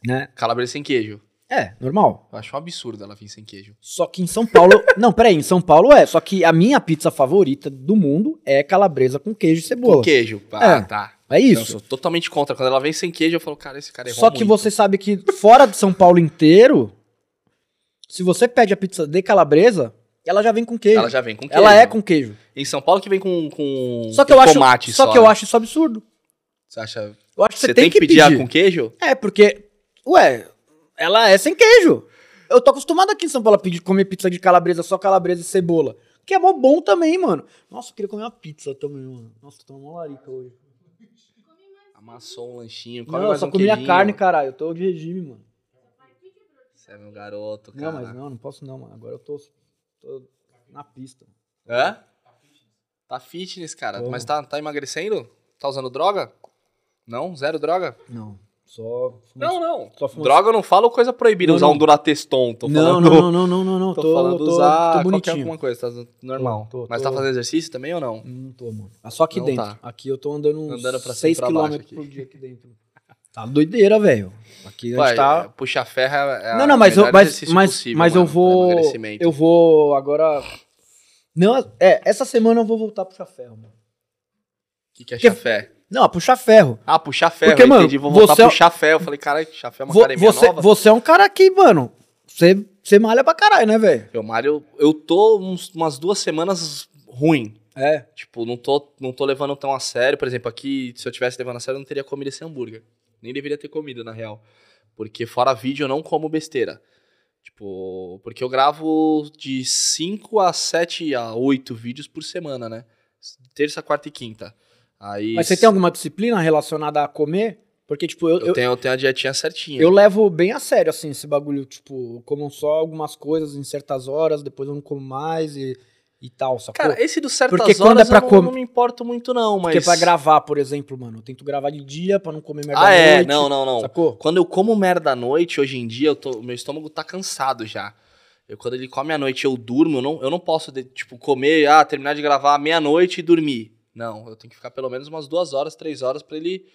Speaker 1: Né?
Speaker 2: Calabresa sem queijo.
Speaker 1: É, normal.
Speaker 2: Eu acho um absurdo ela vir sem queijo.
Speaker 1: Só que em São Paulo. não, peraí, em São Paulo é. Só que a minha pizza favorita do mundo é calabresa com queijo e
Speaker 2: Com
Speaker 1: cebola.
Speaker 2: queijo. Ah,
Speaker 1: É.
Speaker 2: tá.
Speaker 1: É
Speaker 2: Eu
Speaker 1: isso.
Speaker 2: sou totalmente contra. Quando ela vem sem queijo, eu falo, cara, esse cara errou
Speaker 1: Só que
Speaker 2: muito.
Speaker 1: você sabe que fora de São Paulo inteiro, se você pede a pizza de calabresa, ela já vem com queijo.
Speaker 2: Ela já vem com queijo.
Speaker 1: Ela é com queijo.
Speaker 2: Em São Paulo que vem com, com,
Speaker 1: Só que
Speaker 2: com
Speaker 1: eu acho,
Speaker 2: tomate
Speaker 1: só,
Speaker 2: só.
Speaker 1: que eu
Speaker 2: né?
Speaker 1: acho isso absurdo.
Speaker 2: Você acha...
Speaker 1: Eu acho que
Speaker 2: Você tem, que pedir, a com queijo?
Speaker 1: É, porque, ué, ela é sem queijo. Eu tô acostumado aqui em São Paulo a pedir, comer pizza de calabresa, só calabresa e cebola. Que é mó bom também, mano. Nossa, eu queria comer uma pizza também, mano. Nossa, tô uma larica hoje.
Speaker 2: Amassou um lanchinho, come
Speaker 1: Não, eu
Speaker 2: mais
Speaker 1: só
Speaker 2: um
Speaker 1: comi a
Speaker 2: queijinho.
Speaker 1: carne, caralho. Eu tô de regime, mano.
Speaker 2: Você é meu garoto, cara.
Speaker 1: Não, mas não, não posso não, mano. Agora eu tô, tô na pista.
Speaker 2: Hã? Tá fitness, cara.
Speaker 1: Como?
Speaker 2: Mas tá, tá emagrecendo? Tá usando droga? Não? Zero droga?
Speaker 1: Não, só...
Speaker 2: Não, não.
Speaker 1: Só fumo-
Speaker 2: Droga eu não falo coisa proibida,
Speaker 1: Não,
Speaker 2: usar
Speaker 1: não.
Speaker 2: um Durateston. Tô
Speaker 1: Não,
Speaker 2: falando...
Speaker 1: não, não, não, não, não, não.
Speaker 2: Tô,
Speaker 1: Tô,
Speaker 2: falando
Speaker 1: tô,
Speaker 2: usar
Speaker 1: tô
Speaker 2: qualquer
Speaker 1: bonitinho.
Speaker 2: alguma coisa, tá normal.
Speaker 1: Tô, tô,
Speaker 2: mas
Speaker 1: tô.
Speaker 2: tá fazendo exercício também ou não?
Speaker 1: Não tô, mano. Ah, Só aqui
Speaker 2: Não
Speaker 1: dentro.
Speaker 2: tá.
Speaker 1: Aqui eu tô andando uns
Speaker 2: Andando pra cima
Speaker 1: 6
Speaker 2: e pra baixo
Speaker 1: km
Speaker 2: aqui.
Speaker 1: por dia aqui dentro. Tá doideira, velho. Aqui a
Speaker 2: Vai,
Speaker 1: gente tá...
Speaker 2: puxar ferro é a
Speaker 1: não, não, mas eu,
Speaker 2: melhor
Speaker 1: mas,
Speaker 2: exercício
Speaker 1: mas,
Speaker 2: possível,
Speaker 1: mas eu
Speaker 2: mano, pra
Speaker 1: vou.
Speaker 2: emagrecimento.
Speaker 1: Eu vou agora. Não, é, essa semana eu vou voltar a puxar ferro, mano.
Speaker 2: O que, que é
Speaker 1: Porque-
Speaker 2: chafé?
Speaker 1: Não, a puxar ferro.
Speaker 2: Ah, puxar ferro,
Speaker 1: Porque, mano,
Speaker 2: entendi. Vou voltar
Speaker 1: você é-
Speaker 2: pro chafé. Eu falei, caralho, chafé é uma
Speaker 1: Vo-
Speaker 2: academia
Speaker 1: você,
Speaker 2: nova.
Speaker 1: você é um cara que, mano. Você, você malha pra caralho, né, velho?
Speaker 2: Eu, Mário, eu tô uns- umas duas semanas ruim.
Speaker 1: É.
Speaker 2: Tipo, não tô, não tô levando tão a sério. Por exemplo, aqui, se eu tivesse levando a sério, eu não teria comido esse hambúrguer. Nem deveria ter comido, na real. Porque fora vídeo, eu não como besteira. Tipo, porque eu gravo de 5 a 7 a 8 vídeos por semana, né? Terça, quarta e quinta. Aí,
Speaker 1: Mas você tem alguma disciplina relacionada a comer? Porque, tipo, eu,
Speaker 2: eu,
Speaker 1: eu,
Speaker 2: tenho, eu tenho a dietinha certinha.
Speaker 1: eu levo bem a sério, assim, esse bagulho. Tipo, eu como só algumas coisas em certas horas, depois eu não como mais e, e tal, sacou?
Speaker 2: Cara, esse do certas
Speaker 1: Porque quando
Speaker 2: horas
Speaker 1: é pra
Speaker 2: eu não,
Speaker 1: com-
Speaker 2: não me importo muito, não, mas.
Speaker 1: Porque é pra gravar, por exemplo, mano, eu tento gravar de dia pra não comer merda
Speaker 2: Ah,
Speaker 1: à
Speaker 2: é,
Speaker 1: noite,
Speaker 2: não, não, não.
Speaker 1: Sacou?
Speaker 2: Quando eu como merda à noite, hoje em dia, eu tô- meu estômago tá cansado já. Eu, quando ele come à noite eu durmo, eu não, eu não posso, de- tipo, comer, ah, terminar de gravar meia-noite e dormir. Não, eu tenho que ficar pelo menos umas duas horas, três horas pra ele.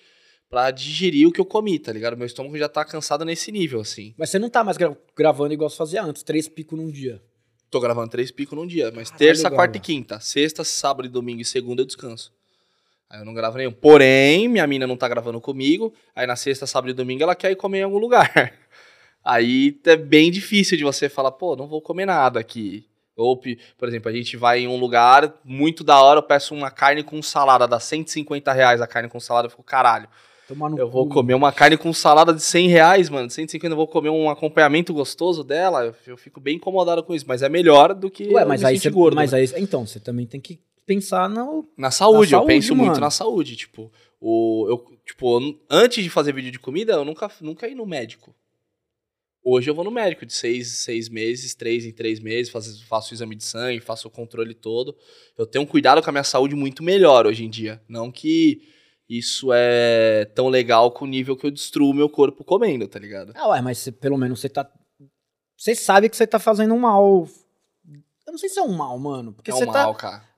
Speaker 2: pra digerir o que eu comi, tá ligado? Meu estômago já tá cansado nesse nível, assim.
Speaker 1: Mas você não tá mais gra- gravando igual você fazia antes, três picos num dia.
Speaker 2: Tô gravando três picos num dia, mas
Speaker 1: Caralho,
Speaker 2: terça,
Speaker 1: Gaba.
Speaker 2: quarta e quinta. Sexta, sábado e domingo e segunda eu descanso. Aí eu não gravo nenhum. Porém, minha mina não tá gravando comigo. Aí na sexta, sábado e domingo ela quer ir comer em algum lugar. Aí é bem difícil de você falar, pô, não vou comer nada aqui. Ou, pe- por exemplo, a gente vai em um lugar muito da hora, eu peço uma carne com salada, dá 150 reais a carne com salada, eu fico, caralho.
Speaker 1: Tomar no
Speaker 2: Eu vou
Speaker 1: cu.
Speaker 2: comer uma carne com salada de 100 reais, mano. 150, eu vou comer um acompanhamento gostoso dela. eu- Eu fico bem incomodado com isso, mas é melhor do que
Speaker 1: Ué,
Speaker 2: eu
Speaker 1: mas
Speaker 2: me
Speaker 1: aí você.
Speaker 2: sentir gordo.
Speaker 1: mas
Speaker 2: né?
Speaker 1: aí, então, você também tem que pensar no.
Speaker 2: Na saúde,
Speaker 1: Na
Speaker 2: eu
Speaker 1: saúde,
Speaker 2: penso muito
Speaker 1: mano.
Speaker 2: na saúde. Tipo, o, eu, tipo eu nu- antes de fazer vídeo de comida, eu nunca, nunca ia no médico. Hoje eu vou no médico de seis, seis meses, três em três meses, faço, faço o exame de sangue, faço o controle todo. Eu tenho um cuidado com a minha saúde muito melhor hoje em dia. Não que isso é tão legal com o nível que eu destruo meu corpo comendo, tá ligado?
Speaker 1: Ah, ué, mas você- pelo menos você tá. Você sabe que você tá fazendo um mal. Eu não sei se é um mal, mano. Porque
Speaker 2: é
Speaker 1: você
Speaker 2: um
Speaker 1: tá.
Speaker 2: mal, cara.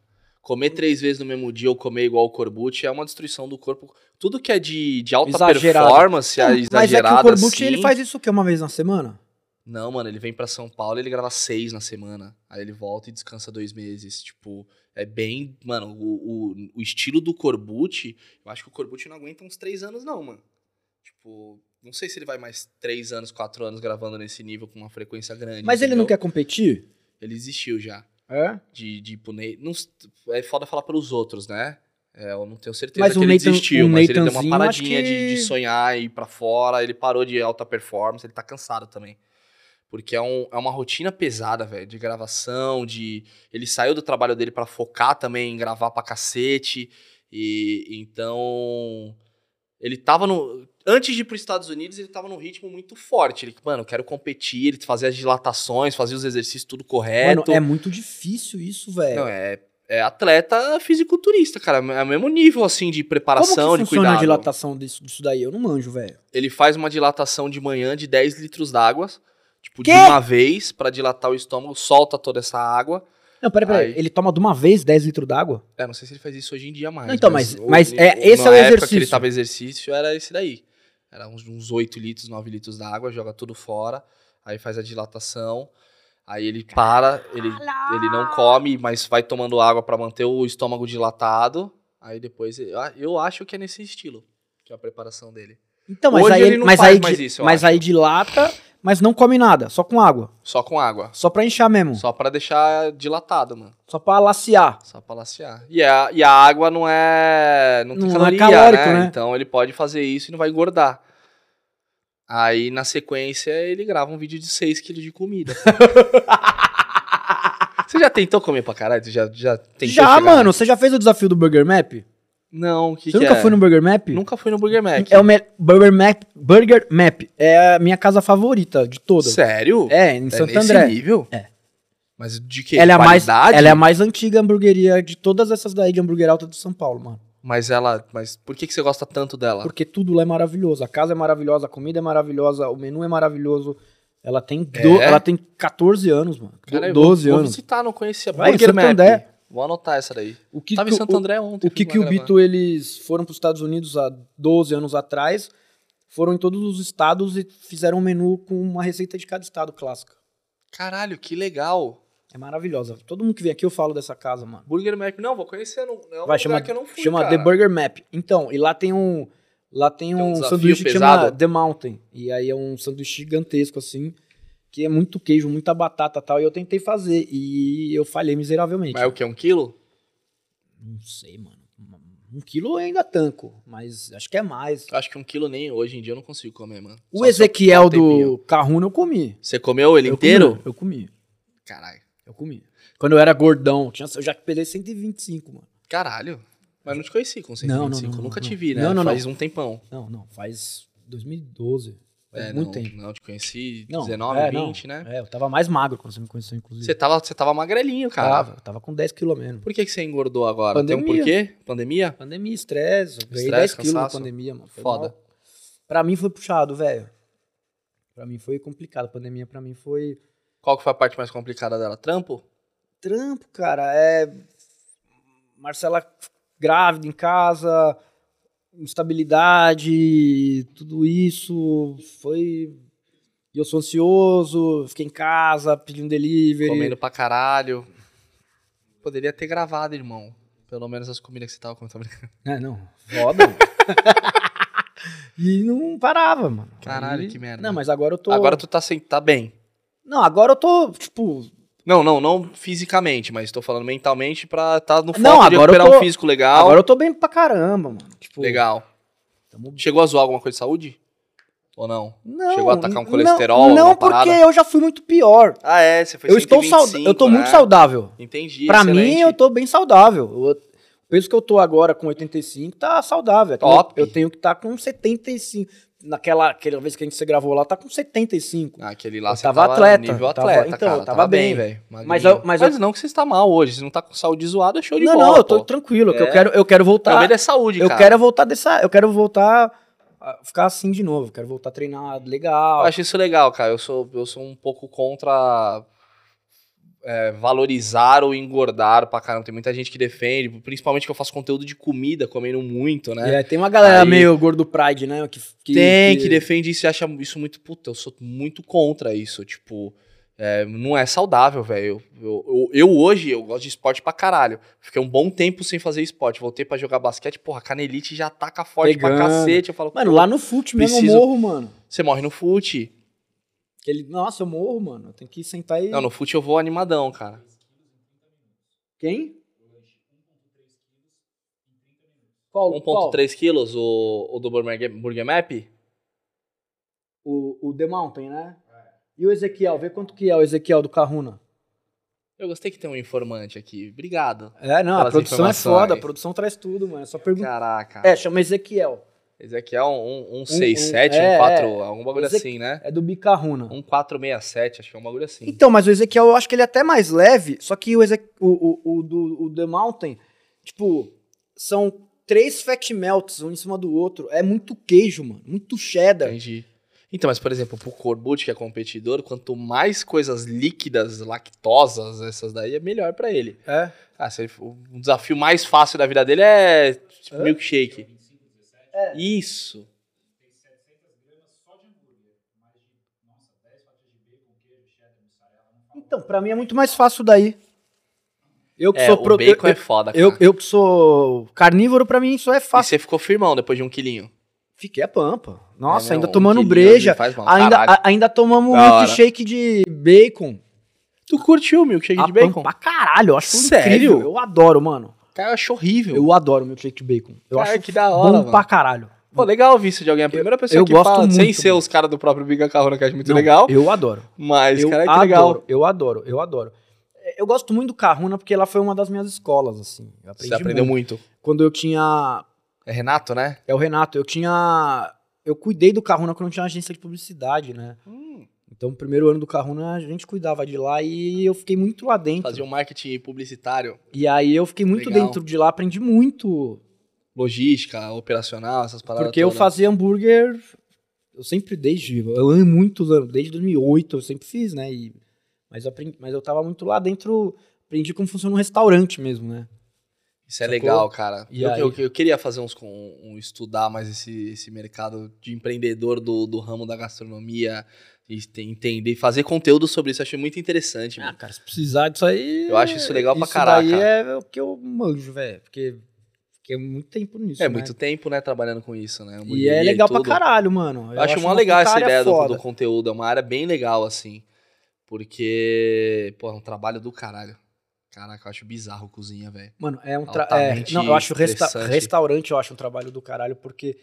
Speaker 2: Comer três vezes no mesmo dia ou comer igual o Corbucci é uma destruição do corpo. Tudo que é de, de alta
Speaker 1: Exagerado.
Speaker 2: performance, é
Speaker 1: Não, mas é que
Speaker 2: exagerada,
Speaker 1: o Corbucci
Speaker 2: assim.
Speaker 1: ele faz isso o quê? Uma vez na semana?
Speaker 2: Não, mano, ele vem pra São Paulo e ele grava seis na semana. Aí ele volta e descansa dois meses. Tipo, é bem... Mano, o, o, o estilo do Corbucci... Eu acho que o Corbucci não aguenta uns três anos, não, mano. Tipo... Não sei se ele vai mais três anos, quatro anos gravando nesse nível com uma frequência grande.
Speaker 1: Mas ele não
Speaker 2: entendeu?
Speaker 1: quer competir?
Speaker 2: Ele desistiu já.
Speaker 1: É?
Speaker 2: de, de pro Ney- não s- é foda falar pelos outros, né? É, eu não tenho certeza
Speaker 1: Mas
Speaker 2: que
Speaker 1: o
Speaker 2: ele
Speaker 1: Nathan-
Speaker 2: desistiu,
Speaker 1: o
Speaker 2: mas ele deu uma
Speaker 1: Nathanzinho, acho
Speaker 2: paradinha de,
Speaker 1: que-
Speaker 2: de sonhar e ir pra fora, ele parou de alta performance, ele tá cansado também. Porque é, um- é uma rotina pesada, velho, de gravação, de... Ele saiu do trabalho dele pra focar também em gravar pra cacete, e então... Ele tava no... Antes de ir pros Estados Unidos, ele tava num ritmo muito forte. Ele, mano, eu quero competir, ele fazia as dilatações, fazia os exercícios tudo correto.
Speaker 1: Mano, é muito difícil isso, velho.
Speaker 2: Não, é, é atleta fisiculturista, cara. É o mesmo nível, assim, de
Speaker 1: Como
Speaker 2: preparação,
Speaker 1: que
Speaker 2: de
Speaker 1: funciona
Speaker 2: cuidado.
Speaker 1: a dilatação disso, disso daí? Eu não manjo, velho.
Speaker 2: Ele faz uma dilatação de manhã de 10 litros d'água, tipo, de
Speaker 1: Quê?
Speaker 2: uma vez, pra dilatar o estômago, solta toda essa água.
Speaker 1: Não, peraí, peraí.
Speaker 2: Aí-
Speaker 1: Ele toma de uma vez 10 litros d'água?
Speaker 2: É, não sei se ele faz isso hoje em dia mais.
Speaker 1: Não, então, mas-
Speaker 2: o-
Speaker 1: mas é-
Speaker 2: o-
Speaker 1: esse é
Speaker 2: na
Speaker 1: o
Speaker 2: época que ele
Speaker 1: exercício.
Speaker 2: tava em exercício, era esse daí. Era uns, uns 8 litros, 9 litros d'água, joga tudo fora, aí faz a dilatação, aí ele para, ele, ele não come, mas vai tomando água pra manter o estômago dilatado. Aí depois, eu a- eu acho que é nesse estilo, que é a preparação dele.
Speaker 1: Então, mas
Speaker 2: Hoje
Speaker 1: aí
Speaker 2: ele não
Speaker 1: mas
Speaker 2: faz
Speaker 1: aí,
Speaker 2: mais
Speaker 1: di-
Speaker 2: isso, eu
Speaker 1: mas aí dilata, mas não come nada, só com água.
Speaker 2: Só com água.
Speaker 1: Só pra inchar mesmo. Só,
Speaker 2: Só pra deixar dilatado, mano.
Speaker 1: pra laciar.
Speaker 2: Só pra laciar. E a, e a água não é. Não tem
Speaker 1: Não é
Speaker 2: caloria,
Speaker 1: calórico,
Speaker 2: né?
Speaker 1: né?
Speaker 2: Então ele pode fazer isso e não vai engordar. Aí, na sequência, ele grava um vídeo de 6kg de comida. Você já tentou comer pra caralho? Você já, já tentou?
Speaker 1: já,
Speaker 2: chegar-
Speaker 1: mano, você já fez o desafio do Burger Map?
Speaker 2: Não, o que
Speaker 1: você
Speaker 2: que
Speaker 1: nunca
Speaker 2: é?
Speaker 1: foi no Burger Map?
Speaker 2: Nunca fui no Burger Mac.
Speaker 1: É o me- Burger Map, Burger Map. É a minha casa favorita de todas.
Speaker 2: Sério?
Speaker 1: É, em
Speaker 2: É
Speaker 1: Santo
Speaker 2: nesse
Speaker 1: André.
Speaker 2: nível?
Speaker 1: É.
Speaker 2: Mas de que?
Speaker 1: Ela é, a mais,
Speaker 2: Qualidade?
Speaker 1: ela é a mais antiga hamburgueria de todas essas daí de hamburguer alta de São Paulo, mano.
Speaker 2: Mas ela... Mas por que, que você gosta tanto dela?
Speaker 1: Porque tudo lá é maravilhoso. A casa é maravilhosa, a comida é maravilhosa, o menu é maravilhoso. Ela tem, do-
Speaker 2: É?
Speaker 1: ela tem 14 anos, mano.
Speaker 2: Cara, eu
Speaker 1: 12
Speaker 2: vou, Vou
Speaker 1: anos.
Speaker 2: visitar, não conhecia.
Speaker 1: Vai, em
Speaker 2: Burger
Speaker 1: Santo
Speaker 2: Mac.
Speaker 1: André.
Speaker 2: Vou anotar essa daí.
Speaker 1: O que
Speaker 2: Tava em
Speaker 1: tu-
Speaker 2: Santo
Speaker 1: o-
Speaker 2: André ontem.
Speaker 1: O que que o Bito, eles foram para os Estados Unidos há 12 anos atrás, foram em todos os estados e fizeram um menu com uma receita de cada estado clássica.
Speaker 2: Caralho, que legal.
Speaker 1: É maravilhosa. Todo mundo que vem aqui eu falo dessa casa, mano.
Speaker 2: Burger Mac. Não, vou conhecer. Não, é um
Speaker 1: Vai,
Speaker 2: lugar
Speaker 1: chama,
Speaker 2: que eu não fui,
Speaker 1: chama
Speaker 2: cara.
Speaker 1: The Burger Map. Então, e lá tem um lá tem,
Speaker 2: um
Speaker 1: um,
Speaker 2: desafio
Speaker 1: sanduíche que chama
Speaker 2: pesado?
Speaker 1: The Mountain. E aí é um sanduíche gigantesco assim, que é muito queijo, muita batata, e tal, e eu tentei fazer e eu falhei miseravelmente.
Speaker 2: Mas é o que? Um quilo?
Speaker 1: Não sei, mano. Um quilo eu ainda tanco, mas acho que é mais.
Speaker 2: Acho que um quilo nem hoje em dia eu não consigo comer, mano.
Speaker 1: O
Speaker 2: Só se eu
Speaker 1: Ezequiel
Speaker 2: ficar um tempinho.
Speaker 1: do Carruna eu comi.
Speaker 2: Você comeu ele
Speaker 1: Eu
Speaker 2: inteiro?
Speaker 1: comi, Eu comi.
Speaker 2: Caralho.
Speaker 1: Eu comi. Quando eu era gordão, tinha- eu já pesei 125, mano.
Speaker 2: Caralho. Mas não te conheci com 125.
Speaker 1: Não, não, não,
Speaker 2: Nunca
Speaker 1: não,
Speaker 2: te
Speaker 1: não.
Speaker 2: vi, né?
Speaker 1: Não, não, não.
Speaker 2: Faz um tempão.
Speaker 1: Não, não, faz 2012. Faz
Speaker 2: É,
Speaker 1: muito
Speaker 2: não,
Speaker 1: tempo.
Speaker 2: Não, te conheci
Speaker 1: Não,
Speaker 2: 19,
Speaker 1: é,
Speaker 2: 20,
Speaker 1: não.
Speaker 2: né?
Speaker 1: É, eu tava mais magro quando você me conheceu, inclusive.
Speaker 2: Você tá tava, você tava magrelinho, cara.
Speaker 1: Tava, eu tava com 10 quilos a menos.
Speaker 2: Por que, que você engordou agora? Tem um
Speaker 1: Pandemia.
Speaker 2: porquê? Pandemia?
Speaker 1: Pandemia, estresse. eu Ganhei
Speaker 2: Estresse,
Speaker 1: 10 quilos na
Speaker 2: cansaço.
Speaker 1: pandemia, mano. Foi
Speaker 2: Foda.
Speaker 1: mal. Pra mim foi puxado, velho. Pra mim foi complicado. A pandemia pra mim foi
Speaker 2: Qual que foi a parte mais complicada dela? Trampo?
Speaker 1: trampo, cara. É. Marcela grávida em casa, instabilidade, tudo isso. Foi. E eu sou ansioso, fiquei em casa, pedi um delivery.
Speaker 2: Comendo pra caralho. Poderia ter gravado, irmão. Pelo menos as comidas que você tava comendo. Tá brincando?
Speaker 1: É, não. Foda. mano. e não parava, mano.
Speaker 2: Caralho,
Speaker 1: Aí-
Speaker 2: que merda.
Speaker 1: Não, mas agora eu tô.
Speaker 2: Agora tu tá, sem, tá bem.
Speaker 1: Não, agora eu tô, tipo.
Speaker 2: Não, não, não fisicamente, mas tô falando mentalmente pra tá no foco
Speaker 1: Não, agora
Speaker 2: de
Speaker 1: eu
Speaker 2: recuperar
Speaker 1: tô-
Speaker 2: um físico legal.
Speaker 1: Agora eu tô bem pra caramba, mano. Tipo,
Speaker 2: Legal.
Speaker 1: Tamo...
Speaker 2: Chegou a zoar alguma coisa de saúde? Ou não?
Speaker 1: Não,
Speaker 2: Chegou a atacar um
Speaker 1: não-
Speaker 2: colesterol,
Speaker 1: Não,
Speaker 2: alguma
Speaker 1: porque
Speaker 2: parada?
Speaker 1: eu já fui muito pior.
Speaker 2: Ah, é, você foi
Speaker 1: eu estou saudável.
Speaker 2: 125,
Speaker 1: Eu tô muito
Speaker 2: né?
Speaker 1: saudável.
Speaker 2: Entendi,
Speaker 1: Pra
Speaker 2: excelente.
Speaker 1: mim, eu tô bem saudável. Eu- o peso que eu tô agora com 85 tá saudável.
Speaker 2: Top.
Speaker 1: Eu, eu tenho que estar com 75. Naquela aquela vez que a gente você gravou lá, tá com 75.
Speaker 2: Ah, Aquele lá
Speaker 1: Eu
Speaker 2: você
Speaker 1: tava
Speaker 2: tava
Speaker 1: atleta,
Speaker 2: nível
Speaker 1: tava-
Speaker 2: atleta,
Speaker 1: então,
Speaker 2: cara.
Speaker 1: eu tava bem.
Speaker 2: velho.
Speaker 1: Mas
Speaker 2: magrinho.
Speaker 1: eu- mas
Speaker 2: não que você está mal hoje. Você não tá com saúde zoada, é show de
Speaker 1: não,
Speaker 2: bola,
Speaker 1: não, eu tô
Speaker 2: pô.
Speaker 1: tranquilo. que
Speaker 2: É.
Speaker 1: Eu, quero, eu quero
Speaker 2: Tá.
Speaker 1: voltar.
Speaker 2: medo é saúde,
Speaker 1: eu
Speaker 2: cara.
Speaker 1: quero voltar dessa. Eu quero voltar. a Ficar assim de novo. Quero voltar a treinar
Speaker 2: Eu
Speaker 1: legal.
Speaker 2: acho isso legal, cara. Eu sou, eu sou um pouco contra é, valorizar ou engordar pra caramba. Tem muita gente que defende, principalmente que eu faço conteúdo de comida, comendo muito, né?
Speaker 1: É, tem uma galera
Speaker 2: Aí-
Speaker 1: meio gordo pride, né? Que, que-
Speaker 2: Tem,
Speaker 1: que-
Speaker 2: que defende isso e acha isso muito. Puta, eu sou muito contra isso. Tipo, é, não é saudável, velho. Eu, eu- eu hoje, eu gosto de esporte pra caralho. Fiquei um bom tempo sem fazer esporte. Voltei pra jogar basquete, porra, canelite já taca forte pra
Speaker 1: Pegando.
Speaker 2: cacete. Eu falo,
Speaker 1: Mano, lá no fute mesmo
Speaker 2: Preciso-
Speaker 1: eu morro, mano.
Speaker 2: você morre no fute.
Speaker 1: Aquele- Nossa, eu morro, mano. Eu tenho que sentar e.
Speaker 2: Não, no fute eu vou animadão, cara.
Speaker 1: Quem? Qual? qual?
Speaker 2: 1,3 quilos o, o do Burger, Burger Map.
Speaker 1: O, o The Mountain, né? E o Ezequiel, vê quanto que é o Ezequiel do Carruna.
Speaker 2: Eu gostei que tem um informante aqui. Obrigado.
Speaker 1: É, não,
Speaker 2: Aquelas
Speaker 1: a produção é
Speaker 2: informações.
Speaker 1: foda, a produção traz tudo, mano. É só perguntar.
Speaker 2: Caraca.
Speaker 1: É, chama Ezequiel.
Speaker 2: Esse aqui é um, um, um 6,
Speaker 1: um-
Speaker 2: 7,
Speaker 1: é,
Speaker 2: um 4,
Speaker 1: é.
Speaker 2: algum bagulho
Speaker 1: Esse
Speaker 2: assim, né?
Speaker 1: É do Bicarruna.
Speaker 2: Um 467, acho que é um bagulho assim.
Speaker 1: Então, mas o Ezequiel eu acho que ele é até mais leve, só que o, Eze- o, o, o do o The Mountain, tipo, são três fat melts um em cima do outro. É muito queijo, mano. Muito cheddar.
Speaker 2: Entendi. Então, mas por exemplo, pro Corbucci, que é competidor, quanto mais coisas líquidas, lactosas, essas daí, é melhor pra ele.
Speaker 1: É.
Speaker 2: Ah, se ele for- um desafio mais fácil da vida dele é tipo, milkshake.
Speaker 1: É.
Speaker 2: Isso.
Speaker 1: Então, pra mim é muito mais fácil daí. Eu que
Speaker 2: É,
Speaker 1: sou
Speaker 2: o
Speaker 1: pro-
Speaker 2: bacon
Speaker 1: eu,
Speaker 2: é foda, cara.
Speaker 1: eu, eu que sou carnívoro, pra mim isso é
Speaker 2: E
Speaker 1: fácil.
Speaker 2: você ficou firmão depois de um quilinho.
Speaker 1: Fiquei a pampa. Nossa,
Speaker 2: É, não,
Speaker 1: ainda
Speaker 2: um
Speaker 1: tomando
Speaker 2: quilinho,
Speaker 1: breja.
Speaker 2: ele faz mal,
Speaker 1: ainda,
Speaker 2: caralho.
Speaker 1: a- ainda tomamos um
Speaker 2: Da hora.
Speaker 1: milkshake de bacon.
Speaker 2: Tu curtiu o milkshake
Speaker 1: A
Speaker 2: de bacon?
Speaker 1: Pampa, caralho, eu acho um
Speaker 2: Sério?
Speaker 1: incrível. Eu adoro, mano.
Speaker 2: Cara, eu acho horrível.
Speaker 1: Eu adoro milkshake de bacon. Eu
Speaker 2: Cara,
Speaker 1: acho
Speaker 2: que da
Speaker 1: bom
Speaker 2: hora, mano.
Speaker 1: pra caralho.
Speaker 2: Pô, legal ouvir isso de alguém. A primeira pessoa
Speaker 1: eu
Speaker 2: que
Speaker 1: gosto
Speaker 2: fala, sem
Speaker 1: muito,
Speaker 2: ser
Speaker 1: mano.
Speaker 2: os caras do próprio Biga Carrona, que eu acho muito
Speaker 1: Não,
Speaker 2: é legal.
Speaker 1: Eu adoro.
Speaker 2: Mas,
Speaker 1: eu
Speaker 2: cara, é que
Speaker 1: adoro,
Speaker 2: legal.
Speaker 1: eu adoro, eu adoro. É, Eu gosto muito do Carruna porque ela foi uma das minhas escolas, assim. Eu aprendi
Speaker 2: Você aprendeu
Speaker 1: muito.
Speaker 2: muito.
Speaker 1: Quando eu tinha
Speaker 2: É Renato, né?
Speaker 1: É o Renato. Eu tinha. Eu cuidei do Carruna quando eu tinha agência de publicidade, né?
Speaker 2: Hum.
Speaker 1: Então, o primeiro ano do Carruna, a gente cuidava de lá e eu fiquei muito lá dentro.
Speaker 2: Fazia um marketing publicitário,
Speaker 1: E aí eu fiquei muito
Speaker 2: Legal.
Speaker 1: dentro de lá, aprendi muito.
Speaker 2: logística, operacional, essas palavras.
Speaker 1: porque eu fazia hambúrguer. Eu sempre, desde. Eu amo muito, desde 2008 eu sempre fiz, né? E, mas, eu aprendi, mas eu tava muito lá dentro. Aprendi como funciona um restaurante mesmo, né?
Speaker 2: Isso é
Speaker 1: Sacou?
Speaker 2: legal, cara.
Speaker 1: E
Speaker 2: eu,
Speaker 1: aí?
Speaker 2: eu- eu queria fazer uns com um, estudar mais esse, esse mercado de empreendedor do, do ramo da gastronomia e te- entender, fazer conteúdo sobre isso. Eu achei muito interessante.
Speaker 1: Ah,
Speaker 2: mano.
Speaker 1: cara, se precisar disso aí.
Speaker 2: Eu acho isso legal pra
Speaker 1: isso
Speaker 2: caraca.
Speaker 1: daí é o que eu manjo, velho. Porque fiquei muito tempo nisso.
Speaker 2: é
Speaker 1: né?
Speaker 2: muito tempo, né, trabalhando com isso, né?
Speaker 1: E é
Speaker 2: hamburgueria
Speaker 1: legal pra
Speaker 2: tudo.
Speaker 1: caralho, mano.
Speaker 2: Eu, acho, mó legal essa
Speaker 1: putaria
Speaker 2: ideia do,
Speaker 1: foda.
Speaker 2: do conteúdo. É uma área bem legal, assim. Porque, pô, é um trabalho do caralho. Caraca, eu acho bizarro cozinha, velho.
Speaker 1: Mano, é um tra... é,
Speaker 2: altamente
Speaker 1: Não, eu acho resta-
Speaker 2: estressante.
Speaker 1: restaurante, eu acho um trabalho do caralho, porque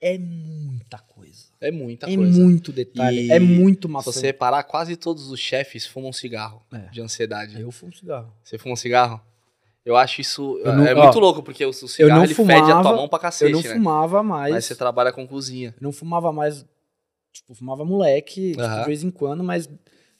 Speaker 1: é muita coisa.
Speaker 2: É muita
Speaker 1: é
Speaker 2: coisa.
Speaker 1: muito detalhe,
Speaker 2: E
Speaker 1: é muito
Speaker 2: Se
Speaker 1: maçã.
Speaker 2: você reparar, quase todos os chefes fumam cigarro
Speaker 1: É.
Speaker 2: de ansiedade.
Speaker 1: Eu fumo cigarro.
Speaker 2: Você fuma um cigarro? Eu acho isso.
Speaker 1: Eu não-
Speaker 2: é
Speaker 1: ó,
Speaker 2: muito louco, porque o o cigarro
Speaker 1: não
Speaker 2: ele fede a
Speaker 1: fumava,
Speaker 2: tua mão pra cacete,
Speaker 1: eu não
Speaker 2: né?
Speaker 1: fumava mais.
Speaker 2: Mas você tá trabalha com cozinha.
Speaker 1: Eu não fumava mais. Tipo, fumava moleque, tipo,
Speaker 2: Aham.
Speaker 1: de vez em quando, mas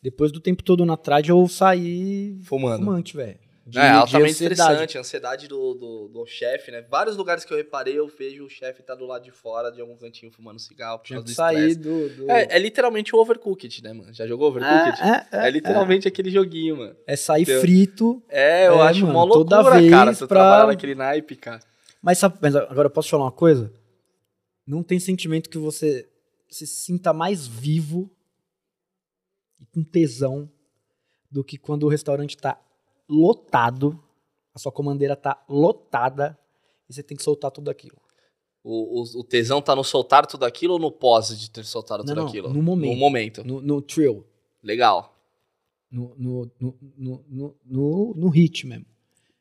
Speaker 1: depois do tempo todo na trade eu saí
Speaker 2: Fumando.
Speaker 1: fumante, velho. De-
Speaker 2: Não, é
Speaker 1: de
Speaker 2: altamente
Speaker 1: ansiedade.
Speaker 2: estressante, a ansiedade do, do, do chefe, né? Vários lugares que eu reparei, eu vejo o chefe tá do lado de fora de algum cantinho fumando cigarro por
Speaker 1: Tinha
Speaker 2: causa do
Speaker 1: que sair
Speaker 2: estresse.
Speaker 1: do. do-
Speaker 2: É, é literalmente o Overcooked, né, mano? Já jogou Overcooked?
Speaker 1: É,
Speaker 2: É,
Speaker 1: é, é,
Speaker 2: literalmente aquele joguinho, mano.
Speaker 1: é sair
Speaker 2: Entendeu?
Speaker 1: frito.
Speaker 2: É, eu
Speaker 1: É,
Speaker 2: acho
Speaker 1: mano,
Speaker 2: mó
Speaker 1: toda
Speaker 2: loucura,
Speaker 1: vez
Speaker 2: cara, você
Speaker 1: pra-
Speaker 2: trabalhar naquele naipe, cara.
Speaker 1: Mas, sabe, mas agora eu posso te falar uma coisa? Não tem sentimento que você se sinta mais vivo e com tesão do que quando o restaurante tá lotado, a sua comandeira tá lotada e você tem que soltar tudo aquilo.
Speaker 2: O, o- o tesão tá no soltar tudo aquilo ou no pós de ter soltado
Speaker 1: Não,
Speaker 2: tudo
Speaker 1: não,
Speaker 2: aquilo?
Speaker 1: no momento.
Speaker 2: No momento.
Speaker 1: No, no thrill,
Speaker 2: Legal.
Speaker 1: no, no, no, no, no, no, no hit mesmo.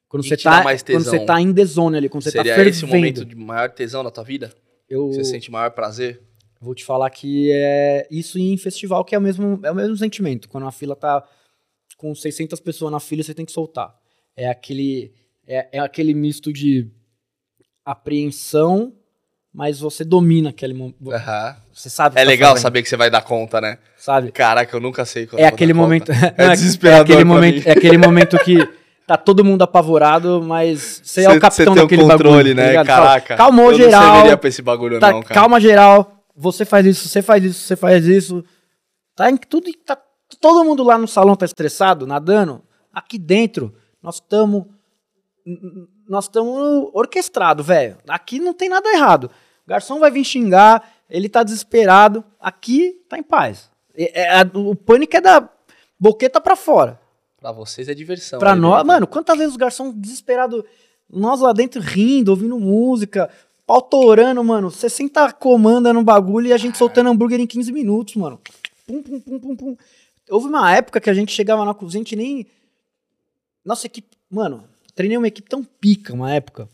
Speaker 1: Quando
Speaker 2: E
Speaker 1: você
Speaker 2: te
Speaker 1: tá,
Speaker 2: dá mais
Speaker 1: quando
Speaker 2: tesão?
Speaker 1: você tá em desone ali, quando você
Speaker 2: Seria
Speaker 1: tá fervendo.
Speaker 2: esse o momento de maior tesão da tua vida?
Speaker 1: Eu
Speaker 2: Você sente maior prazer?
Speaker 1: vou te falar que é isso em festival que é o mesmo, é o mesmo sentimento. Quando a fila tá com 600 pessoas na fila, você tem que soltar. É aquele, é, é aquele misto de apreensão, mas você domina aquele momento.
Speaker 2: Aham.
Speaker 1: Você sabe o que
Speaker 2: É
Speaker 1: tá
Speaker 2: legal
Speaker 1: fazendo,
Speaker 2: saber que você vai dar conta, né?
Speaker 1: sabe?
Speaker 2: Caraca, eu nunca sei quando
Speaker 1: É
Speaker 2: eu vou
Speaker 1: aquele
Speaker 2: dar conta.
Speaker 1: momento.
Speaker 2: É
Speaker 1: Não,
Speaker 2: desesperador
Speaker 1: aquele
Speaker 2: pra
Speaker 1: momento,
Speaker 2: mim.
Speaker 1: é aquele momento que tá todo mundo apavorado, mas você é
Speaker 2: Você-
Speaker 1: o capitão
Speaker 2: você tem
Speaker 1: daquele
Speaker 2: o controle,
Speaker 1: bagulho, tá
Speaker 2: né?
Speaker 1: ligado? Fala,
Speaker 2: Caraca.
Speaker 1: Calmou
Speaker 2: eu
Speaker 1: geral.
Speaker 2: não serviria pra esse bagulho
Speaker 1: tá-
Speaker 2: não, cara.
Speaker 1: calma geral, você faz isso, você faz isso, você faz isso. Tá em tudo, tá todo mundo lá no salão tá estressado, nadando. Aqui dentro nós estamos nós estamos orquestrado, velho. Aqui não tem nada errado. O garçom vai vir xingar, ele tá desesperado. Aqui tá em paz. É- é- a- o pânico é da boqueta pra fora.
Speaker 2: Pra vocês é diversão.
Speaker 1: pra
Speaker 2: né,
Speaker 1: nós,
Speaker 2: velho?
Speaker 1: mano, quantas vezes os garçom desesperado, nós lá dentro rindo, ouvindo música, pautorando, mano. 60 comanda no bagulho e a gente soltando hambúrguer em 15 minutos, mano. Pum, pum, pum, pum, pum. Houve uma época que a gente chegava na cozinha, a gente nem. Nossa equipe. Mano, treinei uma equipe tão pica, uma época.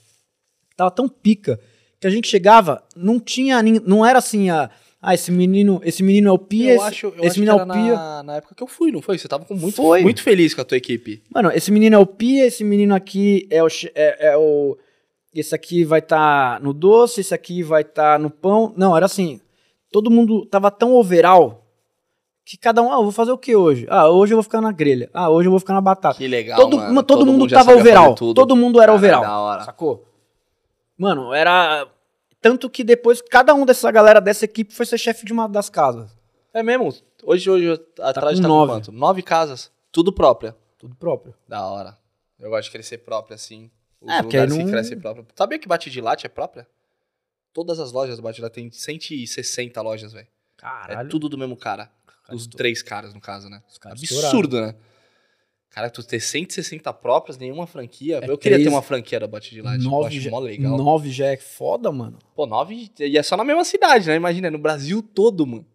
Speaker 1: Tava tão pica que a gente chegava, não tinha. nin- Não era assim, a. Ah, esse menino, esse menino é o Pia,
Speaker 2: Eu
Speaker 1: esse-
Speaker 2: acho, eu
Speaker 1: esse
Speaker 2: acho que
Speaker 1: menino é
Speaker 2: era
Speaker 1: o Pia.
Speaker 2: na, na época que eu fui, não foi? Você tava com muito,
Speaker 1: Foi.
Speaker 2: muito feliz com a tua equipe.
Speaker 1: Mano, esse menino é o Pia, esse menino aqui é o. che- É, é o esse aqui vai estar no doce, esse aqui vai estar no pão. Não, era assim. Todo mundo tava tão overall que cada um. Ah, eu vou fazer o que hoje? Ah, hoje eu vou ficar na grelha. Ah, hoje eu vou ficar na batata.
Speaker 2: Que legal,
Speaker 1: todo,
Speaker 2: mano.
Speaker 1: ma- todo mundo,
Speaker 2: já
Speaker 1: tava
Speaker 2: sabia fazer
Speaker 1: overall.
Speaker 2: tudo.
Speaker 1: Todo mundo era
Speaker 2: Cara, é
Speaker 1: overall.
Speaker 2: da hora.
Speaker 1: Sacou? Mano, era. Tanto que depois cada um dessa galera dessa equipe foi ser chefe de uma das casas.
Speaker 2: É mesmo? Hoje, hoje eu- atrás
Speaker 1: com
Speaker 2: tá
Speaker 1: nove.
Speaker 2: com quanto? Nove casas. Tudo própria.
Speaker 1: Tudo próprio.
Speaker 2: Da hora. Eu gosto de crescer própria, assim. Os
Speaker 1: É, porque aí
Speaker 2: lugares que
Speaker 1: não-
Speaker 2: crescem própria. Sabia que Bate de Latte é própria? Todas as lojas do Bate de Latte tem 160 lojas, velho. É
Speaker 1: Caralho. Tá
Speaker 2: tudo do mesmo cara. Os
Speaker 1: tu-
Speaker 2: três caras, no caso, né?
Speaker 1: os caras
Speaker 2: Absurdo, né? Cara, tu ter 160 próprias, nenhuma franquia.
Speaker 1: É
Speaker 2: eu queria ter
Speaker 1: três-
Speaker 2: uma franquia da Bate de Latte. tipo, Eu
Speaker 1: Nove
Speaker 2: acho
Speaker 1: já,
Speaker 2: mó legal.
Speaker 1: nove já é foda, mano.
Speaker 2: Pô, nove. E é só na mesma cidade, né? Imagina, é no Brasil todo, mano.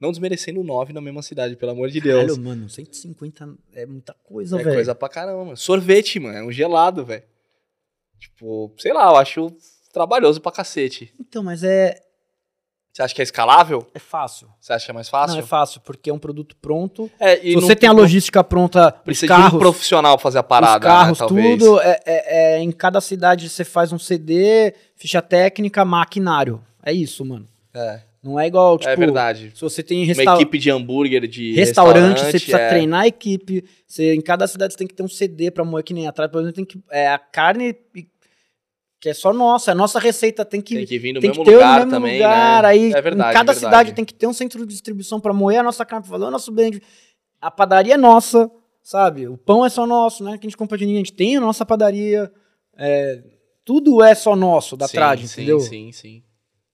Speaker 2: Não desmerecendo nove na mesma cidade, pelo amor de Deus.
Speaker 1: Caralho, mano, 150 é muita coisa,
Speaker 2: é
Speaker 1: velho.
Speaker 2: coisa pra caramba. mano. Sorvete, mano. É um gelado, velho. Tipo, sei lá, eu acho trabalhoso pra cacete.
Speaker 1: Então, mas é,
Speaker 2: Você acha que é escalável?
Speaker 1: é fácil.
Speaker 2: Você acha que é mais
Speaker 1: Não,
Speaker 2: fácil?
Speaker 1: é fácil, porque é um produto pronto.
Speaker 2: é, e
Speaker 1: Se
Speaker 2: não-
Speaker 1: você tem a
Speaker 2: não
Speaker 1: logística pronta, os
Speaker 2: Precisa de um
Speaker 1: carros,
Speaker 2: profissional pra fazer a parada,
Speaker 1: os carros,
Speaker 2: né, talvez.
Speaker 1: tudo. É, é- é- em cada cidade você faz um CD, ficha técnica, maquinário. É isso, mano.
Speaker 2: É,
Speaker 1: Não é igual, tipo,
Speaker 2: é verdade.
Speaker 1: se você tem
Speaker 2: Uma
Speaker 1: resta
Speaker 2: equipe de hambúrguer, de
Speaker 1: restaurante, você precisa
Speaker 2: é.
Speaker 1: treinar a equipe. Você, em cada cidade você tem que ter um CD pra moer que nem atrás. Por exemplo, tem que, é, a carne e- que é só nossa, a nossa receita tem que
Speaker 2: Tem que vir no
Speaker 1: tem
Speaker 2: mesmo
Speaker 1: que ter
Speaker 2: lugar
Speaker 1: o mesmo
Speaker 2: também,
Speaker 1: lugar,
Speaker 2: né?
Speaker 1: aí
Speaker 2: é verdade,
Speaker 1: em cada
Speaker 2: é verdade.
Speaker 1: cidade tem que ter um centro de distribuição pra moer a nossa carne, pra fazer o nosso blend. A padaria é nossa, sabe? O pão é só nosso, né? Que a gente compra de ninguém, a gente tem a nossa padaria. é, tudo é só nosso da
Speaker 2: Sim,
Speaker 1: Trade,
Speaker 2: sim,
Speaker 1: entendeu?
Speaker 2: Sim, sim.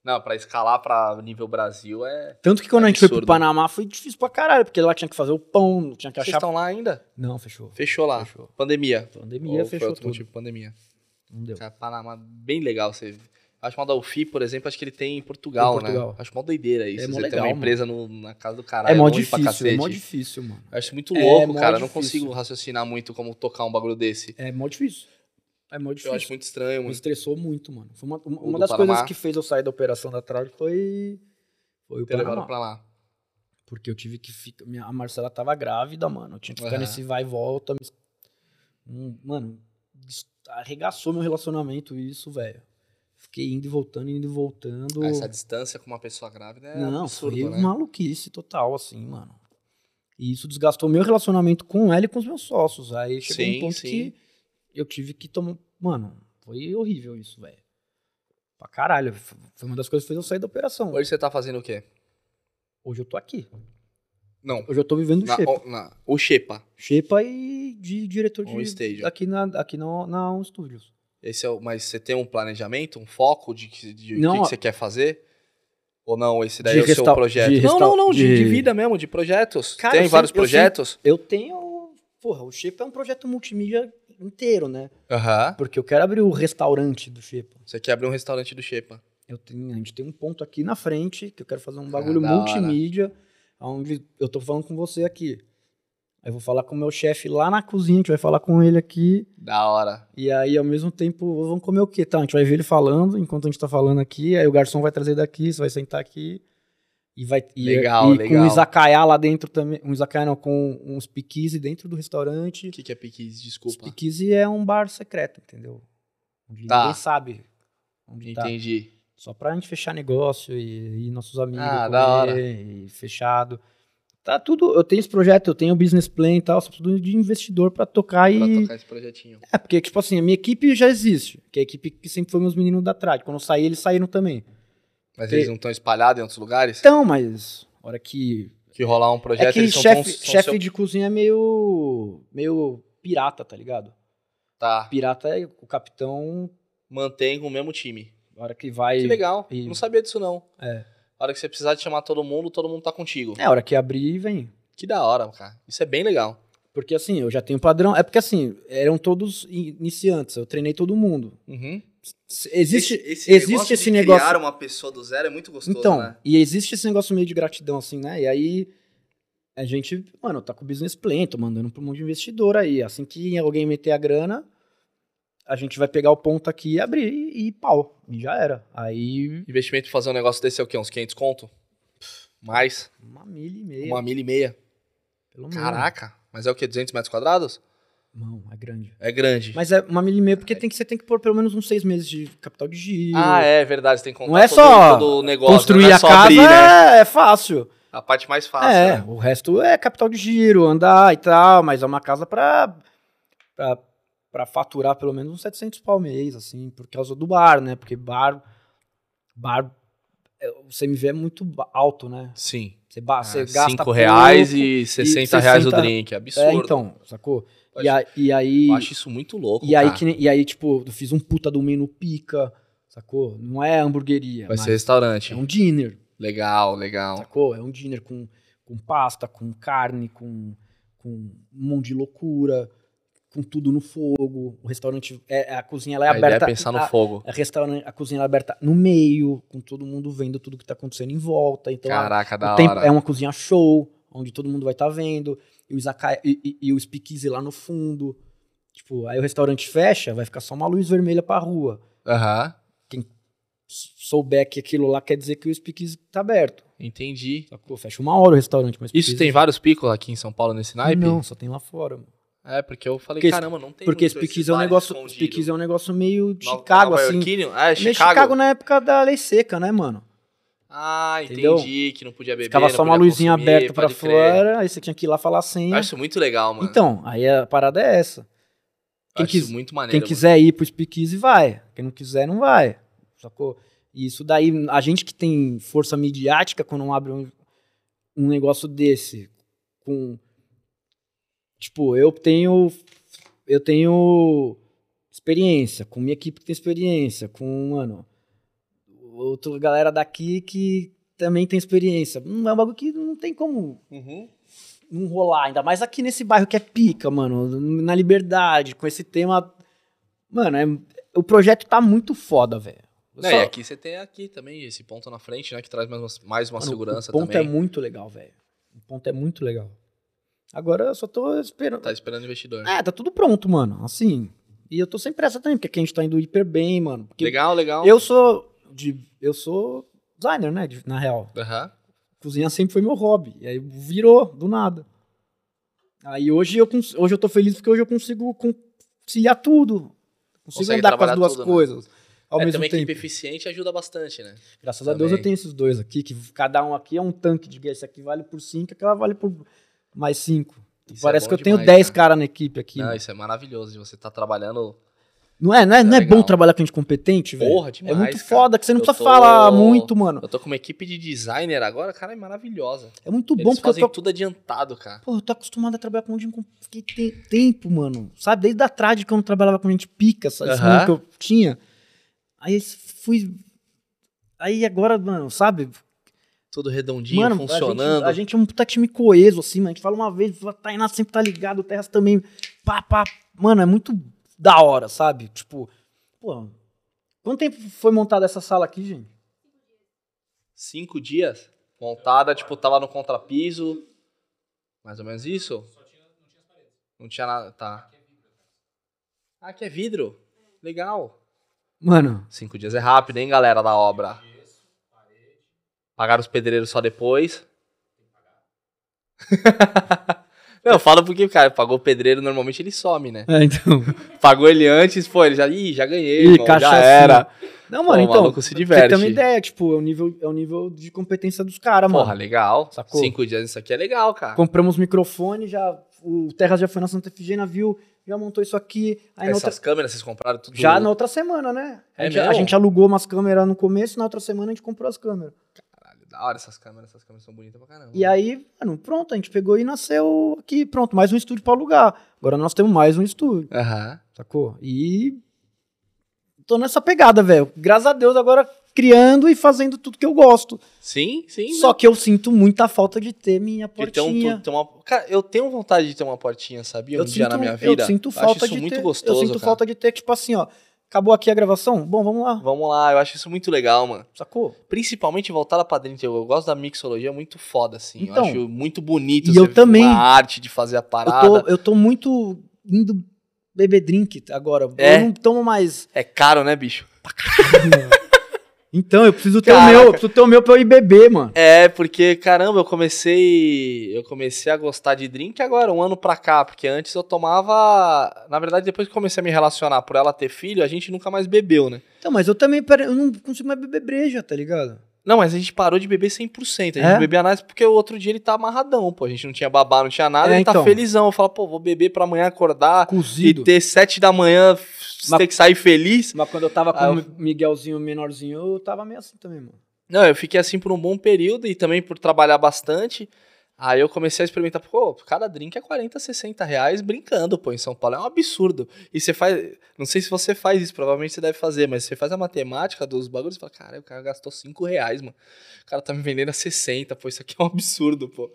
Speaker 2: Não, pra escalar pra nível Brasil é.
Speaker 1: Tanto que quando a gente foi
Speaker 2: Absurdo.
Speaker 1: pro Panamá foi difícil pra caralho, porque lá tinha que fazer o pão, tinha que
Speaker 2: Vocês
Speaker 1: achar.
Speaker 2: estão lá ainda?
Speaker 1: Não, fechou.
Speaker 2: Fechou lá.
Speaker 1: Fechou.
Speaker 2: Pandemia.
Speaker 1: Pandemia
Speaker 2: Ou foi
Speaker 1: fechou
Speaker 2: outro
Speaker 1: tudo.
Speaker 2: motivo, pandemia.
Speaker 1: Não deu.
Speaker 2: Cara, Panamá, bem legal. Você... Acho uma da UFI, por exemplo, acho que ele tem em Portugal,
Speaker 1: Tem em Portugal.
Speaker 2: né? Acho uma doideira isso.
Speaker 1: É mó
Speaker 2: você tem
Speaker 1: legal,
Speaker 2: uma
Speaker 1: mano.
Speaker 2: empresa no- na casa do caralho.
Speaker 1: É mó
Speaker 2: longe pra
Speaker 1: difícil, é mó
Speaker 2: cacete.
Speaker 1: difícil, mano.
Speaker 2: Acho muito
Speaker 1: É mó
Speaker 2: louco, cara. Eu Não
Speaker 1: difícil.
Speaker 2: consigo raciocinar muito como tocar um bagulho desse.
Speaker 1: É mó difícil. É mó difícil.
Speaker 2: Eu acho muito estranho,
Speaker 1: Me
Speaker 2: muito
Speaker 1: estressou muito, mano. Foi uma, uma-
Speaker 2: O
Speaker 1: uma
Speaker 2: do
Speaker 1: das
Speaker 2: Panamá?
Speaker 1: coisas que fez eu sair da operação da Trave foi. Foi o
Speaker 2: ter levado
Speaker 1: Panamá.
Speaker 2: pra lá.
Speaker 1: Porque eu tive que ficar. minha- a Marcela tava grávida, mano. Eu tinha que ficar
Speaker 2: Aham.
Speaker 1: nesse vai e volta. me- Hum, Mano, des- arregaçou meu relacionamento isso, velho. Fiquei indo e voltando, indo e voltando.
Speaker 2: Ah, Essa distância com uma pessoa grávida é
Speaker 1: Não,
Speaker 2: absurdo,
Speaker 1: foi
Speaker 2: né?
Speaker 1: maluquice total, assim, mano. E isso desgastou meu relacionamento com ela e com os meus sócios. Aí chegou
Speaker 2: Sim,
Speaker 1: um ponto
Speaker 2: sim.
Speaker 1: que eu tive que tomar. Mano, foi horrível isso, velho. Pra caralho. f- Foi uma das coisas que fez eu sair da operação.
Speaker 2: Hoje você tá fazendo o quê?
Speaker 1: Hoje eu tô aqui.
Speaker 2: Não.
Speaker 1: Hoje eu tô vivendo
Speaker 2: Na,
Speaker 1: Xepa.
Speaker 2: o, na, o Xepa.
Speaker 1: Xepa e de diretor de.
Speaker 2: On Um stage.
Speaker 1: Aqui na, aqui na, na On Studios.
Speaker 2: Esse é o, mas você tem um planejamento, um foco de, que- de, o
Speaker 1: Não,
Speaker 2: que
Speaker 1: ó.
Speaker 2: que você quer fazer? Ou não, esse daí
Speaker 1: De
Speaker 2: é o seu
Speaker 1: restau-
Speaker 2: projeto?
Speaker 1: de
Speaker 2: não,
Speaker 1: restau-
Speaker 2: não, não, de,
Speaker 1: de-
Speaker 2: de vida mesmo, de projetos.
Speaker 1: Cara, eu
Speaker 2: tem
Speaker 1: sempre-
Speaker 2: vários
Speaker 1: eu
Speaker 2: projetos?
Speaker 1: Eu tenho. Porra, o Xepa é um projeto multimídia inteiro, né?
Speaker 2: Aham.
Speaker 1: Porque eu quero abrir o restaurante do Xepa.
Speaker 2: Você quer abrir um restaurante do Xepa.
Speaker 1: Eu tenho, a gente tem um ponto aqui na
Speaker 2: Ah,
Speaker 1: frente que eu quero fazer um bagulho
Speaker 2: da hora.
Speaker 1: multimídia, onde eu tô falando com você aqui. Aí eu vou falar com o meu chefe lá na cozinha, a gente vai falar com ele aqui.
Speaker 2: Da hora.
Speaker 1: E aí, ao mesmo tempo, vamos comer o quê? Tá, a gente vai ver ele falando, enquanto a gente tá falando aqui, aí o garçom vai trazer daqui, você vai sentar aqui. E vai e,
Speaker 2: Legal,
Speaker 1: e com
Speaker 2: legal.
Speaker 1: um izakaya lá dentro também, um izakaya não, com uns piquise dentro do restaurante.
Speaker 2: O que, que é piquis?
Speaker 1: Os
Speaker 2: Desculpa.
Speaker 1: piquise é um bar secreto, entendeu? Onde
Speaker 2: Tá.
Speaker 1: ninguém sabe onde tá.
Speaker 2: Entendi.
Speaker 1: Só pra gente fechar negócio e, e nossos amigos
Speaker 2: Ah,
Speaker 1: comer,
Speaker 2: da hora.
Speaker 1: e fechado. Tá tudo, eu tenho esse projeto, eu tenho o business plan e tal, só preciso de investidor pra tocar
Speaker 2: Pra
Speaker 1: e
Speaker 2: tocar esse projetinho.
Speaker 1: é, porque, tipo assim, a minha equipe já existe. Que é a equipe que sempre foi meus meninos da Trade. Quando eu saí, eles saíram também.
Speaker 2: Mas
Speaker 1: Que-
Speaker 2: eles não estão espalhados em outros lugares?
Speaker 1: Então, mas. a Hora que.
Speaker 2: Que rolar um projeto,
Speaker 1: é que
Speaker 2: eles são
Speaker 1: chefe,
Speaker 2: cons- são
Speaker 1: chefe
Speaker 2: seu-
Speaker 1: de cozinha é meio. meio pirata, tá ligado?
Speaker 2: Tá.
Speaker 1: Pirata é o capitão.
Speaker 2: Mantém com o mesmo time.
Speaker 1: A hora que vai.
Speaker 2: Que legal.
Speaker 1: e-
Speaker 2: Não sabia disso, não.
Speaker 1: É.
Speaker 2: A hora que você precisar de chamar todo mundo, todo mundo tá contigo.
Speaker 1: É, a hora que abrir, vem.
Speaker 2: Que da hora, cara. Isso é bem legal.
Speaker 1: Porque assim, eu já tenho padrão. É porque assim, eram todos iniciantes, eu treinei todo mundo.
Speaker 2: Uhum.
Speaker 1: S- Existe
Speaker 2: esse
Speaker 1: existe esse negócio-
Speaker 2: criar uma pessoa do zero é muito gostoso,
Speaker 1: Então,
Speaker 2: né?
Speaker 1: e existe esse negócio meio de gratidão, assim, né? E aí a gente, mano, tá com o business plan, tô mandando pra um monte de investidor aí. Assim que alguém meter a grana, a gente vai pegar o ponto aqui e abrir e, e pau. E já era. Aí,
Speaker 2: Investimento pra fazer um negócio desse é o quê? Uns 500 conto? Mais?
Speaker 1: uma milha e meia.
Speaker 2: Uma milha e meia.
Speaker 1: pelo menos.
Speaker 2: Caraca. Mas é o quê? 200 metros quadrados?
Speaker 1: Não, é grande.
Speaker 2: É grande.
Speaker 1: Mas é uma milha e meia porque tem que, você tem que pôr pelo menos uns seis meses de capital de giro.
Speaker 2: Ah, é verdade. Você tem que contar
Speaker 1: Não é
Speaker 2: todo,
Speaker 1: só
Speaker 2: todo o negócio.
Speaker 1: Construir
Speaker 2: não é
Speaker 1: a
Speaker 2: só
Speaker 1: casa
Speaker 2: abrir, né?
Speaker 1: é- é fácil.
Speaker 2: A parte mais fácil,
Speaker 1: É,
Speaker 2: né?
Speaker 1: o resto é capital de giro, andar e tal, mas é uma casa pra, pra, pra faturar pelo menos uns 700 pau mês, assim, por causa do bar, né? Porque bar, bar é, o CMV é muito ba- alto, né?
Speaker 2: Sim.
Speaker 1: Você, ba-
Speaker 2: Ah,
Speaker 1: você gasta
Speaker 2: cinco
Speaker 1: pouco,
Speaker 2: reais e 60 reais o
Speaker 1: 60
Speaker 2: drink. Absurdo.
Speaker 1: É, então, sacou?
Speaker 2: Eu
Speaker 1: E, a- e aí...
Speaker 2: Eu acho isso muito louco,
Speaker 1: E aí,
Speaker 2: cara.
Speaker 1: que nem- e aí, tipo, eu fiz um puta do menu pica, sacou? Não é hamburgueria,
Speaker 2: Vai
Speaker 1: mas
Speaker 2: ser restaurante.
Speaker 1: é um dinner.
Speaker 2: Legal, legal.
Speaker 1: Sacou? É um dinner com, com pasta, com carne, com, com um monte de loucura, com tudo no fogo. O restaurante, é, a cozinha ela é
Speaker 2: a ideia é
Speaker 1: aberta.
Speaker 2: pensar no
Speaker 1: a,
Speaker 2: fogo.
Speaker 1: a restaurante, a cozinha ela é aberta no meio, com todo mundo vendo tudo que tá acontecendo em volta. Então, a-
Speaker 2: Caraca, da
Speaker 1: o tempo-
Speaker 2: hora.
Speaker 1: é uma cozinha show, onde todo mundo vai estar vendo, e o izakaya, e, e, e o speakeasy lá no fundo. Tipo, aí o restaurante fecha, vai ficar só uma luz vermelha pra rua.
Speaker 2: Aham.
Speaker 1: S- Souber que aquilo lá quer dizer que o speakeasy tá aberto.
Speaker 2: Entendi.
Speaker 1: Sacou? Fecha uma hora o restaurante, mas
Speaker 2: Isso tem vários picos aqui em São Paulo nesse naipe?
Speaker 1: é Não, só tem lá fora. Mano.
Speaker 2: É, porque eu falei,
Speaker 1: Porque esse-
Speaker 2: caramba, não tem
Speaker 1: Porque
Speaker 2: muito esses
Speaker 1: Speakeasy é um
Speaker 2: bares
Speaker 1: negócio,
Speaker 2: escondidos.
Speaker 1: Speakeasy é um negócio meio de
Speaker 2: Nova-
Speaker 1: Chicago
Speaker 2: Nova
Speaker 1: assim.
Speaker 2: Yorkino? Ah, é
Speaker 1: Meio
Speaker 2: Chicago.
Speaker 1: Chicago né? na época da lei seca, né, mano?
Speaker 2: Ah, entendi.
Speaker 1: Entendeu?
Speaker 2: Que não podia beber,
Speaker 1: Ficava
Speaker 2: não
Speaker 1: só uma
Speaker 2: podia
Speaker 1: luzinha
Speaker 2: consumir,
Speaker 1: aberta pra
Speaker 2: pode crer.
Speaker 1: fora, aí você tinha que ir lá falar a
Speaker 2: Eu
Speaker 1: senha.
Speaker 2: acho isso muito legal, mano.
Speaker 1: Então, aí a parada é essa.
Speaker 2: Eu
Speaker 1: quem
Speaker 2: acho isso
Speaker 1: quis-
Speaker 2: muito maneiro.
Speaker 1: Quem quiser ir pro Speakeasy vai, quem não quiser não vai. Sacou? E isso daí a gente que tem força midiática quando não abre um, um negócio desse com tipo, eu tenho eu tenho experiência, com minha equipe que tem experiência, com, mano, outra galera daqui que também tem experiência. Hum, é um bagulho que não tem como
Speaker 2: mano. Uhum.
Speaker 1: não rolar, ainda mais aqui nesse bairro que é pica, mano, na liberdade, com esse tema. Mano, é- o projeto tá muito foda, velho.
Speaker 2: Não,
Speaker 1: Só-
Speaker 2: e aqui você tem aqui também esse ponto na frente, né? Que traz mais uma, mais uma
Speaker 1: mano,
Speaker 2: segurança
Speaker 1: O ponto
Speaker 2: também.
Speaker 1: é muito legal, velho. O ponto é muito legal. Agora eu só tô esperando.
Speaker 2: Tá esperando o investidor.
Speaker 1: É, tá tudo pronto, mano. Assim. E eu tô sem pressa também, porque aqui a gente tá indo hiper bem, mano. Porque
Speaker 2: Legal, legal.
Speaker 1: Eu sou. De, eu sou designer, né? de- na real.
Speaker 2: Aham.
Speaker 1: cozinhar sempre foi meu hobby. E aí virou, do nada. Aí hoje eu, cons- hoje eu tô feliz porque hoje eu consigo conciliar tudo. Consigo
Speaker 2: Consegue
Speaker 1: andar com as
Speaker 2: trabalhar
Speaker 1: duas
Speaker 2: tudo, né?
Speaker 1: coisas ao
Speaker 2: é,
Speaker 1: mesmo
Speaker 2: também
Speaker 1: tempo.
Speaker 2: equipe eficiente ajuda bastante, né?
Speaker 1: Graças a Deus eu
Speaker 2: também.
Speaker 1: tenho esses dois aqui, que cada um aqui é um tanque de guerra. Esse aqui vale por 5, aquela vale por mais 5.
Speaker 2: Isso
Speaker 1: Parece
Speaker 2: é
Speaker 1: que
Speaker 2: bom
Speaker 1: eu tenho
Speaker 2: demais,
Speaker 1: 10
Speaker 2: cara.
Speaker 1: caras na equipe aqui.
Speaker 2: Não,
Speaker 1: mano.
Speaker 2: isso é maravilhoso de você tá trabalhando.
Speaker 1: Não é, não é, não é
Speaker 2: Tá legal.
Speaker 1: bom trabalhar com gente competente, velho?
Speaker 2: Porra,
Speaker 1: É
Speaker 2: demais.
Speaker 1: muito
Speaker 2: cara.
Speaker 1: foda, que você não
Speaker 2: Eu
Speaker 1: precisa
Speaker 2: tô-
Speaker 1: falar muito, mano.
Speaker 2: Eu tô com uma equipe de designer agora, cara, é maravilhosa.
Speaker 1: É muito bom
Speaker 2: Eles
Speaker 1: porque eu
Speaker 2: fazem
Speaker 1: tô
Speaker 2: tudo adiantado, cara.
Speaker 1: Pô, eu tô acostumado a trabalhar com gente com que tem tempo, mano. Sabe? Desde a tarde que eu não trabalhava com gente pica, sabe? Esse
Speaker 2: Aham.
Speaker 1: mundo que eu tinha. Aí eu fui. Aí agora, mano, sabe?
Speaker 2: Tudo redondinho,
Speaker 1: mano, a gente-
Speaker 2: funcionando.
Speaker 1: A gente, é um puta time coeso, assim, mano. A gente fala uma vez, fala, Tainá sempre tá ligado, o Terras também. Pá, pá. Mano, é muito da hora, sabe? Tipo, pô. Quanto tempo foi montada essa sala aqui, gente?
Speaker 2: Cinco dias montada, tipo, tava no contrapiso. Mais ou menos isso? Não tinha nada. Tá. Ah, aqui é vidro. Legal.
Speaker 1: Mano,
Speaker 2: Cinco dias é rápido, hein, galera da obra? Pagaram os pedreiros só depois. Não, eu falo porque, cara, pagou o pedreiro, normalmente ele some, né?
Speaker 1: é, então.
Speaker 2: Pagou ele antes, pô, ele já. Ih, já ganhei,
Speaker 1: Ih,
Speaker 2: irmão, já
Speaker 1: cachaça.
Speaker 2: era.
Speaker 1: Não,
Speaker 2: Pô,
Speaker 1: mano,
Speaker 2: o
Speaker 1: então.
Speaker 2: maluco se
Speaker 1: Você
Speaker 2: diverte.
Speaker 1: tem uma ideia, tipo, é o nível, é o nível de competência dos caras,
Speaker 2: Porra,
Speaker 1: mano.
Speaker 2: legal.
Speaker 1: Sacou?
Speaker 2: Cinco dias isso aqui é legal, cara.
Speaker 1: Compramos microfone, já. O Terras já foi na Santa Efigênia, viu? Já montou isso aqui. Aí na
Speaker 2: Essas
Speaker 1: outra,
Speaker 2: câmeras vocês compraram tudo.
Speaker 1: já na outra semana, né? A
Speaker 2: É
Speaker 1: gente, a
Speaker 2: mesmo?
Speaker 1: gente alugou umas câmeras no começo, na outra semana a gente comprou as câmeras.
Speaker 2: Caralho, da hora essas câmeras, essas câmeras são bonitas pra caramba.
Speaker 1: E aí, mano, pronto, a gente pegou e nasceu aqui, pronto, mais um estúdio pra alugar. Agora nós temos mais um estúdio.
Speaker 2: Aham.
Speaker 1: Sacou? E tô nessa pegada, velho. Graças a Deus, agora criando e fazendo tudo que eu gosto.
Speaker 2: Sim, sim.
Speaker 1: Só que eu sinto muita falta de ter minha
Speaker 2: né? Porque tem um-
Speaker 1: portinha.
Speaker 2: tu- tem uma- Cara, eu tenho vontade de ter uma portinha, sabia? um dia na minha vida.
Speaker 1: eu sinto
Speaker 2: acho
Speaker 1: falta
Speaker 2: isso
Speaker 1: de
Speaker 2: muito
Speaker 1: ter, Eu
Speaker 2: gostoso.
Speaker 1: sinto
Speaker 2: cara.
Speaker 1: falta de ter, tipo assim, ó. Acabou aqui a gravação? Bom, vamos lá.
Speaker 2: Vamos lá, eu acho isso muito legal, mano.
Speaker 1: Sacou?
Speaker 2: Principalmente voltada pra dentro. Eu, eu gosto da mixologia muito foda, assim.
Speaker 1: Então.
Speaker 2: eu acho muito bonito
Speaker 1: E eu também.
Speaker 2: a arte de fazer a parada.
Speaker 1: Eu tô, eu tô muito indo beber drink agora.
Speaker 2: É?
Speaker 1: Eu não tomo mais.
Speaker 2: É caro, né, bicho?
Speaker 1: Então, eu preciso ter
Speaker 2: Caraca.
Speaker 1: o meu. Eu preciso ter o meu pra eu ir beber, mano.
Speaker 2: É, porque, caramba, eu comecei. Eu comecei a gostar de drink agora, um ano pra cá, porque antes eu tomava. Na verdade, depois que comecei a me relacionar por ela ter filho, a gente nunca mais bebeu, né?
Speaker 1: Então, mas eu também, pera, eu não consigo mais beber breja, tá ligado?
Speaker 2: Não, mas a gente parou de beber 100%. A gente
Speaker 1: É?
Speaker 2: não bebia nada porque o outro dia ele tá amarradão, pô. A gente não tinha babá, não tinha nada,
Speaker 1: É,
Speaker 2: ele tá
Speaker 1: então.
Speaker 2: felizão. Eu falo, pô, vou beber pra amanhã acordar
Speaker 1: Cozido.
Speaker 2: e ter 7 da manhã, f-
Speaker 1: Mas-
Speaker 2: ter que sair feliz.
Speaker 1: Mas quando eu tava com
Speaker 2: Ah, eu-
Speaker 1: o Miguelzinho menorzinho, eu tava meio assim também, mano.
Speaker 2: Não, eu fiquei assim por um bom período e também por trabalhar bastante. Aí eu comecei a experimentar, pô, cada drink é 40, 60 reais brincando, pô, em São Paulo. É um absurdo. E você faz. Não sei se você faz isso, provavelmente você deve fazer, mas você faz a matemática dos bagulhos e fala, cara, o cara gastou 5 reais, mano. O cara tá me vendendo a 60, pô, isso aqui é um absurdo, pô.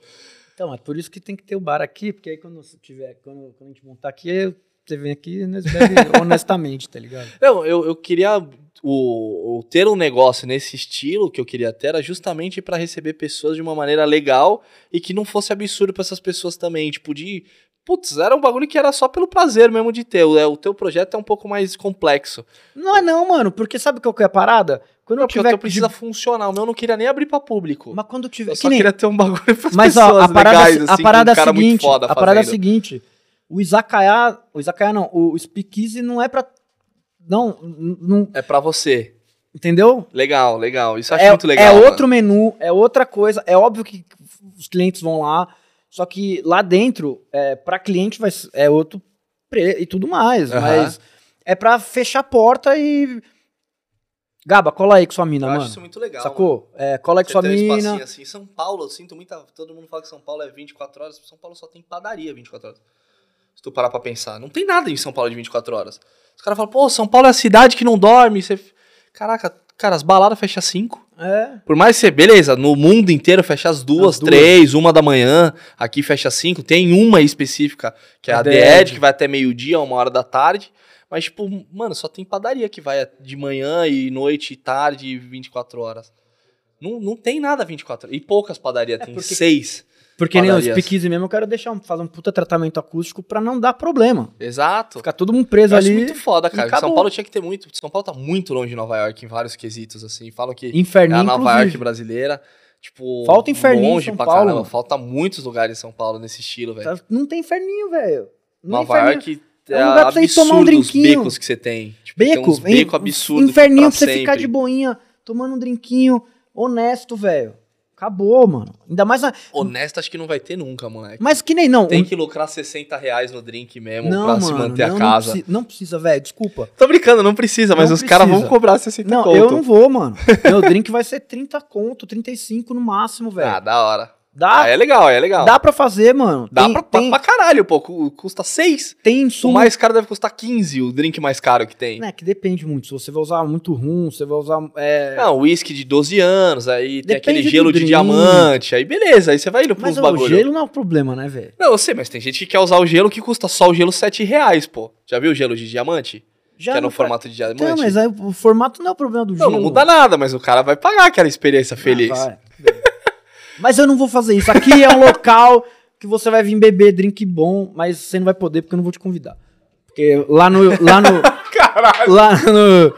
Speaker 1: Então, é por isso que tem que ter o bar aqui, porque aí quando você tiver, quando, quando a gente montar aqui, eu- você vem aqui e nós bebe honestamente, tá ligado?
Speaker 2: Não, eu, eu queria. O, o ter um negócio nesse estilo que eu queria ter era justamente pra receber pessoas de uma maneira legal e que não fosse absurdo pra essas pessoas também. Tipo, de. Putz, era um bagulho que era só pelo prazer mesmo de ter. O, é, o teu projeto é um pouco mais complexo.
Speaker 1: Não é não, mano, porque sabe qual que é a parada? Quando eu
Speaker 2: Porque o teu
Speaker 1: tiver...
Speaker 2: precisa funcionar. O meu eu não queria nem abrir pra público.
Speaker 1: Mas quando eu tiver...
Speaker 2: eu
Speaker 1: que
Speaker 2: só
Speaker 1: nem-
Speaker 2: queria ter um bagulho pras
Speaker 1: Mas
Speaker 2: pessoas
Speaker 1: ó, a parada,
Speaker 2: legais,
Speaker 1: é
Speaker 2: assim,
Speaker 1: a
Speaker 2: com
Speaker 1: parada
Speaker 2: um
Speaker 1: é
Speaker 2: cara
Speaker 1: a seguinte,
Speaker 2: muito foda
Speaker 1: a parada é a
Speaker 2: fazendo.
Speaker 1: seguinte, o Izakaya, o Izakaya não, o, o Speakeasy não é pra... Não, n- não,
Speaker 2: É pra você.
Speaker 1: entendeu?
Speaker 2: Legal, legal. Isso eu acho
Speaker 1: É,
Speaker 2: muito legal.
Speaker 1: é
Speaker 2: mano.
Speaker 1: outro menu, é outra coisa. É óbvio que os clientes vão lá, só que lá dentro, é, para cliente vai, s- é outro pre- e tudo mais.
Speaker 2: Aham.
Speaker 1: Mas é pra fechar a porta e. Gaba, cola aí com sua mina,
Speaker 2: Eu acho
Speaker 1: mano.
Speaker 2: isso muito legal. mano.
Speaker 1: Sacou? É, cola aí com
Speaker 2: Você
Speaker 1: sua
Speaker 2: tem um espacinho
Speaker 1: mina.
Speaker 2: assim. São Paulo, eu sinto muita. Todo mundo fala que São Paulo é 24 horas. São Paulo só tem padaria 24 horas. Se tu parar pra pensar. Não tem nada em São Paulo de 24 horas. Os caras falam, pô, São Paulo é a cidade que não dorme. Você... Caraca, cara, as baladas fecham às 5.
Speaker 1: É.
Speaker 2: Por mais que você, beleza, no mundo inteiro fecha às duas,
Speaker 1: Às duas.
Speaker 2: três, uma da manhã, aqui fecha às cinco. Tem uma específica, que é a
Speaker 1: A
Speaker 2: The
Speaker 1: Dead.
Speaker 2: Edge, que vai até meio-dia, uma hora da tarde. Mas, tipo, mano, só tem padaria que vai de manhã e noite, e tarde, e 24 horas. Não, não tem nada 24 horas. E poucas padarias, tem
Speaker 1: porque-
Speaker 2: seis.
Speaker 1: Porque nem o
Speaker 2: Padarias.
Speaker 1: speakeasy mesmo, eu quero deixar um- fazer um puta tratamento acústico pra não dar problema.
Speaker 2: Exato.
Speaker 1: Ficar todo mundo preso
Speaker 2: Eu acho
Speaker 1: ali.
Speaker 2: muito foda,
Speaker 1: e
Speaker 2: cara.
Speaker 1: acabou.
Speaker 2: São Paulo tinha que ter muito. São Paulo tá muito longe de Nova York em vários quesitos, assim. Falam que É
Speaker 1: Inferninho,
Speaker 2: a Nova
Speaker 1: inclusive.
Speaker 2: York brasileira. Tipo,
Speaker 1: Falta inferninho em
Speaker 2: longe
Speaker 1: São
Speaker 2: pra
Speaker 1: Paulo,
Speaker 2: caramba.
Speaker 1: mano.
Speaker 2: Falta muitos lugares em São Paulo nesse estilo, velho.
Speaker 1: Tá- Não tem inferninho, velho. Não tem
Speaker 2: Nova
Speaker 1: inferninho.
Speaker 2: York é,
Speaker 1: É um lugar pra você ir
Speaker 2: absurdo
Speaker 1: tomar um
Speaker 2: os
Speaker 1: drinquinho.
Speaker 2: becos que você tem. Tipo, tem
Speaker 1: Beco,
Speaker 2: uns beco absurdo.
Speaker 1: Inferninho pra você ficar de boinha, tomando um drinquinho, honesto, velho. Acabou, mano. Ainda mais. Na...
Speaker 2: Honesto, acho que não vai ter nunca, moleque.
Speaker 1: Mas que nem não.
Speaker 2: Tem
Speaker 1: um-
Speaker 2: que lucrar 60 reais no drink mesmo
Speaker 1: não,
Speaker 2: pra
Speaker 1: mano,
Speaker 2: se manter
Speaker 1: não, não
Speaker 2: a casa.
Speaker 1: precisa- Não precisa, velho. Desculpa.
Speaker 2: Tô brincando, não precisa, mas
Speaker 1: Não
Speaker 2: os caras vão
Speaker 1: precisa.
Speaker 2: cobrar 60
Speaker 1: não,
Speaker 2: conto.
Speaker 1: eu não vou, mano. Meu drink vai ser 30 conto, 35 no máximo, velho.
Speaker 2: Ah, da hora.
Speaker 1: Dá,
Speaker 2: Ah, é legal, é legal. Dá,
Speaker 1: dá pra fazer, mano. tem,
Speaker 2: pra, pra-
Speaker 1: tem,
Speaker 2: pra caralho, pô. cu- Custa 6.
Speaker 1: tem
Speaker 2: O
Speaker 1: insumo.
Speaker 2: mais caro deve custar 15, o drink mais caro que tem.
Speaker 1: Né, que depende muito. Se você vai usar muito rum, você vai usar. é,
Speaker 2: Não, uísque Ah, um de 12 anos, aí
Speaker 1: Depende
Speaker 2: tem aquele
Speaker 1: do
Speaker 2: gelo de
Speaker 1: drink.
Speaker 2: diamante, aí beleza, aí você vai indo pra
Speaker 1: mas
Speaker 2: uns
Speaker 1: ó, o
Speaker 2: bagulho.
Speaker 1: gelo não é o problema, né, velho?
Speaker 2: Não, eu sei, mas tem gente que quer usar o gelo que custa só o gelo 7 reais, pô. Já viu o gelo de diamante?
Speaker 1: Já
Speaker 2: que é no
Speaker 1: não faz-
Speaker 2: formato de diamante?
Speaker 1: Então, mas aí o formato não é o problema do
Speaker 2: não,
Speaker 1: gelo.
Speaker 2: não muda nada, mas o cara vai pagar aquela experiência feliz.
Speaker 1: Ah, vai. Mas eu não vou fazer isso. Aqui é um local que você vai vir beber drink bom, mas você não vai poder porque eu não vou te convidar. Porque lá no. Lá no.
Speaker 2: Caralho.
Speaker 1: lá no.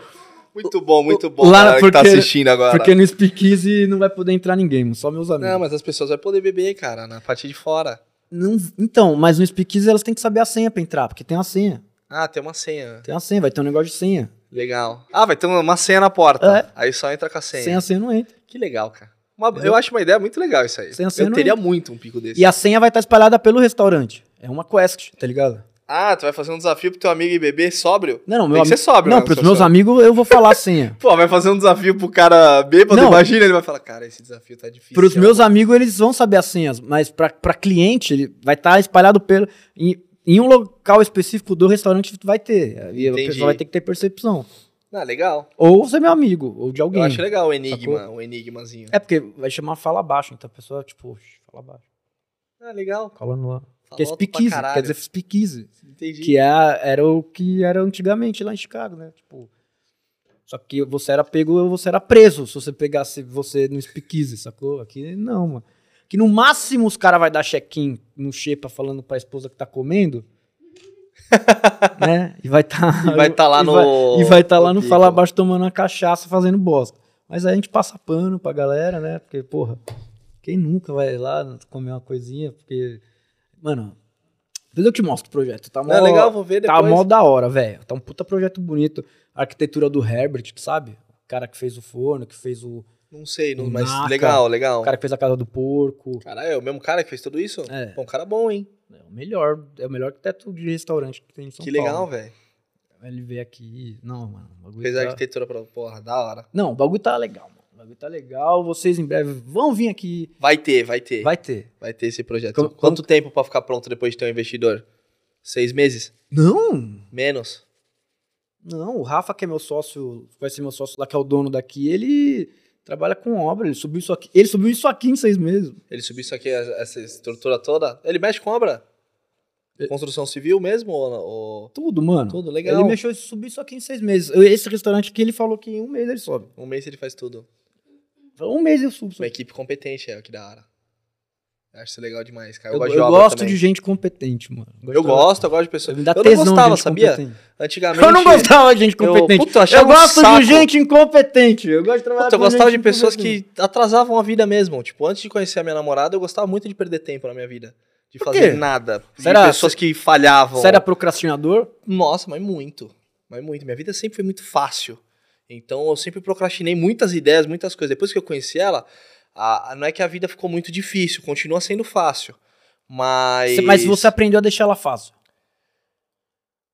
Speaker 2: Muito bom, muito bom.
Speaker 1: Lá,
Speaker 2: galera que tá
Speaker 1: porque-
Speaker 2: assistindo agora.
Speaker 1: Porque no Speakeasy não vai poder entrar ninguém, mano, só meus amigos.
Speaker 2: Não, mas as pessoas vão poder beber, cara, na parte de fora.
Speaker 1: Não, então, mas no Speakeasy elas têm que saber a senha pra entrar, porque tem a senha.
Speaker 2: Ah, tem uma senha.
Speaker 1: Tem a senha, vai ter um negócio de senha.
Speaker 2: Legal. Ah, vai ter uma senha na porta.
Speaker 1: É.
Speaker 2: Aí só entra com a senha.
Speaker 1: Sem a senha não entra.
Speaker 2: Que legal, cara. Uma- eu acho uma ideia muito legal isso aí.
Speaker 1: Sem a senha
Speaker 2: eu
Speaker 1: não
Speaker 2: teria muito um pico desse.
Speaker 1: E a senha vai estar espalhada pelo restaurante. É uma quest, tá ligado?
Speaker 2: Ah, tu vai fazer um desafio pro teu amigo ir beber sóbrio?
Speaker 1: Não, não,
Speaker 2: Tem
Speaker 1: meu
Speaker 2: que ser
Speaker 1: amigo.
Speaker 2: sóbrio,
Speaker 1: Não,
Speaker 2: né,
Speaker 1: pros
Speaker 2: seu
Speaker 1: meus
Speaker 2: senhor?
Speaker 1: amigos eu vou falar a senha.
Speaker 2: Pô, vai fazer um desafio pro cara bêbado,
Speaker 1: Não.
Speaker 2: imagina, ele vai falar, cara, esse desafio tá difícil.
Speaker 1: Para os meus amigos, eles vão saber as senhas, mas para cliente, ele vai estar espalhado pelo, em, em um local específico do restaurante, tu vai ter. E a
Speaker 2: Entendi.
Speaker 1: pessoa vai ter que ter percepção.
Speaker 2: Ah, legal.
Speaker 1: Ou ser meu amigo, ou de alguém.
Speaker 2: Eu acho legal o enigma, o enigmazinho.
Speaker 1: É porque vai chamar fala baixo, então a pessoa, tipo, "Oxe, fala baixo,
Speaker 2: Ah, legal.
Speaker 1: falando lá. Porque é
Speaker 2: Falou pra
Speaker 1: speakeasy,
Speaker 2: caralho. assim,
Speaker 1: quer dizer speakeasy,
Speaker 2: Entendi.
Speaker 1: que é- era o que era antigamente lá em Chicago, né? Tipo, só que você era pego ou você era preso se você pegasse você no speakeasy, sacou? Aqui não, mano. Que no máximo os caras vai dar check-in no Xepa falando pra esposa que tá comendo. né? E vai tá.
Speaker 2: E vai tá lá
Speaker 1: e
Speaker 2: no...
Speaker 1: vai- E vai tá lá no
Speaker 2: pico.
Speaker 1: Fala Baixo tomando uma cachaça fazendo bosta. Mas aí a gente passa pano pra galera, né? Porque, porra, quem nunca vai lá comer uma coisinha? Porque. Mano, depois eu te mostro o projeto. Tá mó,
Speaker 2: Não, é legal, vou ver depois.
Speaker 1: Tá mó da hora, velho. Tá um puta projeto bonito. A arquitetura do Herbert, sabe? O cara que fez o forno, que fez o.
Speaker 2: Não sei, não- mas
Speaker 1: Naca.
Speaker 2: legal, legal.
Speaker 1: O cara que fez a casa do porco.
Speaker 2: Caralho, é o mesmo cara que fez tudo isso?
Speaker 1: É.
Speaker 2: Pô, um cara bom, hein?
Speaker 1: É o melhor, é o melhor arquiteto de restaurante que tem em São
Speaker 2: que legal,
Speaker 1: Paulo.
Speaker 2: velho.
Speaker 1: Ele veio aqui. Não, mano. o bagulho
Speaker 2: Fez a
Speaker 1: tá-
Speaker 2: arquitetura pra... Porra, da hora.
Speaker 1: Não, o bagulho tá legal, mano. O bagulho tá legal. Vocês em breve vão vir aqui.
Speaker 2: Vai ter, vai ter. Vai,
Speaker 1: Vai ter.
Speaker 2: ter esse projeto.
Speaker 1: Como-
Speaker 2: Quanto tempo pra ficar pronto depois de ter um investidor? Seis meses?
Speaker 1: Não!
Speaker 2: Menos?
Speaker 1: Não, o Rafa, que é meu sócio, vai ser meu sócio lá, que é o dono daqui, ele trabalha com obra. Ele subiu isso aqui. Ele subiu isso aqui em seis meses.
Speaker 2: Ele subiu isso aqui, essa estrutura toda? Ele mexe com obra? Construção civil mesmo? Ou, ou-
Speaker 1: Tudo, mano.
Speaker 2: Tudo, legal.
Speaker 1: É. Ele mexeu subir isso aqui em seis meses. Eu- Esse restaurante aqui, ele falou que em um mês ele sobe.
Speaker 2: Um mês ele faz tudo.
Speaker 1: Falou, Um mês eu subo. isso
Speaker 2: Uma
Speaker 1: aqui.
Speaker 2: equipe competente, é o que da hora. Eu acho isso legal demais,
Speaker 1: Eu,
Speaker 2: cara. Eu, gosto
Speaker 1: eu
Speaker 2: de obra
Speaker 1: gosto
Speaker 2: é também.
Speaker 1: de gente competente, mano.
Speaker 2: Eu gosto, eu gosto de pessoas.
Speaker 1: Me dá
Speaker 2: eu não
Speaker 1: tesão de
Speaker 2: gostava,
Speaker 1: gente
Speaker 2: sabia?
Speaker 1: competente.
Speaker 2: Antigamente.
Speaker 1: Eu não gostava de gente
Speaker 2: eu-
Speaker 1: competente.
Speaker 2: puta, eu
Speaker 1: Eu,
Speaker 2: achava um
Speaker 1: gosto
Speaker 2: saco.
Speaker 1: de gente incompetente. Eu gosto de trabalhar
Speaker 2: Puta, eu
Speaker 1: com gente
Speaker 2: gostava de pessoas
Speaker 1: incompetente.
Speaker 2: que atrasavam a vida mesmo. Tipo, antes de conhecer a minha namorada, eu gostava muito de perder tempo na minha vida. De
Speaker 1: Por quê?
Speaker 2: fazer nada. De
Speaker 1: Será?
Speaker 2: pessoas que falhavam.
Speaker 1: Você era procrastinador?
Speaker 2: Nossa, mas muito. Mas muito. Minha vida sempre foi muito fácil. Então eu sempre procrastinei muitas ideias, muitas coisas. Depois que eu conheci ela, a- a- não é que a vida ficou muito difícil, continua sendo fácil. Mas.
Speaker 1: Cê- Mas você aprendeu a deixar ela fácil.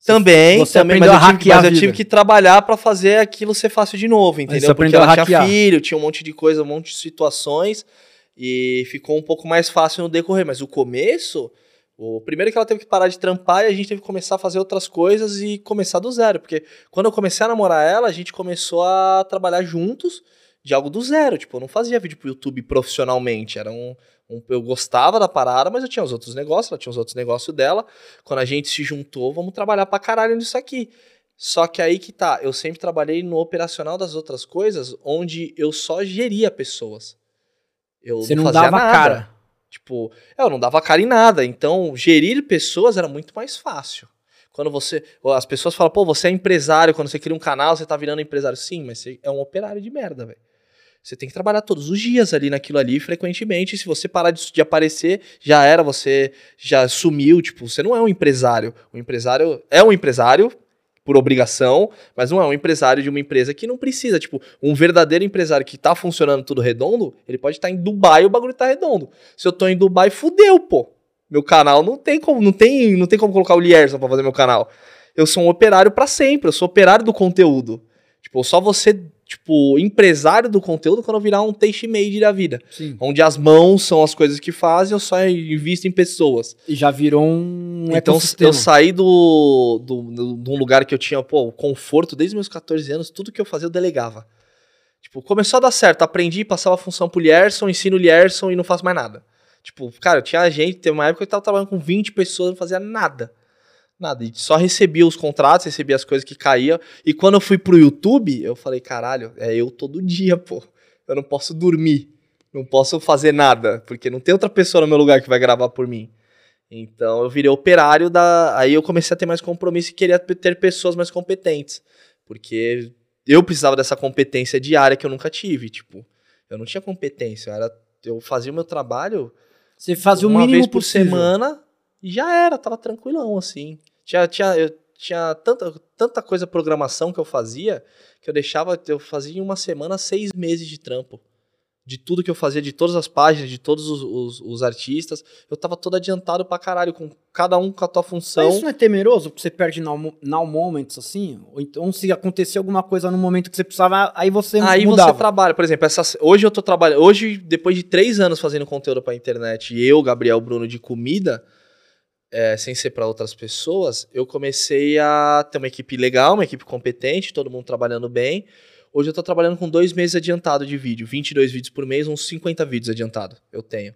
Speaker 2: Também,
Speaker 1: você
Speaker 2: também, mas,
Speaker 1: aprendeu
Speaker 2: eu
Speaker 1: a
Speaker 2: tive, que-
Speaker 1: hackear
Speaker 2: mas
Speaker 1: a
Speaker 2: eu tive
Speaker 1: vida.
Speaker 2: que trabalhar pra fazer aquilo ser fácil de novo, entendeu?
Speaker 1: você
Speaker 2: Porque
Speaker 1: aprendeu a
Speaker 2: ela tinha
Speaker 1: hackear.
Speaker 2: filho, tinha um monte de coisa, um monte de situações e ficou um pouco mais fácil no decorrer. Mas o começo, o primeiro é que ela teve que parar de trampar e a gente teve que começar a fazer outras coisas e começar do zero, porque quando eu comecei a namorar ela, a gente começou a trabalhar juntos de algo do zero. Tipo, eu não fazia vídeo pro YouTube profissionalmente. Era um, um- eu gostava da parada, mas eu tinha os outros negócios, ela tinha os outros negócios dela. Quando a gente se juntou, vamos trabalhar pra caralho nisso aqui. Só que aí que tá, eu sempre trabalhei no operacional das outras coisas, onde eu só geria pessoas. Eu
Speaker 1: Você não,
Speaker 2: fazia
Speaker 1: dava
Speaker 2: nada.
Speaker 1: cara.
Speaker 2: Tipo, eu não dava cara em nada. Então, gerir pessoas era muito mais fácil. Quando você. As pessoas falam, pô, você é empresário, quando você cria um canal, você tá virando empresário. Sim, mas você é um operário de merda, velho. Você tem que trabalhar todos os dias ali naquilo ali, frequentemente. Se você parar de, de aparecer, já era, você já sumiu. Tipo, você não é um empresário. O empresário é um empresário por obrigação, mas não é um empresário de uma empresa que não precisa. Tipo, um verdadeiro empresário que tá funcionando tudo redondo, ele pode estar em Dubai e o bagulho tá redondo. Se eu tô em Dubai, fudeu, pô. Meu canal não tem como, não tem, não tem como colocar o Lierson pra fazer meu canal. Eu sou um operário pra sempre, eu sou operário do conteúdo. Tipo, só você, tipo, empresário do conteúdo quando eu virar um taste made da vida.
Speaker 1: Sim.
Speaker 2: Onde as mãos são as coisas que fazem, eu só invisto em pessoas
Speaker 1: E já virou um
Speaker 2: então
Speaker 1: ecossistema.
Speaker 2: eu saí do, do, do- de um lugar que eu tinha, pô, o conforto desde meus 14 anos, tudo que eu fazia eu delegava. Tipo, começou a dar certo, aprendi, passava a função pro Lierson, ensino o Lierson e não faço mais nada. Tipo, cara, eu tinha gente, teve uma época que eu tava trabalhando com 20 pessoas, eu não fazia nada. Nada, e só recebia os contratos, recebia as coisas que caíam. E quando eu fui pro YouTube, eu falei, caralho, é eu todo dia, pô. Eu não posso dormir. Não posso fazer nada, porque não tem outra pessoa no meu lugar que vai gravar por mim. Então eu virei operário da. Aí eu comecei a ter mais compromisso e queria ter pessoas mais competentes. Porque eu precisava dessa competência diária que eu nunca tive. Tipo, eu não tinha competência. Eu, era... eu fazia o meu trabalho
Speaker 1: Você fazia o
Speaker 2: uma
Speaker 1: mínimo
Speaker 2: vez por
Speaker 1: possível.
Speaker 2: semana e já era, tava tranquilão, assim. Tinha, tinha, eu tinha tanta, tanta coisa programação que eu fazia que eu deixava, eu fazia em uma semana seis meses de trampo. De tudo que eu fazia, de todas as páginas, de todos os, os- os artistas. Eu tava todo adiantado pra caralho, com cada um com a tua função.
Speaker 1: Mas isso não é temeroso? Porque você perde now, mo- now moments, assim? Ou então se acontecer alguma coisa no momento que você precisava, aí você
Speaker 2: Aí
Speaker 1: mudava.
Speaker 2: você trabalha, por exemplo, essas- hoje eu tô trabalhando, hoje, depois de três anos fazendo conteúdo pra internet, e eu, Gabriel Bruno, de comida, é, sem ser pra outras pessoas, eu comecei a ter uma equipe legal, uma equipe competente, todo mundo trabalhando bem. Hoje eu tô trabalhando com dois meses adiantado de vídeo, 22 vídeos por mês, uns 50 vídeos adiantado eu tenho.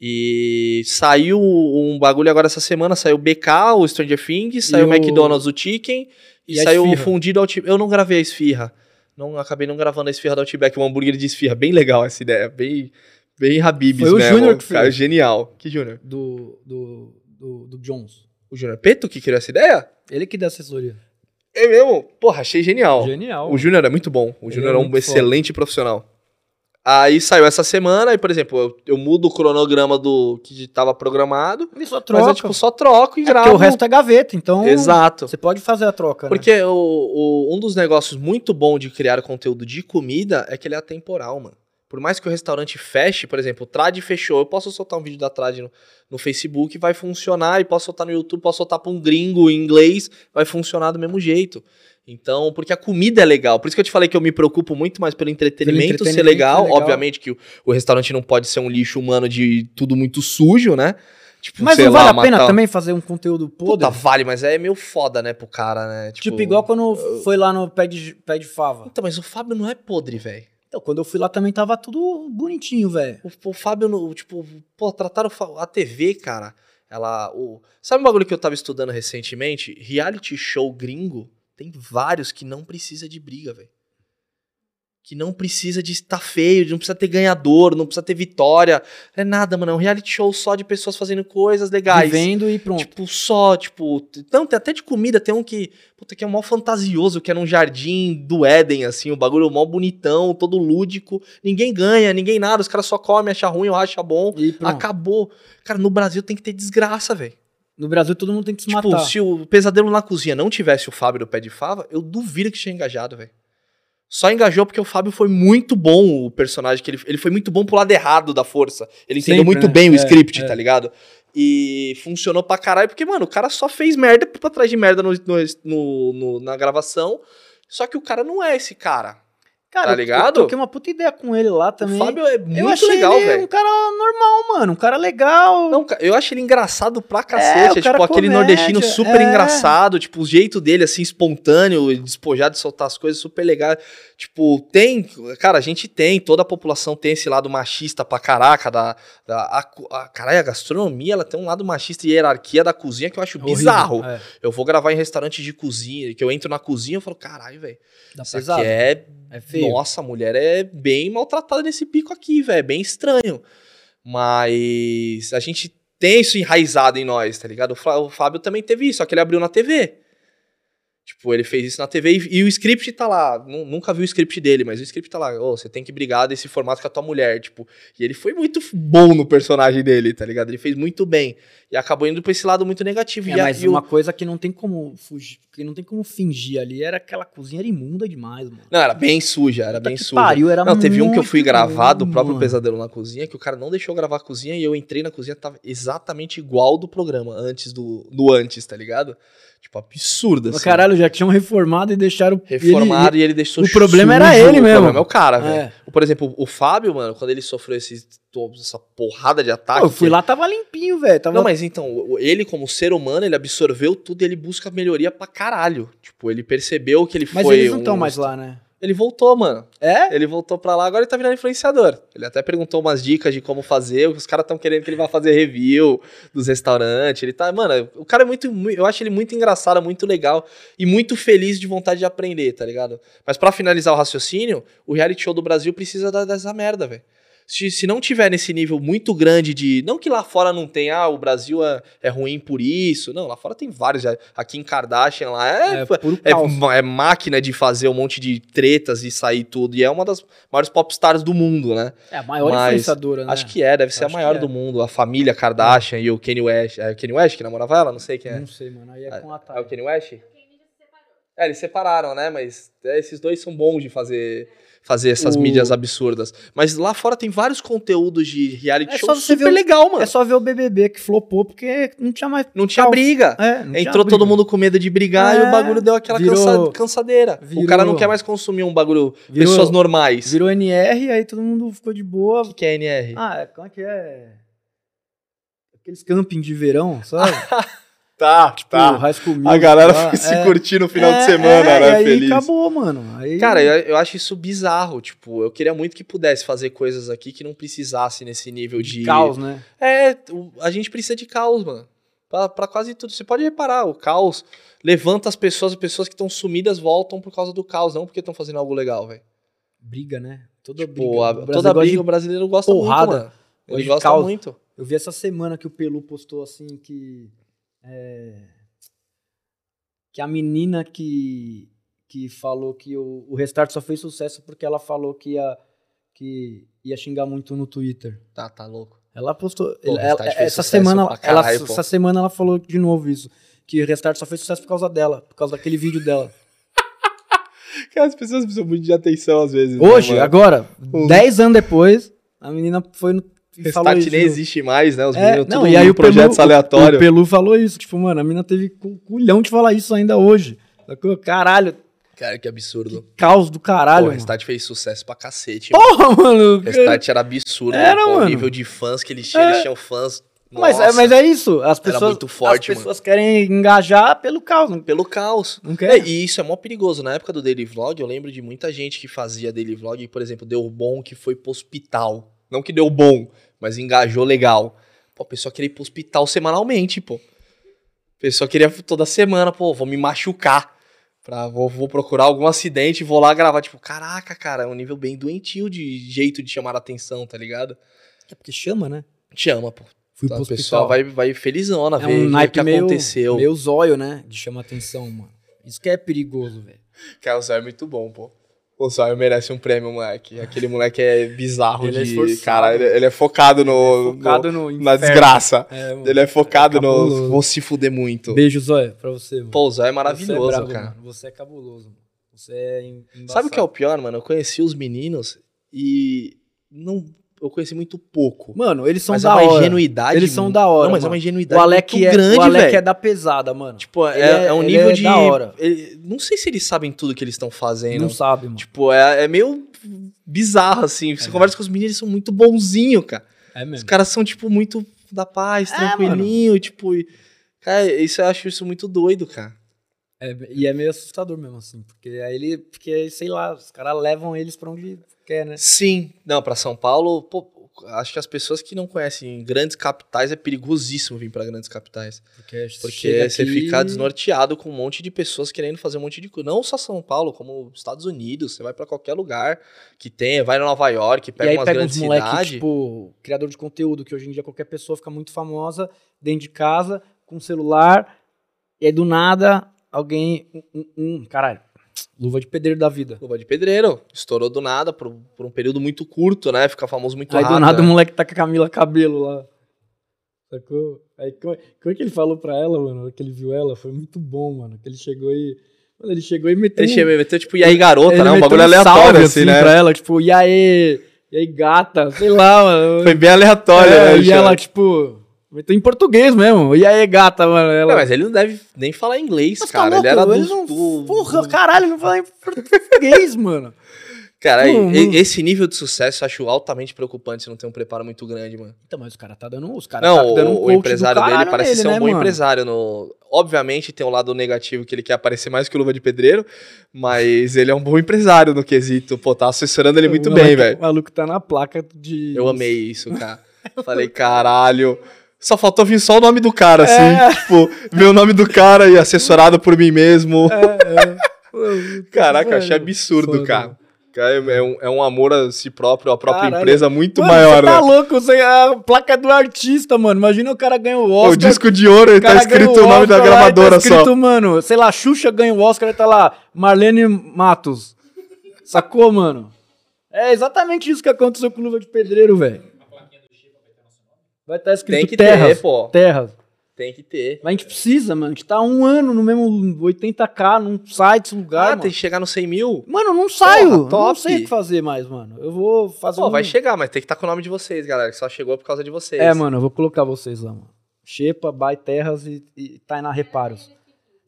Speaker 2: E saiu um bagulho agora essa semana, saiu o BK, o Stranger Things, saiu o
Speaker 1: o-
Speaker 2: McDonald's, o Chicken, e,
Speaker 1: e a
Speaker 2: saiu o
Speaker 1: esfirra?
Speaker 2: fundido ao Eu não gravei a esfirra. Não, acabei não gravando a esfirra da Outback, um hambúrguer de esfirra. Bem legal essa ideia, bem, bem Habibs
Speaker 1: Foi o
Speaker 2: mesmo.
Speaker 1: Júnior que fez.
Speaker 2: Cara, genial. Que Júnior?
Speaker 1: Do, do, do, do Jones.
Speaker 2: O Júnior Peto que criou essa ideia?
Speaker 1: Ele que dá assessoria.
Speaker 2: É mesmo? Porra, achei genial.
Speaker 3: Genial.
Speaker 2: O Júnior é muito bom. O
Speaker 3: Ele
Speaker 2: Júnior
Speaker 3: é
Speaker 2: é, um
Speaker 3: muito
Speaker 2: excelente profissional. Aí saiu essa semana, e por exemplo, eu, eu mudo o cronograma do que estava programado,
Speaker 1: Ele só
Speaker 2: mas
Speaker 1: troca.
Speaker 2: eu tipo, só troco e gravo.
Speaker 1: porque o resto é gaveta, então
Speaker 2: Exato.
Speaker 1: você pode fazer a troca, né?
Speaker 2: Porque o, o- um dos negócios muito bom de criar conteúdo de comida é que ele é atemporal, mano. Por mais que o restaurante feche, por exemplo, o Trad fechou, eu posso soltar um vídeo da Trad no, no Facebook, vai funcionar, e posso soltar no YouTube, posso soltar pra um gringo em inglês, vai funcionar do mesmo jeito. Então, porque a comida é legal. Por isso que eu te falei que eu me preocupo muito mais pelo entretenimento, ser
Speaker 1: entretenimento,
Speaker 2: legal.
Speaker 1: é legal.
Speaker 2: Obviamente que o, o restaurante não pode ser um lixo humano de tudo muito sujo, né? Tipo,
Speaker 1: Mas
Speaker 2: sei
Speaker 1: não vale
Speaker 2: lá,
Speaker 1: a pena
Speaker 2: matar-
Speaker 1: também fazer um conteúdo podre?
Speaker 2: Puta, vale, mas é meio foda, né, pro cara, né?
Speaker 1: tipo, igual quando foi lá no pé de, pé de fava.
Speaker 2: Então, mas o Fábio não é podre, velho.
Speaker 1: Então, quando eu fui lá também tava tudo bonitinho, velho.
Speaker 2: O, o Fábio, não- tipo, pô, trataram o Fa- a TV, cara. Ela. O... Sabe um bagulho que eu tava estudando recentemente? Reality show gringo tem vários que não precisa de briga, velho. Que não precisa de estar feio, não precisa ter ganhador, não precisa ter vitória. Não é nada, mano. É um reality show só de pessoas fazendo coisas legais.
Speaker 1: Vivendo e pronto.
Speaker 2: Tipo, só, tipo. t- Não, tem até de comida, tem um que. Puta, que é mó fantasioso, que é num jardim do Éden, assim, o bagulho mó bonitão, todo lúdico. Ninguém ganha, ninguém nada, os caras só comem, acha ruim ou acha bom.
Speaker 1: e pronto.
Speaker 2: Acabou. Cara, no Brasil tem que ter desgraça, velho.
Speaker 1: No Brasil todo mundo tem que se
Speaker 2: Tipo,
Speaker 1: matar.
Speaker 2: se o Pesadelo na Cozinha não tivesse o Fábio do Pé de Fava, eu duvido que tinha engajado, velho. Só engajou porque o Fábio foi muito bom, o personagem que ele, ele foi muito bom pro lado errado da força. Ele entendeu
Speaker 1: Sempre,
Speaker 2: muito
Speaker 1: né?
Speaker 2: bem o
Speaker 1: É,
Speaker 2: script,
Speaker 1: é.
Speaker 2: tá ligado? E funcionou pra caralho, porque, mano, o cara só fez merda pra trás de merda no- no- no- no- na gravação. Só que o cara não é esse cara.
Speaker 1: Cara,
Speaker 2: tá
Speaker 1: eu-
Speaker 2: ligado?
Speaker 1: Eu troquei uma puta ideia com ele lá também.
Speaker 2: O Fábio é
Speaker 1: eu
Speaker 2: muito
Speaker 1: achei
Speaker 2: legal,
Speaker 1: ele
Speaker 2: velho. É
Speaker 1: um cara normal, mano. Um cara legal.
Speaker 2: Não, ca- eu acho ele engraçado pra cacete. É,
Speaker 1: o cara
Speaker 2: tipo, aquele
Speaker 1: comédia,
Speaker 2: nordestino super
Speaker 1: é.
Speaker 2: engraçado. Tipo, o jeito dele, assim, espontâneo, e despojado de soltar as coisas, super legal. Tipo, tem. Cara, a gente tem, toda a população tem esse lado machista pra caraca. Da, da, a, cu- a- caralho, a gastronomia, ela tem um lado machista e hierarquia da cozinha que eu acho
Speaker 1: Horrível.
Speaker 2: bizarro.
Speaker 1: É.
Speaker 2: Eu vou gravar em restaurantes de cozinha, que eu entro na cozinha e falo, caralho, velho.
Speaker 1: Dá
Speaker 2: Isso
Speaker 1: pesado.
Speaker 2: aqui é
Speaker 1: É feio.
Speaker 2: nossa, a mulher é bem maltratada nesse pico aqui, velho. É bem estranho. Mas a gente tem isso enraizado em nós, tá ligado? O Flá- O Fábio também teve isso, só que ele abriu na TV. Tipo, ele fez isso na TV e, e o script tá lá. Nu- Nunca vi o script dele, mas o script tá lá. Ô, você tem que brigar desse formato com a tua mulher, tipo. E ele foi muito f- bom no personagem dele, tá ligado? Ele fez muito bem. E acabou indo pra esse lado muito negativo.
Speaker 1: É,
Speaker 2: e a-
Speaker 1: mas
Speaker 2: e o-
Speaker 1: uma coisa que não tem como fugir, que não tem como fingir ali, era aquela cozinha era imunda demais, mano.
Speaker 2: Não, era bem suja, era
Speaker 1: Puta
Speaker 2: bem
Speaker 1: que
Speaker 2: suja.
Speaker 1: Pariu, era
Speaker 2: Não, teve um que eu
Speaker 1: Tá muito
Speaker 2: fui gravar do
Speaker 1: ruim,
Speaker 2: próprio
Speaker 1: mano.
Speaker 2: Pesadelo na Cozinha, que o cara não deixou eu gravar a cozinha e eu entrei na cozinha, tava exatamente igual do programa, antes do, do antes, tá ligado? Tipo, absurdo,
Speaker 1: Mas
Speaker 2: assim.
Speaker 1: Caralho, já tinham reformado e deixaram.
Speaker 2: Reformaram e ele, deixou
Speaker 1: o problema era
Speaker 2: sujo,
Speaker 1: ele
Speaker 2: O
Speaker 1: mesmo.
Speaker 2: problema é o cara,
Speaker 1: Ele,
Speaker 2: velho.
Speaker 1: é.
Speaker 2: Por exemplo, o Fábio, mano, quando ele sofreu esse, to- essa porrada de ataque.
Speaker 1: Pô, eu fui
Speaker 2: Ah, que- é?
Speaker 1: lá, tava limpinho, velho. Tava...
Speaker 2: Não, mas então, o- ele como ser humano, ele absorveu tudo e ele busca melhoria pra caralho. Tipo, ele percebeu que ele
Speaker 1: Mas
Speaker 2: foi
Speaker 1: eles não
Speaker 2: um-
Speaker 1: estão mais lá, né?
Speaker 2: Ele voltou, mano.
Speaker 1: É?
Speaker 2: Ele voltou pra lá, agora ele tá virando influenciador. Ele até perguntou umas dicas de como fazer, os caras estão querendo que ele vá fazer review dos restaurantes. Ele tá, mano, o cara é muito, mui- eu acho ele muito engraçado, muito legal e muito feliz de vontade de aprender, tá ligado? Mas pra finalizar o raciocínio, o reality show do Brasil precisa da- dessa merda, velho. se, se não tiver nesse nível muito grande de. Não que lá fora não tenha, ah, o Brasil é, é ruim por isso. Não, lá fora tem vários. já- A Kim Kardashian lá é,
Speaker 1: É puro
Speaker 2: é,
Speaker 1: caos.
Speaker 2: ma- é máquina de fazer um monte de tretas e sair tudo. E é uma das maiores popstars do mundo, né?
Speaker 1: É a maior
Speaker 2: Mas
Speaker 1: influenciadora, né?
Speaker 2: Acho que é, deve ser a
Speaker 1: Acho que
Speaker 2: maior
Speaker 1: é.
Speaker 2: do mundo. A família Kardashian e o Kanye West. É o Kanye West que namorava ela? Não sei quem é.
Speaker 1: Não sei, mano. Aí é com a
Speaker 2: É
Speaker 1: Thay.
Speaker 2: o Kanye West? É, eles separaram, né? Mas é, esses dois são bons de fazer, fazer essas
Speaker 1: O-
Speaker 2: mídias absurdas. Mas lá fora tem vários conteúdos de reality
Speaker 1: É
Speaker 2: show
Speaker 1: só você
Speaker 2: super
Speaker 1: ver o-
Speaker 2: legal, mano.
Speaker 1: É só ver o BBB que flopou porque não tinha mais.
Speaker 2: Não tinha briga.
Speaker 1: É, não tinha
Speaker 2: Entrou todo
Speaker 1: briga.
Speaker 2: mundo com medo de brigar e
Speaker 1: É,
Speaker 2: o bagulho deu aquela
Speaker 1: virou-
Speaker 2: cansa- cansadeira. O
Speaker 1: virou-
Speaker 2: cara não quer mais consumir um bagulho.
Speaker 1: Virou-
Speaker 2: pessoas normais.
Speaker 1: Virou NR, aí todo mundo ficou de boa.
Speaker 2: O que que é NR?
Speaker 1: Ah, é, como é que é? Aqueles camping de verão, sabe?
Speaker 2: Ah, tá,
Speaker 1: Pô, High School Musical,
Speaker 2: A galera
Speaker 1: tá?
Speaker 2: fica se
Speaker 1: É.
Speaker 2: curtindo no final de
Speaker 1: É,
Speaker 2: semana,
Speaker 1: é, e
Speaker 2: né?
Speaker 1: aí
Speaker 2: Feliz.
Speaker 1: acabou, mano. Aí,
Speaker 2: Cara, eu, eu acho isso bizarro. Tipo, eu queria muito que pudesse fazer coisas aqui que não precisasse nesse nível de.
Speaker 1: caos, né?
Speaker 2: É, o- a gente precisa de caos, mano. Pra, pra quase tudo. Você pode reparar, o caos levanta as pessoas, as pessoas que estão sumidas voltam por causa do caos, não porque estão fazendo algo legal, velho.
Speaker 1: Briga, né? Toda
Speaker 2: Tipo, a-
Speaker 1: briga. O Brasil
Speaker 2: toda
Speaker 1: gosta
Speaker 2: briga
Speaker 1: de
Speaker 2: o brasileiro gosta
Speaker 1: porrada,
Speaker 2: muito, mano.
Speaker 1: gosta
Speaker 2: Ele
Speaker 1: de
Speaker 2: gosta
Speaker 1: caos.
Speaker 2: muito.
Speaker 1: Eu vi essa semana que o Pelu postou assim que. é, que a menina que, que falou que o, o Restart só fez sucesso porque ela falou que ia, que ia xingar muito no Twitter.
Speaker 2: Tá, tá louco.
Speaker 1: Ela postou.
Speaker 2: Pô, o
Speaker 1: ela-
Speaker 2: Restart fez
Speaker 1: essa,
Speaker 2: sucesso
Speaker 1: semana,
Speaker 2: pra
Speaker 1: ela,
Speaker 2: caralho, pô.
Speaker 1: essa semana ela falou de novo isso. Que o Restart só fez sucesso por causa dela, por causa daquele vídeo dela.
Speaker 2: Cara, as pessoas precisam muito de atenção às vezes. né,
Speaker 1: Hoje, agora,
Speaker 2: O-
Speaker 1: 10 anos depois, a menina foi no. e falou
Speaker 2: Restart
Speaker 1: isso de
Speaker 2: nem
Speaker 1: novo.
Speaker 2: existe mais, né? Os
Speaker 1: É,
Speaker 2: meninos,
Speaker 1: não,
Speaker 2: tudo
Speaker 1: e aí
Speaker 2: em
Speaker 1: o
Speaker 2: projetos
Speaker 1: Pelu- O
Speaker 2: aleatórios.
Speaker 1: Pelu falou isso, tipo, mano, a mina teve cu- culhão de falar isso ainda hoje. Sacou? Caralho,
Speaker 2: Cara, que absurdo.
Speaker 1: caos do caralho. mano.
Speaker 2: Pô, o Restart fez sucesso pra cacete. mano.
Speaker 1: Porra, mano.
Speaker 2: O Restart era absurdo.
Speaker 1: Era,
Speaker 2: pô, O
Speaker 1: mano. É.
Speaker 2: nível de fãs que eles tinham, eles tinham fãs.
Speaker 1: Mas, é-
Speaker 2: nossa,
Speaker 1: mas é isso, as
Speaker 2: Era
Speaker 1: pessoas,
Speaker 2: muito forte,
Speaker 1: as pessoas querem engajar pelo caos, não,
Speaker 2: pelo caos.
Speaker 1: não
Speaker 2: É,
Speaker 1: quer?
Speaker 2: e isso é mó perigoso. Na época do Daily Vlog, eu lembro de muita gente que fazia Daily Vlog e, por exemplo, deu bom que foi pro hospital. Não que deu bom, mas engajou legal. Pô, a pessoa queria ir pro hospital semanalmente, pô. A pessoa queria toda semana, pô, vou me machucar. Pra, vou, vou procurar algum acidente e vou lá gravar. Tipo, caraca, cara, é um nível bem doentio de jeito de chamar a atenção, tá ligado?
Speaker 1: É porque chama, né?
Speaker 2: Te ama, pô.
Speaker 1: Fui
Speaker 2: Então,
Speaker 1: pro
Speaker 2: a pessoa
Speaker 1: hospital.
Speaker 2: vai, vai felizona
Speaker 1: é
Speaker 2: ver
Speaker 1: um
Speaker 2: o
Speaker 1: naipe
Speaker 2: que
Speaker 1: meio,
Speaker 2: aconteceu.
Speaker 1: meio zóio, né? De chamar atenção, mano. Isso que é perigoso, velho.
Speaker 2: Cara, o Zóio é muito bom, pô. O Zóio merece um prêmio, moleque. Aquele moleque é bizarro
Speaker 1: Ele é
Speaker 2: de.
Speaker 1: esforçado.
Speaker 2: cara, ele, ele é focado no.
Speaker 1: Focado no
Speaker 2: no- na
Speaker 1: inferno.
Speaker 2: desgraça.
Speaker 1: É, mano.
Speaker 2: Ele é focado no.
Speaker 1: Cabuloso.
Speaker 2: Vou se fuder muito.
Speaker 1: Beijo, zóio, pra você, mano.
Speaker 2: Pô, o Zóio é
Speaker 1: Você é
Speaker 2: maravilhoso,
Speaker 1: brabo,
Speaker 2: cara.
Speaker 1: mano. Você é cabuloso, mano. Você é em-
Speaker 2: Sabe o que
Speaker 1: embaçado.
Speaker 2: é o pior, mano? Eu conheci os meninos e. Não, eu conheci muito pouco.
Speaker 1: Mano, eles são
Speaker 2: mas
Speaker 1: da
Speaker 2: é uma
Speaker 1: hora.
Speaker 2: ingenuidade.
Speaker 1: Eles são da hora,
Speaker 2: Não, mas é
Speaker 1: mano.
Speaker 2: uma
Speaker 1: O
Speaker 2: ingenuidade
Speaker 1: Alec,
Speaker 2: muito
Speaker 1: é,
Speaker 2: grande,
Speaker 1: o Alec
Speaker 2: velho.
Speaker 1: é da pesada, mano.
Speaker 2: Tipo, é,
Speaker 1: ele é-
Speaker 2: é um
Speaker 1: ele
Speaker 2: nível
Speaker 1: é
Speaker 2: de.
Speaker 1: da hora.
Speaker 2: ele- não sei se eles sabem tudo que eles estão fazendo.
Speaker 1: não sabe, mano.
Speaker 2: Tipo, é, é meio bizarro, assim. Você conversa com os meninos, eles são muito bonzinhos, cara.
Speaker 1: é
Speaker 2: Os caras são, tipo, muito da paz,
Speaker 1: É,
Speaker 2: tranquilinho, tipo... e- Cara, isso eu acho isso muito doido, cara.
Speaker 1: É, e é meio assustador mesmo, assim. Porque aí ele. Porque, sei lá, os caras levam eles pra onde quer, né?
Speaker 2: Sim. Não, pra São Paulo, pô, acho que as pessoas que não conhecem grandes capitais, é perigosíssimo vir pra grandes capitais.
Speaker 1: Porque, é
Speaker 2: Porque
Speaker 1: chega
Speaker 2: você
Speaker 1: aqui-
Speaker 2: fica desnorteado com um monte de pessoas querendo fazer um monte de coisa. Não só São Paulo, como Estados Unidos. Você vai pra qualquer lugar que tenha, vai na Nova York,
Speaker 1: E
Speaker 2: pega
Speaker 1: aí
Speaker 2: umas
Speaker 1: pega
Speaker 2: grandes
Speaker 1: uns moleques,
Speaker 2: cidades.
Speaker 1: tipo, criador de conteúdo, que hoje em dia qualquer pessoa fica muito famosa dentro de casa, com celular. E aí do nada, alguém. Um, um, um, caralho. Luva de pedreiro da vida.
Speaker 2: Luva de Pedreiro. Estourou do nada por, por um período muito curto, né? Fica famoso muito
Speaker 1: Aí
Speaker 2: rápido.
Speaker 1: do nada o
Speaker 2: né?
Speaker 1: moleque tá com a Camila Cabelo lá. Sacou? Aí como, como é que ele falou pra ela, mano? na hora Que ele viu ela, foi muito bom, mano. Que ele chegou e. Mano, ele chegou e meteu.
Speaker 2: Ele
Speaker 1: um-
Speaker 2: chega e meteu, tipo, e aí garota, né? Um
Speaker 1: meteu
Speaker 2: bagulho
Speaker 1: salve,
Speaker 2: aleatório, assim, né?
Speaker 1: pra ela, tipo, e aí? E aí, gata? Sei lá, mano.
Speaker 2: Foi bem aleatório,
Speaker 1: É,
Speaker 2: né?
Speaker 1: E
Speaker 2: Alexandre?
Speaker 1: ela, tipo. Meteu em português mesmo. E aí, gata, mano? Ela,
Speaker 2: Não, mas ele não deve nem falar inglês,
Speaker 1: Mas tá
Speaker 2: cara.
Speaker 1: louco,
Speaker 2: ele era do...
Speaker 1: ele não-
Speaker 2: do-
Speaker 1: Porra, caralho, não fala em português, mano.
Speaker 2: Cara, e-
Speaker 1: Não, não.
Speaker 2: e- esse nível de sucesso eu acho altamente preocupante se não tem um preparo muito grande, mano.
Speaker 1: Então, mas o cara tá dando. Os caras
Speaker 2: Não,
Speaker 1: tá dando um
Speaker 2: o, o
Speaker 1: coach do
Speaker 2: empresário dele
Speaker 1: caralho
Speaker 2: parece
Speaker 1: nele,
Speaker 2: ser um
Speaker 1: né,
Speaker 2: bom
Speaker 1: mano?
Speaker 2: empresário. No... Obviamente tem um lado negativo que ele quer aparecer mais que o Luva de Pedreiro, mas ele é um bom empresário no quesito. Pô, tá assessorando ele muito
Speaker 1: O
Speaker 2: bem,
Speaker 1: maluco-
Speaker 2: velho.
Speaker 1: O maluco tá na placa de.
Speaker 2: Eu amei isso, cara. Falei, caralho. Só faltou vir só o nome do cara, assim.
Speaker 1: É.
Speaker 2: Tipo, ver o nome do cara e assessorado por mim mesmo.
Speaker 1: É, é.
Speaker 2: Caraca, eu achei absurdo,
Speaker 1: Foda.
Speaker 2: cara. Cara, é, um, é um amor a si próprio, à própria
Speaker 1: Caralho.
Speaker 2: empresa muito
Speaker 1: mano,
Speaker 2: maior,
Speaker 1: você tá
Speaker 2: né?
Speaker 1: louco, você, a placa do artista, mano. Imagina o cara ganha o Oscar.
Speaker 2: o disco de ouro, ele
Speaker 1: o cara
Speaker 2: tá
Speaker 1: ganha
Speaker 2: escrito o nome da
Speaker 1: Oscar lá,
Speaker 2: gravadora
Speaker 1: tá escrito,
Speaker 2: só.
Speaker 1: mano, sei lá, Xuxa ganha o Oscar, aí tá lá, Marlene Matos. Sacou, mano? É exatamente isso que aconteceu com Luva de Pedreiro, velho. Vai estar escrito
Speaker 2: Tem que
Speaker 1: terras,
Speaker 2: ter, pô.
Speaker 1: terras.
Speaker 2: Tem que ter.
Speaker 1: Mas a gente precisa, mano. A gente tá há um ano no mesmo 80k, não sai desse lugar,
Speaker 2: Ah,
Speaker 1: mano.
Speaker 2: tem que chegar nos 100 mil?
Speaker 1: Mano, eu não saio. Eu Não
Speaker 2: top.
Speaker 1: sei o que fazer mais, mano. Eu vou fazer
Speaker 2: Pô,
Speaker 1: um...
Speaker 2: vai chegar, mas tem que estar com o nome de vocês, galera, que só chegou por causa de vocês.
Speaker 1: É, mano, eu vou colocar vocês lá, mano. Xepa, Bai Terras e, e Tainá Reparos.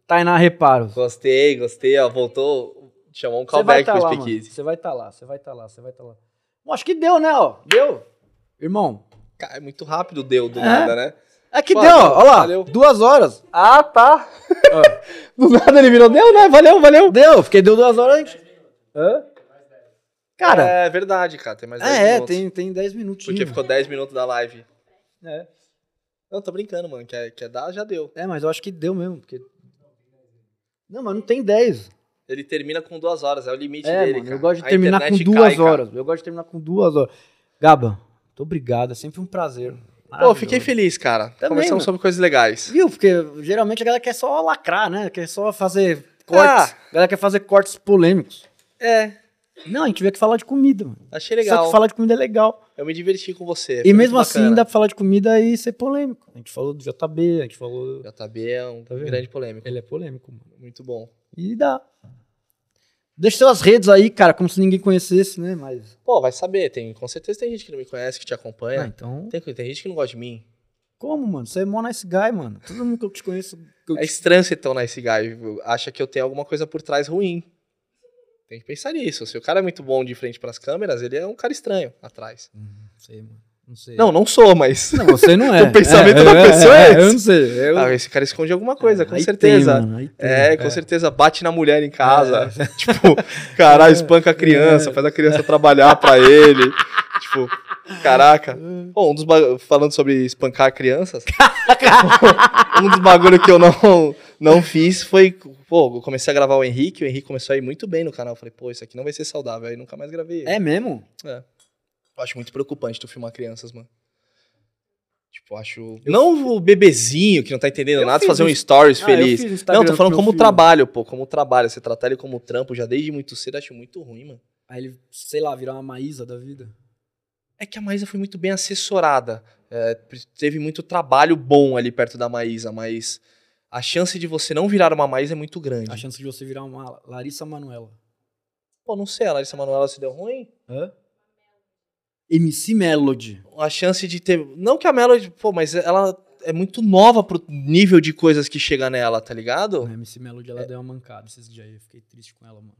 Speaker 1: Tainá Reparos.
Speaker 2: Gostei, gostei, ó, voltou, chamou um
Speaker 1: Você vai
Speaker 2: callback
Speaker 1: estar
Speaker 2: pro
Speaker 1: lá, mano.
Speaker 2: Speakeasy.
Speaker 1: Você vai estar lá, você vai estar lá, você vai estar lá. Bom, acho que deu, né, ó. Deu. Irmão.
Speaker 2: Cara, é muito rápido deu do nada, né?
Speaker 1: É que
Speaker 2: Pô,
Speaker 1: deu, ó. Ó lá.
Speaker 2: valeu.
Speaker 1: Duas horas. Ah.
Speaker 2: Ah, tá. do nada ele virou, deu, né? Valeu, valeu.
Speaker 1: Deu, porque deu duas horas antes. Hã? Cara,
Speaker 2: É verdade, cara, tem mais 10
Speaker 1: é, é
Speaker 2: minutos.
Speaker 1: tem, tem dez minutos.
Speaker 2: Porque ficou 10 minutos da live.
Speaker 1: É.
Speaker 2: Não, tô brincando, mano, quer, quer dar, já deu.
Speaker 1: É, mas eu acho que deu mesmo. Porque... Não, mas não tem dez.
Speaker 2: Ele termina com duas horas, é o limite
Speaker 1: É,
Speaker 2: dele,
Speaker 1: mano,
Speaker 2: cara.
Speaker 1: eu gosto de
Speaker 2: A
Speaker 1: terminar com
Speaker 2: internet
Speaker 1: duas
Speaker 2: cai, cara.
Speaker 1: horas. Eu gosto de terminar com duas horas. Gaba, muito obrigado. É sempre um prazer.
Speaker 2: Pô, fiquei feliz, cara.
Speaker 1: Também,
Speaker 2: Conversamos
Speaker 1: mano.
Speaker 2: sobre coisas legais.
Speaker 1: Viu? Porque geralmente a galera quer só lacrar, né? Quer só fazer cortes.
Speaker 2: Ah.
Speaker 1: A galera quer fazer cortes polêmicos.
Speaker 2: É,
Speaker 1: Não, a gente veio aqui falar de comida, mano.
Speaker 2: achei
Speaker 1: Só
Speaker 2: legal. É,
Speaker 1: que falar de comida é legal.
Speaker 2: Eu me diverti com você.
Speaker 1: e mesmo assim, dá pra falar de comida e ser polêmico. A gente falou do JB, a gente falou.
Speaker 2: JB é um
Speaker 1: Tá vendo?
Speaker 2: grande polêmico.
Speaker 1: Ele é polêmico, mano.
Speaker 2: Muito bom.
Speaker 1: E dá. Deixa suas redes aí, cara, como se ninguém conhecesse, né? Mas.
Speaker 2: Pô, vai saber, tem, com certeza tem gente que não me conhece, que te acompanha.
Speaker 1: Ah, então.
Speaker 2: Tem, tem gente que não gosta de mim.
Speaker 1: Como, mano? Você é mó nice guy, mano. Todo mundo que eu te conheço. que eu
Speaker 2: É
Speaker 1: te-
Speaker 2: estranho você tão nesse guy. viu? tipo, Acha que eu tenho alguma coisa por trás ruim. Tem que pensar nisso. Se o cara é muito bom de frente pras câmeras, ele é um cara estranho atrás.
Speaker 1: Não sei, mano. Não sei.
Speaker 2: Não, não sou, mas.
Speaker 1: Não, você não é.
Speaker 2: O pensamento da pessoa é esse.
Speaker 1: Eu não sei. Eu...
Speaker 2: Ah, esse cara esconde alguma coisa, com
Speaker 1: Aí tem,
Speaker 2: certeza.
Speaker 1: mano, aí tem.
Speaker 2: É, com certeza bate na mulher em casa. Tipo, caralho, espanca a criança, faz a criança trabalhar pra ele. Tipo, caraca. Bom, um dos ba- falando sobre espancar crianças. um dos bagulhos que eu não não fiz foi, pô, eu comecei a gravar o Henrique, o Henrique começou a ir muito bem no canal. Eu falei, pô, isso aqui não vai ser saudável, aí nunca mais gravei.
Speaker 1: É mesmo?
Speaker 2: Eu acho muito preocupante tu filmar crianças, mano. Tipo, eu acho. Não o bebezinho que não tá entendendo
Speaker 1: Eu
Speaker 2: nada,
Speaker 1: fiz
Speaker 2: fazer um
Speaker 1: isso.
Speaker 2: stories
Speaker 1: Ah, eu
Speaker 2: feliz.
Speaker 1: fiz Instagram
Speaker 2: Não, tô falando
Speaker 1: pro meu
Speaker 2: como
Speaker 1: filho.
Speaker 2: trabalho, pô. Como trabalho. Você tratar ele como trampo já desde muito cedo, eu acho muito ruim, mano.
Speaker 1: Aí ele, sei lá, virar uma Maísa da vida.
Speaker 2: É que a Maísa foi muito bem assessorada. É, pre- teve muito trabalho bom ali perto da Maísa, mas a chance de você não virar uma Maísa é muito grande.
Speaker 1: A chance de você virar uma Larissa Manuela.
Speaker 2: Pô, não sei, a Larissa Manoela se deu ruim.
Speaker 1: Hã? MC Melody.
Speaker 2: A chance de ter. Não que a Melody. Pô, mas ela é muito nova pro nível de coisas que chega nela, tá ligado?
Speaker 1: A MC Né, Melody,
Speaker 2: É.
Speaker 1: ela deu uma mancada esses dias aí. Eu fiquei triste com ela, mano.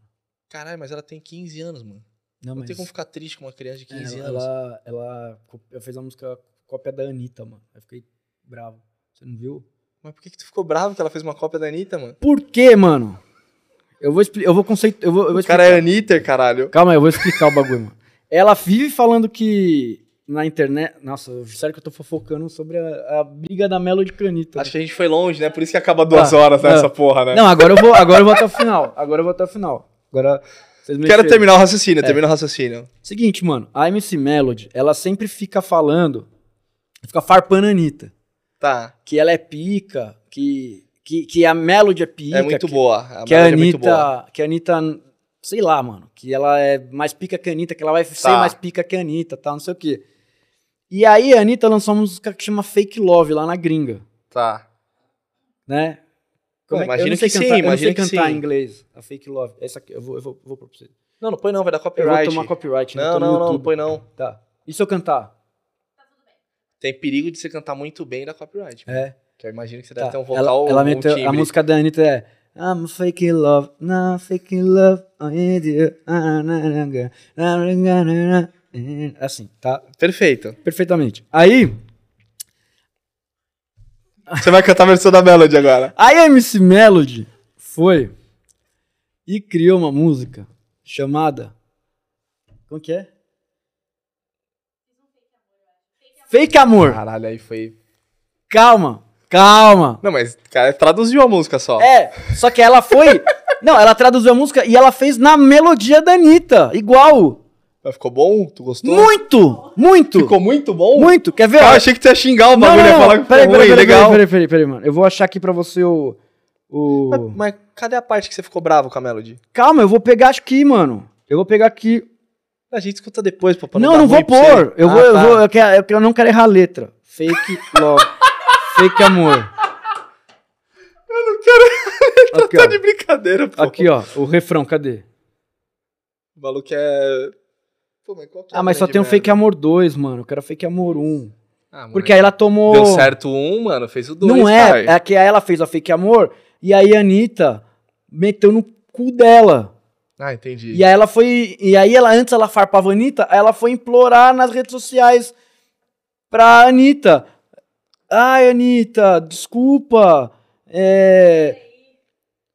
Speaker 2: Caralho, mas ela tem 15 anos, mano.
Speaker 1: Não,
Speaker 2: Não
Speaker 1: mas...
Speaker 2: tem como ficar triste com uma criança de 15
Speaker 1: É, ela,
Speaker 2: anos.
Speaker 1: ela, ela, co- ela fez uma música cópia da Anitta, mano. Eu fiquei bravo. Você não viu?
Speaker 2: Mas por que, que tu ficou bravo que ela fez uma cópia da Anitta, mano?
Speaker 1: Por quê, mano? Eu vou explicar. Eu vou conceito. Eu vou, eu vou
Speaker 2: O
Speaker 1: explicar.
Speaker 2: cara é Anitta, caralho.
Speaker 1: Calma aí, eu vou explicar o bagulho, mano. Ela vive falando que na internet. Nossa, eu- sério que eu tô fofocando sobre a, a briga da Melody Canita.
Speaker 2: Acho que a gente foi longe, né? Por isso que acaba duas
Speaker 1: Ah,
Speaker 2: horas
Speaker 1: não.
Speaker 2: nessa porra, né?
Speaker 1: Não, agora eu vou, agora eu vou até o final. Agora eu vou até o final. Agora vocês me
Speaker 2: Quero
Speaker 1: mexeram.
Speaker 2: terminar o raciocínio,
Speaker 1: É.
Speaker 2: termina o raciocínio.
Speaker 1: Seguinte, mano, a MC Melody, ela sempre fica falando, fica farpando a Anitta,
Speaker 2: Tá.
Speaker 1: que ela é pica, que que, que a Melody é pica,
Speaker 2: é muito
Speaker 1: que,
Speaker 2: boa. A
Speaker 1: que a
Speaker 2: Melody é muito boa.
Speaker 1: Anitta, que a Anitta, sei lá, mano, que ela é mais pica que a Anitta, que ela vai
Speaker 2: Tá.
Speaker 1: ser mais pica que a Anitta, tá, não sei o quê. E aí a Anitta lançou uma música que chama Fake Love lá na gringa,
Speaker 2: Tá.
Speaker 1: né?
Speaker 2: Pô,
Speaker 1: eu
Speaker 2: imagino
Speaker 1: não sei
Speaker 2: que sim,
Speaker 1: cantar, eu não sei
Speaker 2: imagino que
Speaker 1: cantar
Speaker 2: sim.
Speaker 1: em inglês, a Fake Love. Essa aqui, eu vou, eu vou, vou pra você.
Speaker 2: Não, não põe não, vai dar
Speaker 1: Eu
Speaker 2: copyright.
Speaker 1: vou tomar copyright, né?
Speaker 2: Não,
Speaker 1: Tô no
Speaker 2: não, não, não
Speaker 1: YouTube.
Speaker 2: põe não.
Speaker 1: Tá. E se eu cantar?
Speaker 2: Tem perigo de você cantar muito bem e dar copyright. mano.
Speaker 1: É.
Speaker 2: Que eu imagino que você deve
Speaker 1: Tá.
Speaker 2: ter um
Speaker 1: ela,
Speaker 2: vocal
Speaker 1: ela
Speaker 2: um
Speaker 1: meteu-
Speaker 2: timbre.
Speaker 1: a música da Anitta é I'm a fake love, not fake love, I need you. ah, na, na, na, na, na, na, na, na. Assim, tá?
Speaker 2: Perfeito.
Speaker 1: Perfeitamente. Aí,
Speaker 2: Você vai cantar a versão da Melody agora.
Speaker 1: aí a MC Melody foi e criou uma música chamada. Como que é? Fake amor.
Speaker 2: Caralho, aí foi...
Speaker 1: Calma, calma.
Speaker 2: Não, mas cara traduziu a música só.
Speaker 1: É, só É, que ela foi Não, ela traduziu a música e ela fez na melodia da Anitta. Igual.
Speaker 2: Mas ficou bom? Tu gostou?
Speaker 1: Muito! Muito!
Speaker 2: Ficou muito bom?
Speaker 1: Muito! Quer ver?
Speaker 2: Ah,
Speaker 1: ó?
Speaker 2: achei que tu ia xingar o
Speaker 1: Não,
Speaker 2: bagulho,
Speaker 1: não,
Speaker 2: ia
Speaker 1: não.
Speaker 2: falar que
Speaker 1: Peraí,
Speaker 2: ficou
Speaker 1: peraí,
Speaker 2: ruim,
Speaker 1: peraí,
Speaker 2: legal.
Speaker 1: peraí, peraí, peraí, mano. Eu vou achar aqui pra você o. o...
Speaker 2: Mas, mas cadê a parte que você ficou bravo com a Melody?
Speaker 1: Calma, eu vou pegar aqui, mano. Eu vou pegar aqui.
Speaker 2: A gente escuta depois, pô. pra
Speaker 1: não,
Speaker 2: dar
Speaker 1: não vou
Speaker 2: ruim pra você.
Speaker 1: pôr. Eu,
Speaker 2: Ah,
Speaker 1: vou, eu,
Speaker 2: tá.
Speaker 1: vou, é eu, quero, eu quero- eu não quero errar a letra. Fake love. Fake amor. Eu não quero.
Speaker 2: Tá
Speaker 1: Aqui,
Speaker 2: de brincadeira, pô.
Speaker 1: ó. Aqui, ó. O refrão, cadê?
Speaker 2: O maluco é... Pô, mas qual que é
Speaker 1: Ah,
Speaker 2: a
Speaker 1: mas só
Speaker 2: grande
Speaker 1: tem o
Speaker 2: merda?
Speaker 1: fake amor 2, mano. Eu quero fake amor 1.
Speaker 2: Ah, mano,
Speaker 1: Porque aí ela tomou.
Speaker 2: Deu certo um, mano, fez o dois,
Speaker 1: Não é,
Speaker 2: pai.
Speaker 1: é que aí ela fez a fake amor e aí a Anitta meteu no cu dela.
Speaker 2: Ah, entendi.
Speaker 1: E aí ela foi. E aí ela, antes ela farpava a Anitta, aí ela foi implorar nas redes sociais pra Anitta. Ai, Anitta, desculpa. É.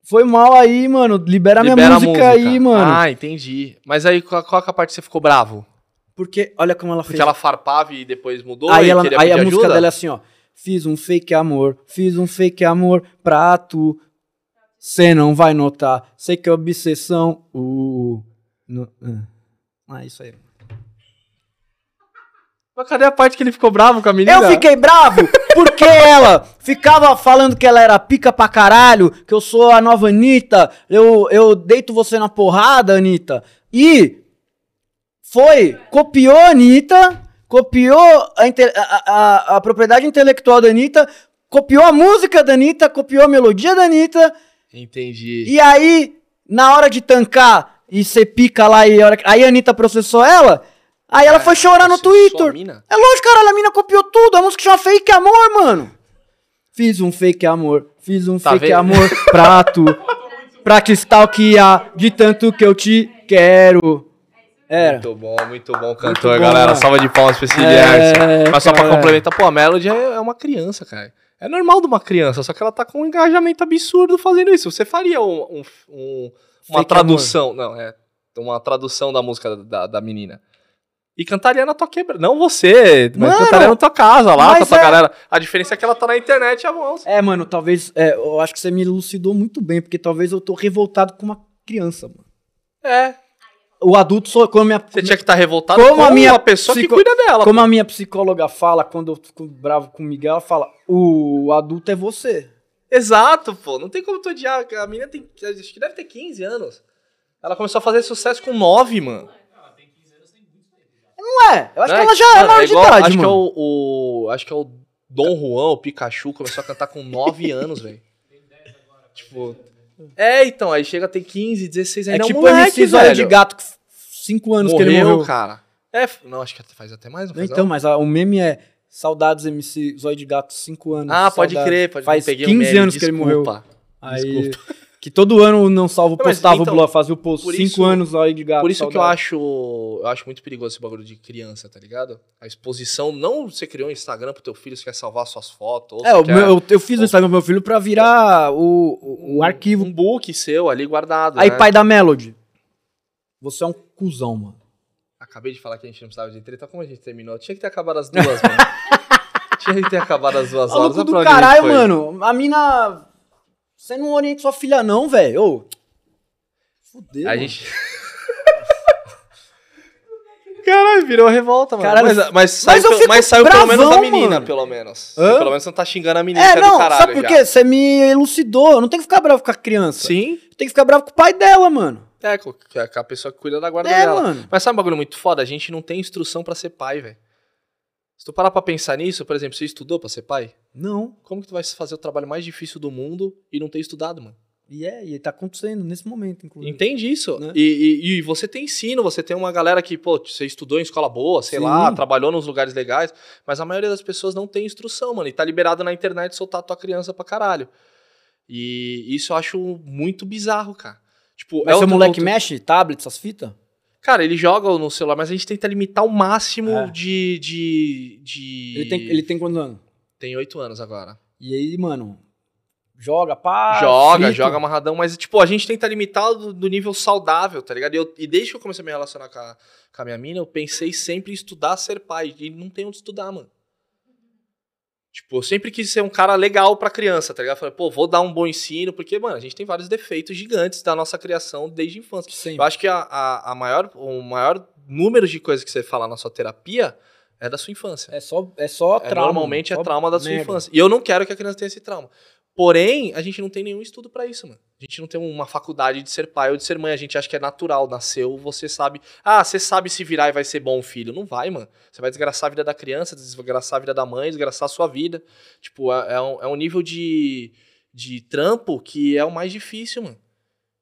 Speaker 1: Foi mal aí, mano. Libera, minha
Speaker 2: Libera a
Speaker 1: música, aí, mano.
Speaker 2: Ah, entendi. Mas aí, qual, qual que é a parte que você ficou bravo?
Speaker 1: Porque, olha como ela fez.
Speaker 2: Porque ela farpava e depois mudou
Speaker 1: aí
Speaker 2: e
Speaker 1: ela,
Speaker 2: queria
Speaker 1: aí a
Speaker 2: pedir
Speaker 1: música
Speaker 2: ajuda?
Speaker 1: dela é assim, ó. Fiz um fake amor, fiz um fake amor pra tu. Cê não vai notar, sei que é obsessão. Uh, no- ah. Ah, isso aí.
Speaker 2: Mas cadê a parte que ele ficou bravo com a menina?
Speaker 1: é- Eu fiquei bravo porque ela ficava falando que ela era pica pra caralho, que eu sou a nova Anitta, eu, eu deito você na porrada, Anitta. E foi, copiou a Anitta, copiou a, inte- a- a- a propriedade intelectual da Anitta, copiou a música da Anitta, copiou a melodia da Anitta,
Speaker 2: Entendi.
Speaker 1: e aí, na hora de tancar e ser pica lá, e a hora que- aí a Anitta processou ela, aí ela foi chorar no
Speaker 2: Você só
Speaker 1: Twitter.
Speaker 2: mina?
Speaker 1: É lógico, caralho, a mina copiou tudo. A música chama Fake Amor, mano. Fiz um fake amor, fiz um
Speaker 2: Tá
Speaker 1: fake
Speaker 2: vendo?
Speaker 1: amor pra tu. pra te stalkear de tanto que eu te quero. Era.
Speaker 2: Muito bom, muito bom cantor,
Speaker 1: Muito bom,
Speaker 2: galera.
Speaker 1: mano.
Speaker 2: Salva de palmas pra esse
Speaker 1: É,
Speaker 2: Gerson. Mas só pra
Speaker 1: cara.
Speaker 2: complementar, pô, a Melody é é uma criança, cara. É normal de uma criança, só que ela tá com um engajamento absurdo fazendo isso. Você faria um- um- um- uma
Speaker 1: Fake
Speaker 2: tradução, não, é uma tradução da música da, da menina. E cantaria na tua quebra. Não você, mas
Speaker 1: Mano,
Speaker 2: cantaria na tua casa lá, com a
Speaker 1: mas
Speaker 2: tua
Speaker 1: é-
Speaker 2: galera. A diferença é que ela tá na internet e a voz.
Speaker 1: É, mano, talvez. é, eu acho que você me elucidou muito bem, porque talvez eu tô revoltado com uma criança, mano.
Speaker 2: É.
Speaker 1: O adulto só. Como, minha,
Speaker 2: Você tinha que estar revoltado
Speaker 1: Como
Speaker 2: com
Speaker 1: a minha
Speaker 2: a pessoa
Speaker 1: psico-
Speaker 2: que cuida dela.
Speaker 1: como a minha psicóloga fala quando eu fico bravo com o Miguel, ela fala: o adulto é você.
Speaker 2: Exato, pô. Não tem como tu odiar. A menina tem. Acho que deve ter 15 anos. Ela começou a fazer sucesso com 9, mano.
Speaker 1: Ué, eu acho que ela já é
Speaker 2: Mano,
Speaker 1: maior de
Speaker 2: igual-
Speaker 1: idade,
Speaker 2: acho
Speaker 1: mano.
Speaker 2: Que é o, o- acho que é o Dom Juan, o Pikachu, começou a cantar com 9 anos, velho. Tipo. É, então, aí chega a ter 15, 16, aí
Speaker 1: É
Speaker 2: não
Speaker 1: tipo
Speaker 2: moleque,
Speaker 1: MC Zóio
Speaker 2: velho.
Speaker 1: de Gato, que f- cinco anos que ele
Speaker 2: Morreu, tá
Speaker 1: morreu.
Speaker 2: cara. É, f- não, acho que até faz até mais, não
Speaker 1: Não,
Speaker 2: faz
Speaker 1: então,
Speaker 2: não?
Speaker 1: mas a- o meme é Saudades MC Zóio de Gato, 5 anos.
Speaker 2: Ah, pode
Speaker 1: saudades.
Speaker 2: crer, pode
Speaker 1: Faz
Speaker 2: não peguei o
Speaker 1: 15
Speaker 2: meme,
Speaker 1: anos que ele morreu.
Speaker 2: desculpa.
Speaker 1: Aí, que todo ano o não salvo
Speaker 2: Não, mas
Speaker 1: postava
Speaker 2: então,
Speaker 1: o Blua, fazia o post.
Speaker 2: por
Speaker 1: 5
Speaker 2: isso-
Speaker 1: anos Zóio de Gato.
Speaker 2: Por isso que eu
Speaker 1: saudades.
Speaker 2: acho, eu acho muito perigoso esse bagulho de criança, tá ligado? A exposição, não você criou um Instagram pro teu filho, você quer salvar suas fotos. Ou
Speaker 1: É,
Speaker 2: você
Speaker 1: o
Speaker 2: quer
Speaker 1: meu- eu, eu fiz o Instagram pro meu filho pra virar o, o, o arquivo.
Speaker 2: Um book seu ali guardado.
Speaker 1: Aí,
Speaker 2: né?
Speaker 1: pai da Melody. Você é um cuzão, mano.
Speaker 2: Acabei de falar que a gente não precisava de treta, como a gente terminou? Tinha que ter acabado as duas, mano. Tinha que ter acabado as duas
Speaker 1: Maluco
Speaker 2: horas. olha
Speaker 1: do
Speaker 2: pra onde a gente
Speaker 1: caralho,
Speaker 2: foi.
Speaker 1: mano. A mina. Você não orienta sua filha, não, velho. Ô. Fudeu.
Speaker 2: A
Speaker 1: mano.
Speaker 2: gente. Caralho, virou revolta, mano.
Speaker 1: Caralho,
Speaker 2: mas, mas saiu,
Speaker 1: eu
Speaker 2: pelo-
Speaker 1: fico
Speaker 2: mas saiu pelo menos da
Speaker 1: bravão,
Speaker 2: menina,
Speaker 1: mano.
Speaker 2: pelo menos.
Speaker 1: Hã?
Speaker 2: Pelo menos você não tá xingando a menina,
Speaker 1: É,
Speaker 2: que do
Speaker 1: não,
Speaker 2: caralho
Speaker 1: sabe por
Speaker 2: já.
Speaker 1: quê? Você me elucidou. Eu não tenho que ficar bravo com a criança.
Speaker 2: Sim.
Speaker 1: Eu tenho que ficar bravo com o pai dela, mano.
Speaker 2: É, com com a com a pessoa que cuida da guarda
Speaker 1: É,
Speaker 2: dela.
Speaker 1: mano.
Speaker 2: Mas sabe um bagulho muito foda? A gente não tem instrução pra ser pai, velho. Se tu parar pra pensar nisso, por exemplo, você estudou pra ser pai?
Speaker 1: Não.
Speaker 2: Como que tu vai fazer o trabalho mais difícil do mundo e não ter estudado, mano?
Speaker 1: E é, e tá acontecendo nesse momento, inclusive.
Speaker 2: Entende isso?
Speaker 1: Né?
Speaker 2: E, e- e você tem ensino, você tem uma galera que, pô, você estudou em escola boa, sei
Speaker 1: Sim.
Speaker 2: lá, trabalhou nos lugares legais, mas a maioria das pessoas não tem instrução, mano, e tá liberado na internet soltar a tua criança pra caralho. E isso eu acho muito bizarro, cara. Tipo,
Speaker 1: Mas seu
Speaker 2: outro-
Speaker 1: moleque
Speaker 2: outro-
Speaker 1: mexe tablet, essas fitas?
Speaker 2: Cara, ele joga no celular, mas a gente tenta limitar o máximo
Speaker 1: É.
Speaker 2: de, de, de-
Speaker 1: Ele tem, ele tem quantos anos?
Speaker 2: Tem oito anos agora.
Speaker 1: E aí, mano, joga, pá.
Speaker 2: joga,
Speaker 1: Ah, frito.
Speaker 2: joga amarradão, mas, tipo, a gente tenta limitar do, do nível saudável, tá ligado? E, eu- e desde que eu comecei a me relacionar com a, com a minha mina, eu pensei sempre em estudar ser pai. E não tem onde estudar, mano. Tipo, eu sempre quis ser um cara legal pra criança, tá ligado? Falei, pô, vou dar um bom ensino, porque, mano, a gente tem vários defeitos gigantes da nossa criação desde a infância.
Speaker 3: Sim.
Speaker 2: Eu acho que a, a, a maior, o maior número de coisas que você fala na sua terapia é da sua infância.
Speaker 3: É só, é só
Speaker 2: É,
Speaker 3: trauma.
Speaker 2: normalmente
Speaker 3: só
Speaker 2: é trauma da sua
Speaker 3: merda.
Speaker 2: infância. E eu não quero que a criança tenha esse trauma. Porém, a gente não tem nenhum estudo pra isso, mano. A gente não tem uma faculdade de ser pai ou de ser mãe. A gente acha que é natural. Nasceu, você sabe. Ah, você sabe se virar e vai ser bom filho. Não vai, mano. Você vai desgraçar a vida da criança, desgraçar a vida da mãe, desgraçar a sua vida. Tipo, é, é um, é um nível de, de trampo que é o mais difícil, mano.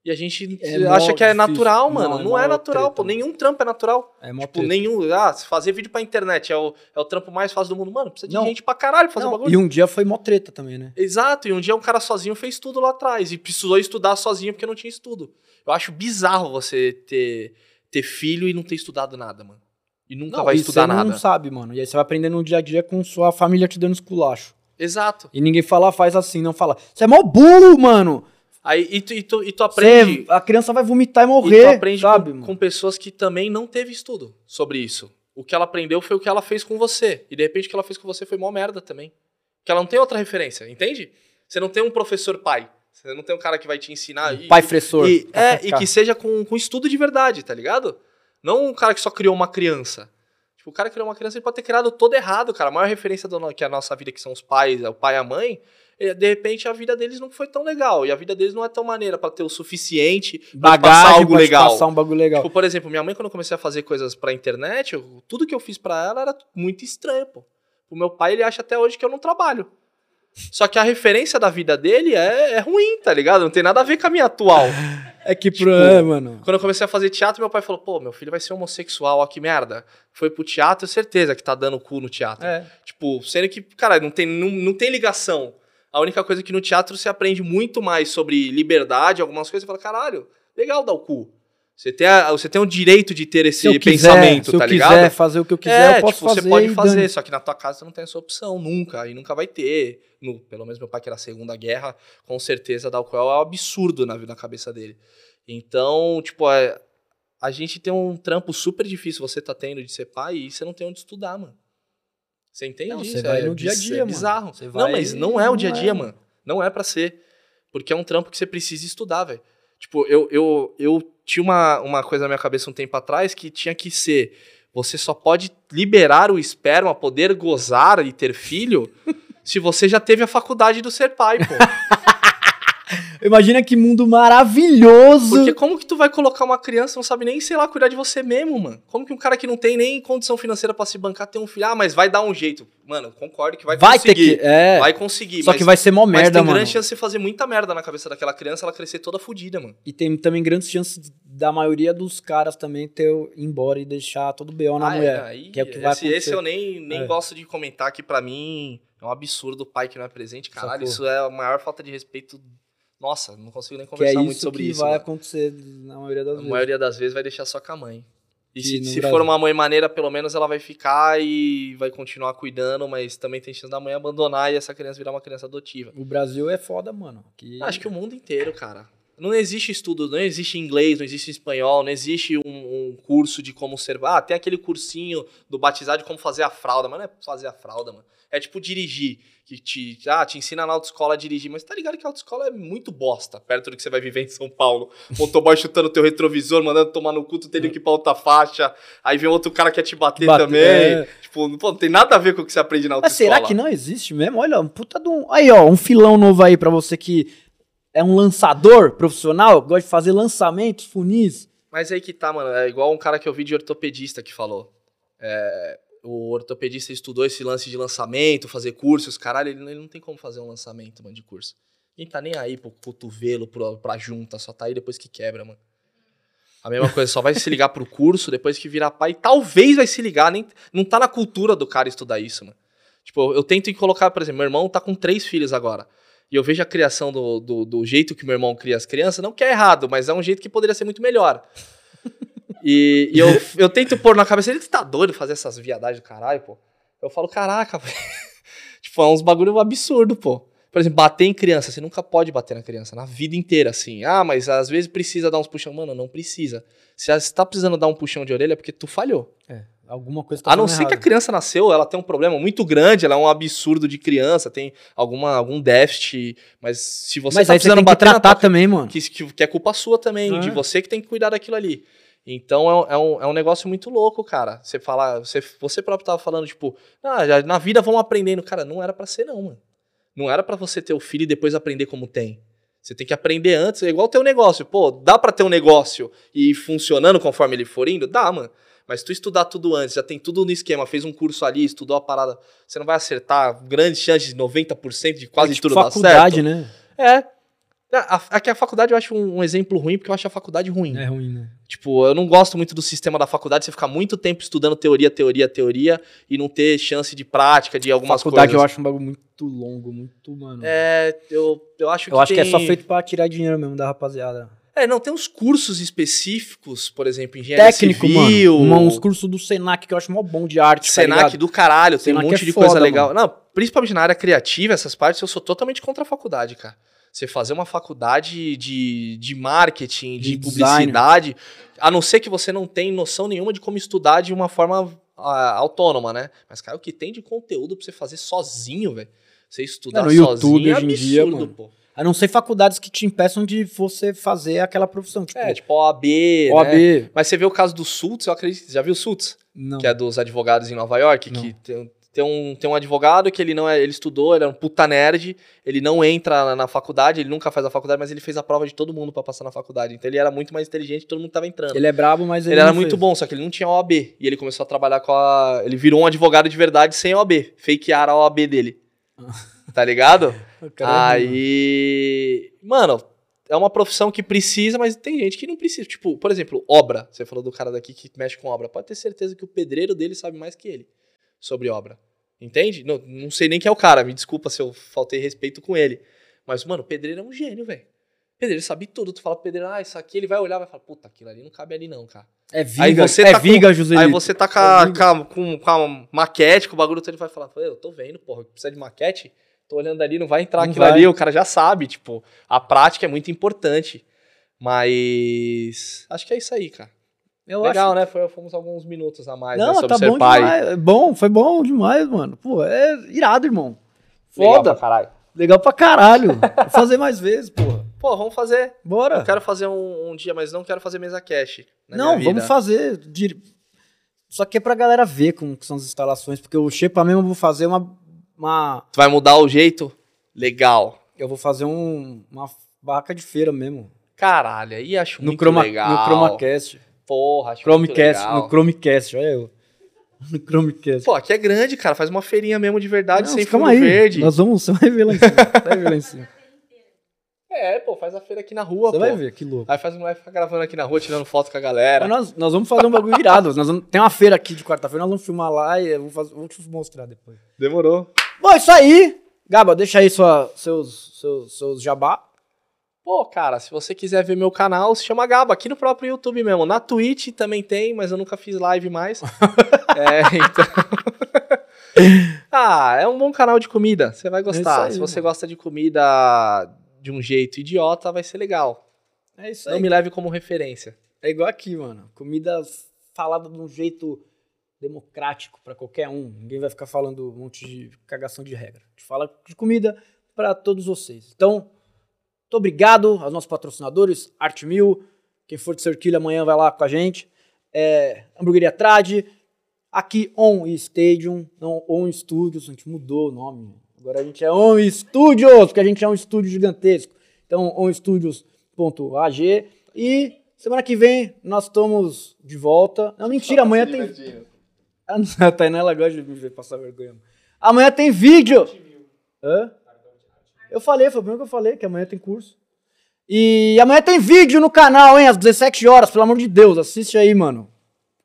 Speaker 2: E a gente
Speaker 3: É
Speaker 2: acha
Speaker 3: mó
Speaker 2: que é
Speaker 3: difícil.
Speaker 2: natural,
Speaker 3: Não,
Speaker 2: mano.
Speaker 3: é
Speaker 2: Não,
Speaker 3: mó
Speaker 2: é natural,
Speaker 3: treta,
Speaker 2: pô.
Speaker 3: mano.
Speaker 2: Nenhum trampo é natural.
Speaker 3: É mó
Speaker 2: Tipo, nenhum. Ah, se fazer vídeo pra internet é o, é o trampo mais fácil do mundo. Mano, precisa de
Speaker 3: Não.
Speaker 2: gente pra caralho pra fazer o
Speaker 3: Não,
Speaker 2: bagulho.
Speaker 3: E um dia foi mó treta também, né?
Speaker 2: Exato, e um dia um cara sozinho fez tudo lá atrás. E precisou estudar sozinho porque não tinha estudo. Eu acho bizarro você ter, ter filho e não ter estudado nada, mano. E nunca vai
Speaker 3: e
Speaker 2: estudar
Speaker 3: você
Speaker 2: nada.
Speaker 3: não sabe, mano. E aí você vai aprendendo no dia a dia com sua família te dando esculacho.
Speaker 2: Exato.
Speaker 3: E ninguém fala, faz assim, não fala. Você é mó burro, mano.
Speaker 2: Aí, e, tu, e, tu, e
Speaker 3: Você,
Speaker 2: tu aprende.
Speaker 3: a criança vai vomitar e
Speaker 2: e
Speaker 3: morrer,
Speaker 2: tu Então aprende
Speaker 3: sabe,
Speaker 2: com,
Speaker 3: mano?
Speaker 2: com pessoas que também não teve estudo sobre isso. O que ela aprendeu foi o que ela fez com você. E de repente o que ela fez com você foi mó merda também. Porque ela não tem outra referência, entende? Você não tem um professor pai. Você não tem um cara que vai te ensinar. e-
Speaker 3: Pai fressor.
Speaker 2: e, é, e que seja com, com estudo de verdade, tá ligado? Não um cara que só criou uma criança. Tipo, o cara que criou uma criança, ele pode ter criado todo errado, cara. A maior referência do, no- que é a nossa vida, que são os pais, é o pai e a mãe, é, de repente a vida deles não foi tão legal. E a vida deles não é tão maneira pra ter o suficiente pra passar algo
Speaker 3: pra te
Speaker 2: legal.
Speaker 3: passar um bagulho legal.
Speaker 2: Tipo, por exemplo, minha mãe, quando eu comecei a fazer coisas pra internet, eu- tudo que eu fiz pra ela era muito estranho, pô. O meu pai, ele acha até hoje que eu não trabalho. Só que a referência da vida dele é, é ruim, tá ligado? Não tem nada a ver com a minha atual.
Speaker 3: é que pro...
Speaker 2: tipo,
Speaker 3: é, mano.
Speaker 2: Quando eu comecei a fazer teatro, meu pai falou: pô, meu filho vai ser homossexual, ó, que merda. Foi pro teatro, certeza que tá dando cu no teatro.
Speaker 3: É.
Speaker 2: Tipo, sendo que, cara, não tem, não, não tem ligação. A única coisa é que no teatro você aprende muito mais sobre liberdade, algumas coisas, você fala: caralho, legal dar o cu. Você tem, a- você tem o direito de ter esse
Speaker 3: Se eu quiser,
Speaker 2: pensamento,
Speaker 3: se eu
Speaker 2: tá
Speaker 3: quiser
Speaker 2: ligado?
Speaker 3: fazer o que eu quiser, eu posso
Speaker 2: tipo,
Speaker 3: fazer.
Speaker 2: você pode
Speaker 3: e
Speaker 2: fazer,
Speaker 3: dane-se.
Speaker 2: só que na tua casa você não tem essa opção, nunca, e nunca vai ter. No- pelo menos meu pai, que era a Segunda Guerra, com certeza, da qual é um absurdo na, na cabeça dele. Então, tipo, é, a gente tem um trampo super difícil você tá tendo de ser pai e você não tem onde estudar, mano. Você entende
Speaker 3: Não,
Speaker 2: isso?
Speaker 3: você vai
Speaker 2: é,
Speaker 3: no dia a
Speaker 2: biz-
Speaker 3: dia,
Speaker 2: é
Speaker 3: mano.
Speaker 2: bizarro.
Speaker 3: Você
Speaker 2: Não,
Speaker 3: vai-
Speaker 2: mas não é o
Speaker 3: não
Speaker 2: dia a dia,
Speaker 3: é.
Speaker 2: mano. Não é pra ser. Porque é um trampo que você precisa estudar, velho. Tipo, eu, eu, eu tinha uma, uma coisa na minha cabeça um tempo atrás que tinha que ser. Você só pode liberar o esperma, poder gozar e ter filho, se você já teve a faculdade do ser pai, pô.
Speaker 3: Imagina que mundo maravilhoso.
Speaker 2: Porque como que tu vai colocar uma criança, que não sabe nem, sei lá, cuidar de você mesmo, mano? Como que um cara que não tem nem condição financeira pra se bancar tem um filho? Ah, mas vai dar um jeito. Mano, concordo que vai,
Speaker 3: vai ter
Speaker 2: conseguir.
Speaker 3: que. É.
Speaker 2: Vai conseguir,
Speaker 3: só
Speaker 2: mas,
Speaker 3: que vai ser mó
Speaker 2: mas
Speaker 3: merda,
Speaker 2: tem
Speaker 3: mano.
Speaker 2: grande chance de você fazer muita merda na cabeça daquela criança, ela crescer toda fodida, mano.
Speaker 3: E tem também grandes chances da maioria dos caras também ter o- ir embora e deixar todo o B.O. na
Speaker 2: Ah, é,
Speaker 3: mulher.
Speaker 2: aí-
Speaker 3: que é o que vai
Speaker 2: esse, esse
Speaker 3: acontecer.
Speaker 2: eu nem, nem
Speaker 3: É.
Speaker 2: gosto de comentar, que pra mim é um absurdo o pai que não é presente,
Speaker 3: Sacou.
Speaker 2: caralho. Isso é a maior falta de respeito. Nossa, não consigo nem
Speaker 3: que é
Speaker 2: conversar
Speaker 3: isso
Speaker 2: muito sobre
Speaker 3: que
Speaker 2: isso.
Speaker 3: vai
Speaker 2: mano.
Speaker 3: acontecer na maioria das
Speaker 2: A
Speaker 3: vezes.
Speaker 2: maioria das vezes vai deixar só com a mãe. E
Speaker 3: Que
Speaker 2: se,
Speaker 3: no
Speaker 2: se
Speaker 3: Brasil.
Speaker 2: for uma mãe maneira, pelo menos ela vai ficar e vai continuar cuidando, mas também tem chance da mãe abandonar e essa criança virar uma criança adotiva.
Speaker 3: O Brasil é foda, mano. Que...
Speaker 2: Acho que o mundo inteiro, cara. Não existe estudo, não existe inglês, não existe espanhol, não existe um, um curso de como ser. Ah, tem aquele cursinho do batizado de como fazer a fralda, mas não é fazer a fralda, mano. É tipo dirigir, que te, ah, te ensina na autoescola a dirigir, mas tá ligado que a autoescola é muito bosta, perto do que você vai viver em São Paulo. Motoboy chutando teu retrovisor, mandando tomar no cu, tu tendo que ir pra outra faixa, aí vem outro cara que quer te bater
Speaker 3: É. Bate-
Speaker 2: também.
Speaker 3: é.
Speaker 2: Tipo, pô, não tem nada a ver com o que você aprende na
Speaker 3: Mas
Speaker 2: autoescola.
Speaker 3: será que não existe mesmo? Olha, um puta de um. Aí, ó, um filão novo aí pra você que é um lançador profissional, gosta de fazer lançamentos, funis.
Speaker 2: Mas aí que tá, mano. É igual um cara que eu vi de ortopedista que falou. É, o ortopedista estudou esse lance de lançamento, fazer cursos, caralho. Ele, não- ele não tem como fazer um lançamento, mano, de curso. Quem tá nem aí pro cotovelo, pro, pra junta, só tá aí depois que quebra, mano. A mesma coisa, só vai se ligar pro curso depois que virar pai. Talvez vai se ligar, nem, não tá na cultura do cara estudar isso, mano. Tipo, eu, eu tento colocar, por exemplo, meu irmão tá com três filhos agora. E eu vejo a criação do, do, do jeito que meu irmão cria as crianças, não que é errado, mas é um jeito que poderia ser muito melhor. E, e eu, eu tento pôr na cabeça, ele tá doido fazer essas viadagens do caralho, pô. Eu falo, caraca, velho. tipo, é uns bagulho absurdo, pô. Por exemplo, bater em criança, você nunca pode bater na criança, na vida inteira, assim. Ah, mas às vezes precisa dar uns puxão. Mano, não precisa. Se você tá precisando dar um puxão de orelha, é porque tu falhou.
Speaker 1: Alguma coisa tá
Speaker 2: A não
Speaker 1: dando
Speaker 2: ser que a
Speaker 1: errado.
Speaker 2: criança nasceu, ela tem um problema muito grande, ela é um absurdo de criança, tem alguma, algum déficit, mas se você
Speaker 1: Mas
Speaker 2: tá
Speaker 1: aí você
Speaker 2: precisando
Speaker 1: tem que
Speaker 2: bater na
Speaker 1: tratar
Speaker 2: porta,
Speaker 1: também, mano.
Speaker 2: que, que- que é culpa sua também,
Speaker 1: É.
Speaker 2: de você que tem que cuidar daquilo ali. Então é um- é, um, é um negócio muito louco, cara. Você fala, você, você próprio tava falando, tipo, "Ah, já- na vida vão aprendendo. Cara, não era pra ser, não, mano. Não era pra você ter o filho e depois aprender como tem. Você tem que aprender antes, é igual ter um negócio. Pô, dá pra ter um negócio e ir funcionando conforme ele for indo? Dá, mano. Mas tu estudar tudo antes, já tem tudo no esquema, fez um curso ali, estudou a parada, você não vai acertar, grande chance de 90% de quase
Speaker 1: Tipo,
Speaker 2: tudo dar certo.
Speaker 1: faculdade, né?
Speaker 2: É. A, a, é que a faculdade eu acho um, um exemplo ruim, porque eu acho a faculdade ruim.
Speaker 1: É ruim, né?
Speaker 2: Tipo, eu não gosto muito do sistema da faculdade, você ficar muito tempo estudando teoria, teoria, teoria, e não ter chance de prática de algumas
Speaker 1: faculdade eu
Speaker 2: coisas.
Speaker 1: acho um bagulho muito longo, muito, mano.
Speaker 2: É, eu, eu acho que.
Speaker 1: eu acho que é
Speaker 2: tem-
Speaker 1: só feito pra tirar dinheiro mesmo da rapaziada.
Speaker 2: É, não, tem uns cursos específicos, por exemplo, engenharia
Speaker 1: Técnico,
Speaker 2: é civil.
Speaker 1: mano. Uns cursos do Senac que eu acho mó bom de arte, tá
Speaker 2: Senac
Speaker 1: ligado?
Speaker 2: do caralho, tem
Speaker 1: Senac
Speaker 2: um monte
Speaker 1: é
Speaker 2: de
Speaker 1: foda,
Speaker 2: coisa legal. Não, principalmente na área criativa, essas partes, eu sou totalmente contra a faculdade, cara. Você fazer uma faculdade de, de marketing, de,
Speaker 1: De design.
Speaker 2: publicidade, a não ser que você não tem noção nenhuma de como estudar de uma forma ah, autônoma, né? Mas, cara, o que tem de conteúdo pra você fazer sozinho, velho? Você estudar
Speaker 1: É, no
Speaker 2: sozinho
Speaker 1: YouTube
Speaker 2: é
Speaker 1: hoje em dia,
Speaker 2: absurdo,
Speaker 1: mano.
Speaker 2: pô.
Speaker 1: A não ser faculdades que te impeçam de você fazer aquela profissão. Tipo,
Speaker 2: É, tipo OAB,
Speaker 1: OAB.
Speaker 2: né? Mas você vê o caso do Sultz, eu acredito, você já viu o Sultz?
Speaker 1: Não.
Speaker 2: que é dos advogados em Nova York,
Speaker 1: Não.
Speaker 2: que tem, tem um, tem um advogado que ele não é, ele estudou, ele é um puta nerd, ele não entra na, na faculdade, ele nunca faz a faculdade, mas ele fez a prova de todo mundo pra passar na faculdade. Então ele era muito mais inteligente, todo mundo tava entrando. Ele,
Speaker 1: Ele é brabo, mas ele,
Speaker 2: era
Speaker 1: não
Speaker 2: muito
Speaker 1: fez.
Speaker 2: bom, só que ele não tinha OAB. E ele começou a trabalhar com a. Ele virou um advogado de verdade sem OAB. Fakearam a OAB dele.
Speaker 1: Ah.
Speaker 2: tá ligado?
Speaker 1: Eu quero ver, mano.
Speaker 2: Aí. Mano, é uma profissão que precisa, mas tem gente que não precisa. Tipo, por exemplo, obra. Você falou do cara daqui que mexe com obra. Pode ter certeza que o pedreiro dele sabe mais que ele sobre obra. Entende? Não, não sei nem quem é o cara. Me desculpa se eu faltei respeito com ele. Mas, mano, o pedreiro é um gênio, velho. Pedreiro sabe tudo. Tu fala pro pedreiro, ah, isso aqui ele vai olhar e vai falar, puta, aquilo ali não cabe ali não, cara.
Speaker 1: É viga,
Speaker 2: Aí você
Speaker 1: é
Speaker 2: tá com-
Speaker 1: viga, Joselito.
Speaker 2: Aí você tá com a, com, a- com- com a maquete, com o bagulho, todo, ele vai falar, "Pô, eu tô vendo, porra, precisa de maquete, tô olhando ali, não vai entrar
Speaker 1: Não
Speaker 2: aquilo
Speaker 1: vai.
Speaker 2: ali, o cara já sabe, tipo, a prática é muito importante. Mas acho que é isso aí, cara.
Speaker 1: Eu
Speaker 2: Legal, né? Foi, fomos alguns minutos a mais né,
Speaker 1: Não,
Speaker 2: sobre
Speaker 1: tá
Speaker 2: ser
Speaker 1: bom
Speaker 2: pai.
Speaker 1: demais. Bom, foi bom demais, mano. Pô, é irado, irmão.
Speaker 2: Legal
Speaker 1: Foda.
Speaker 2: pra caralho.
Speaker 1: Legal pra caralho. Vou fazer mais vezes, porra.
Speaker 2: Pô, vamos fazer.
Speaker 1: Bora.
Speaker 2: Eu quero fazer um, um dia, mas não quero fazer mesa cash. na
Speaker 1: Não,
Speaker 2: minha vida.
Speaker 1: vamos fazer. dir- Só que é pra galera ver como que são as instalações, porque o Xepa mesmo eu vou fazer uma. uma
Speaker 2: Tu vai mudar o jeito? Legal.
Speaker 1: eu vou fazer um, uma barraca de feira mesmo.
Speaker 2: Caralho, aí acho
Speaker 1: No,
Speaker 2: muito
Speaker 1: Chroma,
Speaker 2: legal.
Speaker 1: no Chromacast.
Speaker 2: Porra, acho muito
Speaker 1: Chromecast,
Speaker 2: legal.
Speaker 1: no Chromecast, olha eu. No Chromecast.
Speaker 2: Pô, aqui é grande, cara. Faz uma feirinha mesmo de verdade,
Speaker 1: Não,
Speaker 2: sem fundo
Speaker 1: calma aí.
Speaker 2: verde.
Speaker 1: Nós vamos, você vai ver lá em cima. Você vai ver lá em cima.
Speaker 2: É, pô, faz a feira aqui na rua,
Speaker 1: Você
Speaker 2: pô.
Speaker 1: vai ver, que louco.
Speaker 2: Aí faz um live ficar gravando aqui na rua, tirando foto com a galera.
Speaker 1: Mas nós, nós vamos fazer um bagulho irado. Nós vamos- tem uma feira aqui de quarta-feira, nós vamos filmar lá e eu vou, fazer- vou te mostrar depois.
Speaker 2: Demorou.
Speaker 1: Bom, é isso aí. Gaba, deixa aí sua, seus, seus, seus jabá.
Speaker 2: Pô, cara, se você quiser ver meu canal, se chama Gaba, aqui no próprio YouTube mesmo. Na Twitch também tem, mas eu nunca fiz live mais. é, então. ah, é um bom canal de comida, você vai
Speaker 1: É isso
Speaker 2: gostar.
Speaker 1: aí,
Speaker 2: se você
Speaker 1: mano.
Speaker 2: gosta de comida de um jeito idiota, vai ser legal.
Speaker 1: É isso
Speaker 2: Não me leve como referência.
Speaker 1: É igual aqui, mano. Comida falada de um jeito democrático pra qualquer um. Ninguém vai ficar falando um monte de cagação de regra. A gente fala de comida pra todos vocês. Então, muito obrigado aos nossos patrocinadores, Arte Mil. Quem for de Serquilha amanhã vai lá com a gente. É, Hamburgueria Trade. Aqui, On Stadium. Não, On Studios. A gente mudou o nome. Agora a gente é On Studios, porque a gente é um estúdio gigantesco. Então, onstudios.ag. E semana que vem nós estamos de volta. Não, mentira, amanhã tem. Ah, não, A Tainá ela gosta de me ver passar vergonha. Amanhã tem vídeo! Hã? Eu falei, foi o primeiro que eu falei, que amanhã tem curso. E amanhã tem vídeo no canal, hein? Às 17 horas, pelo amor de Deus, assiste aí, mano.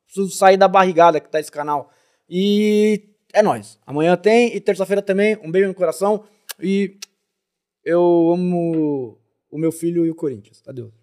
Speaker 1: Preciso sair da barrigada que tá esse canal. E é nóis. Amanhã tem e terça-feira também. Um beijo no coração. E eu amo o meu filho e o Corinthians. Adeus.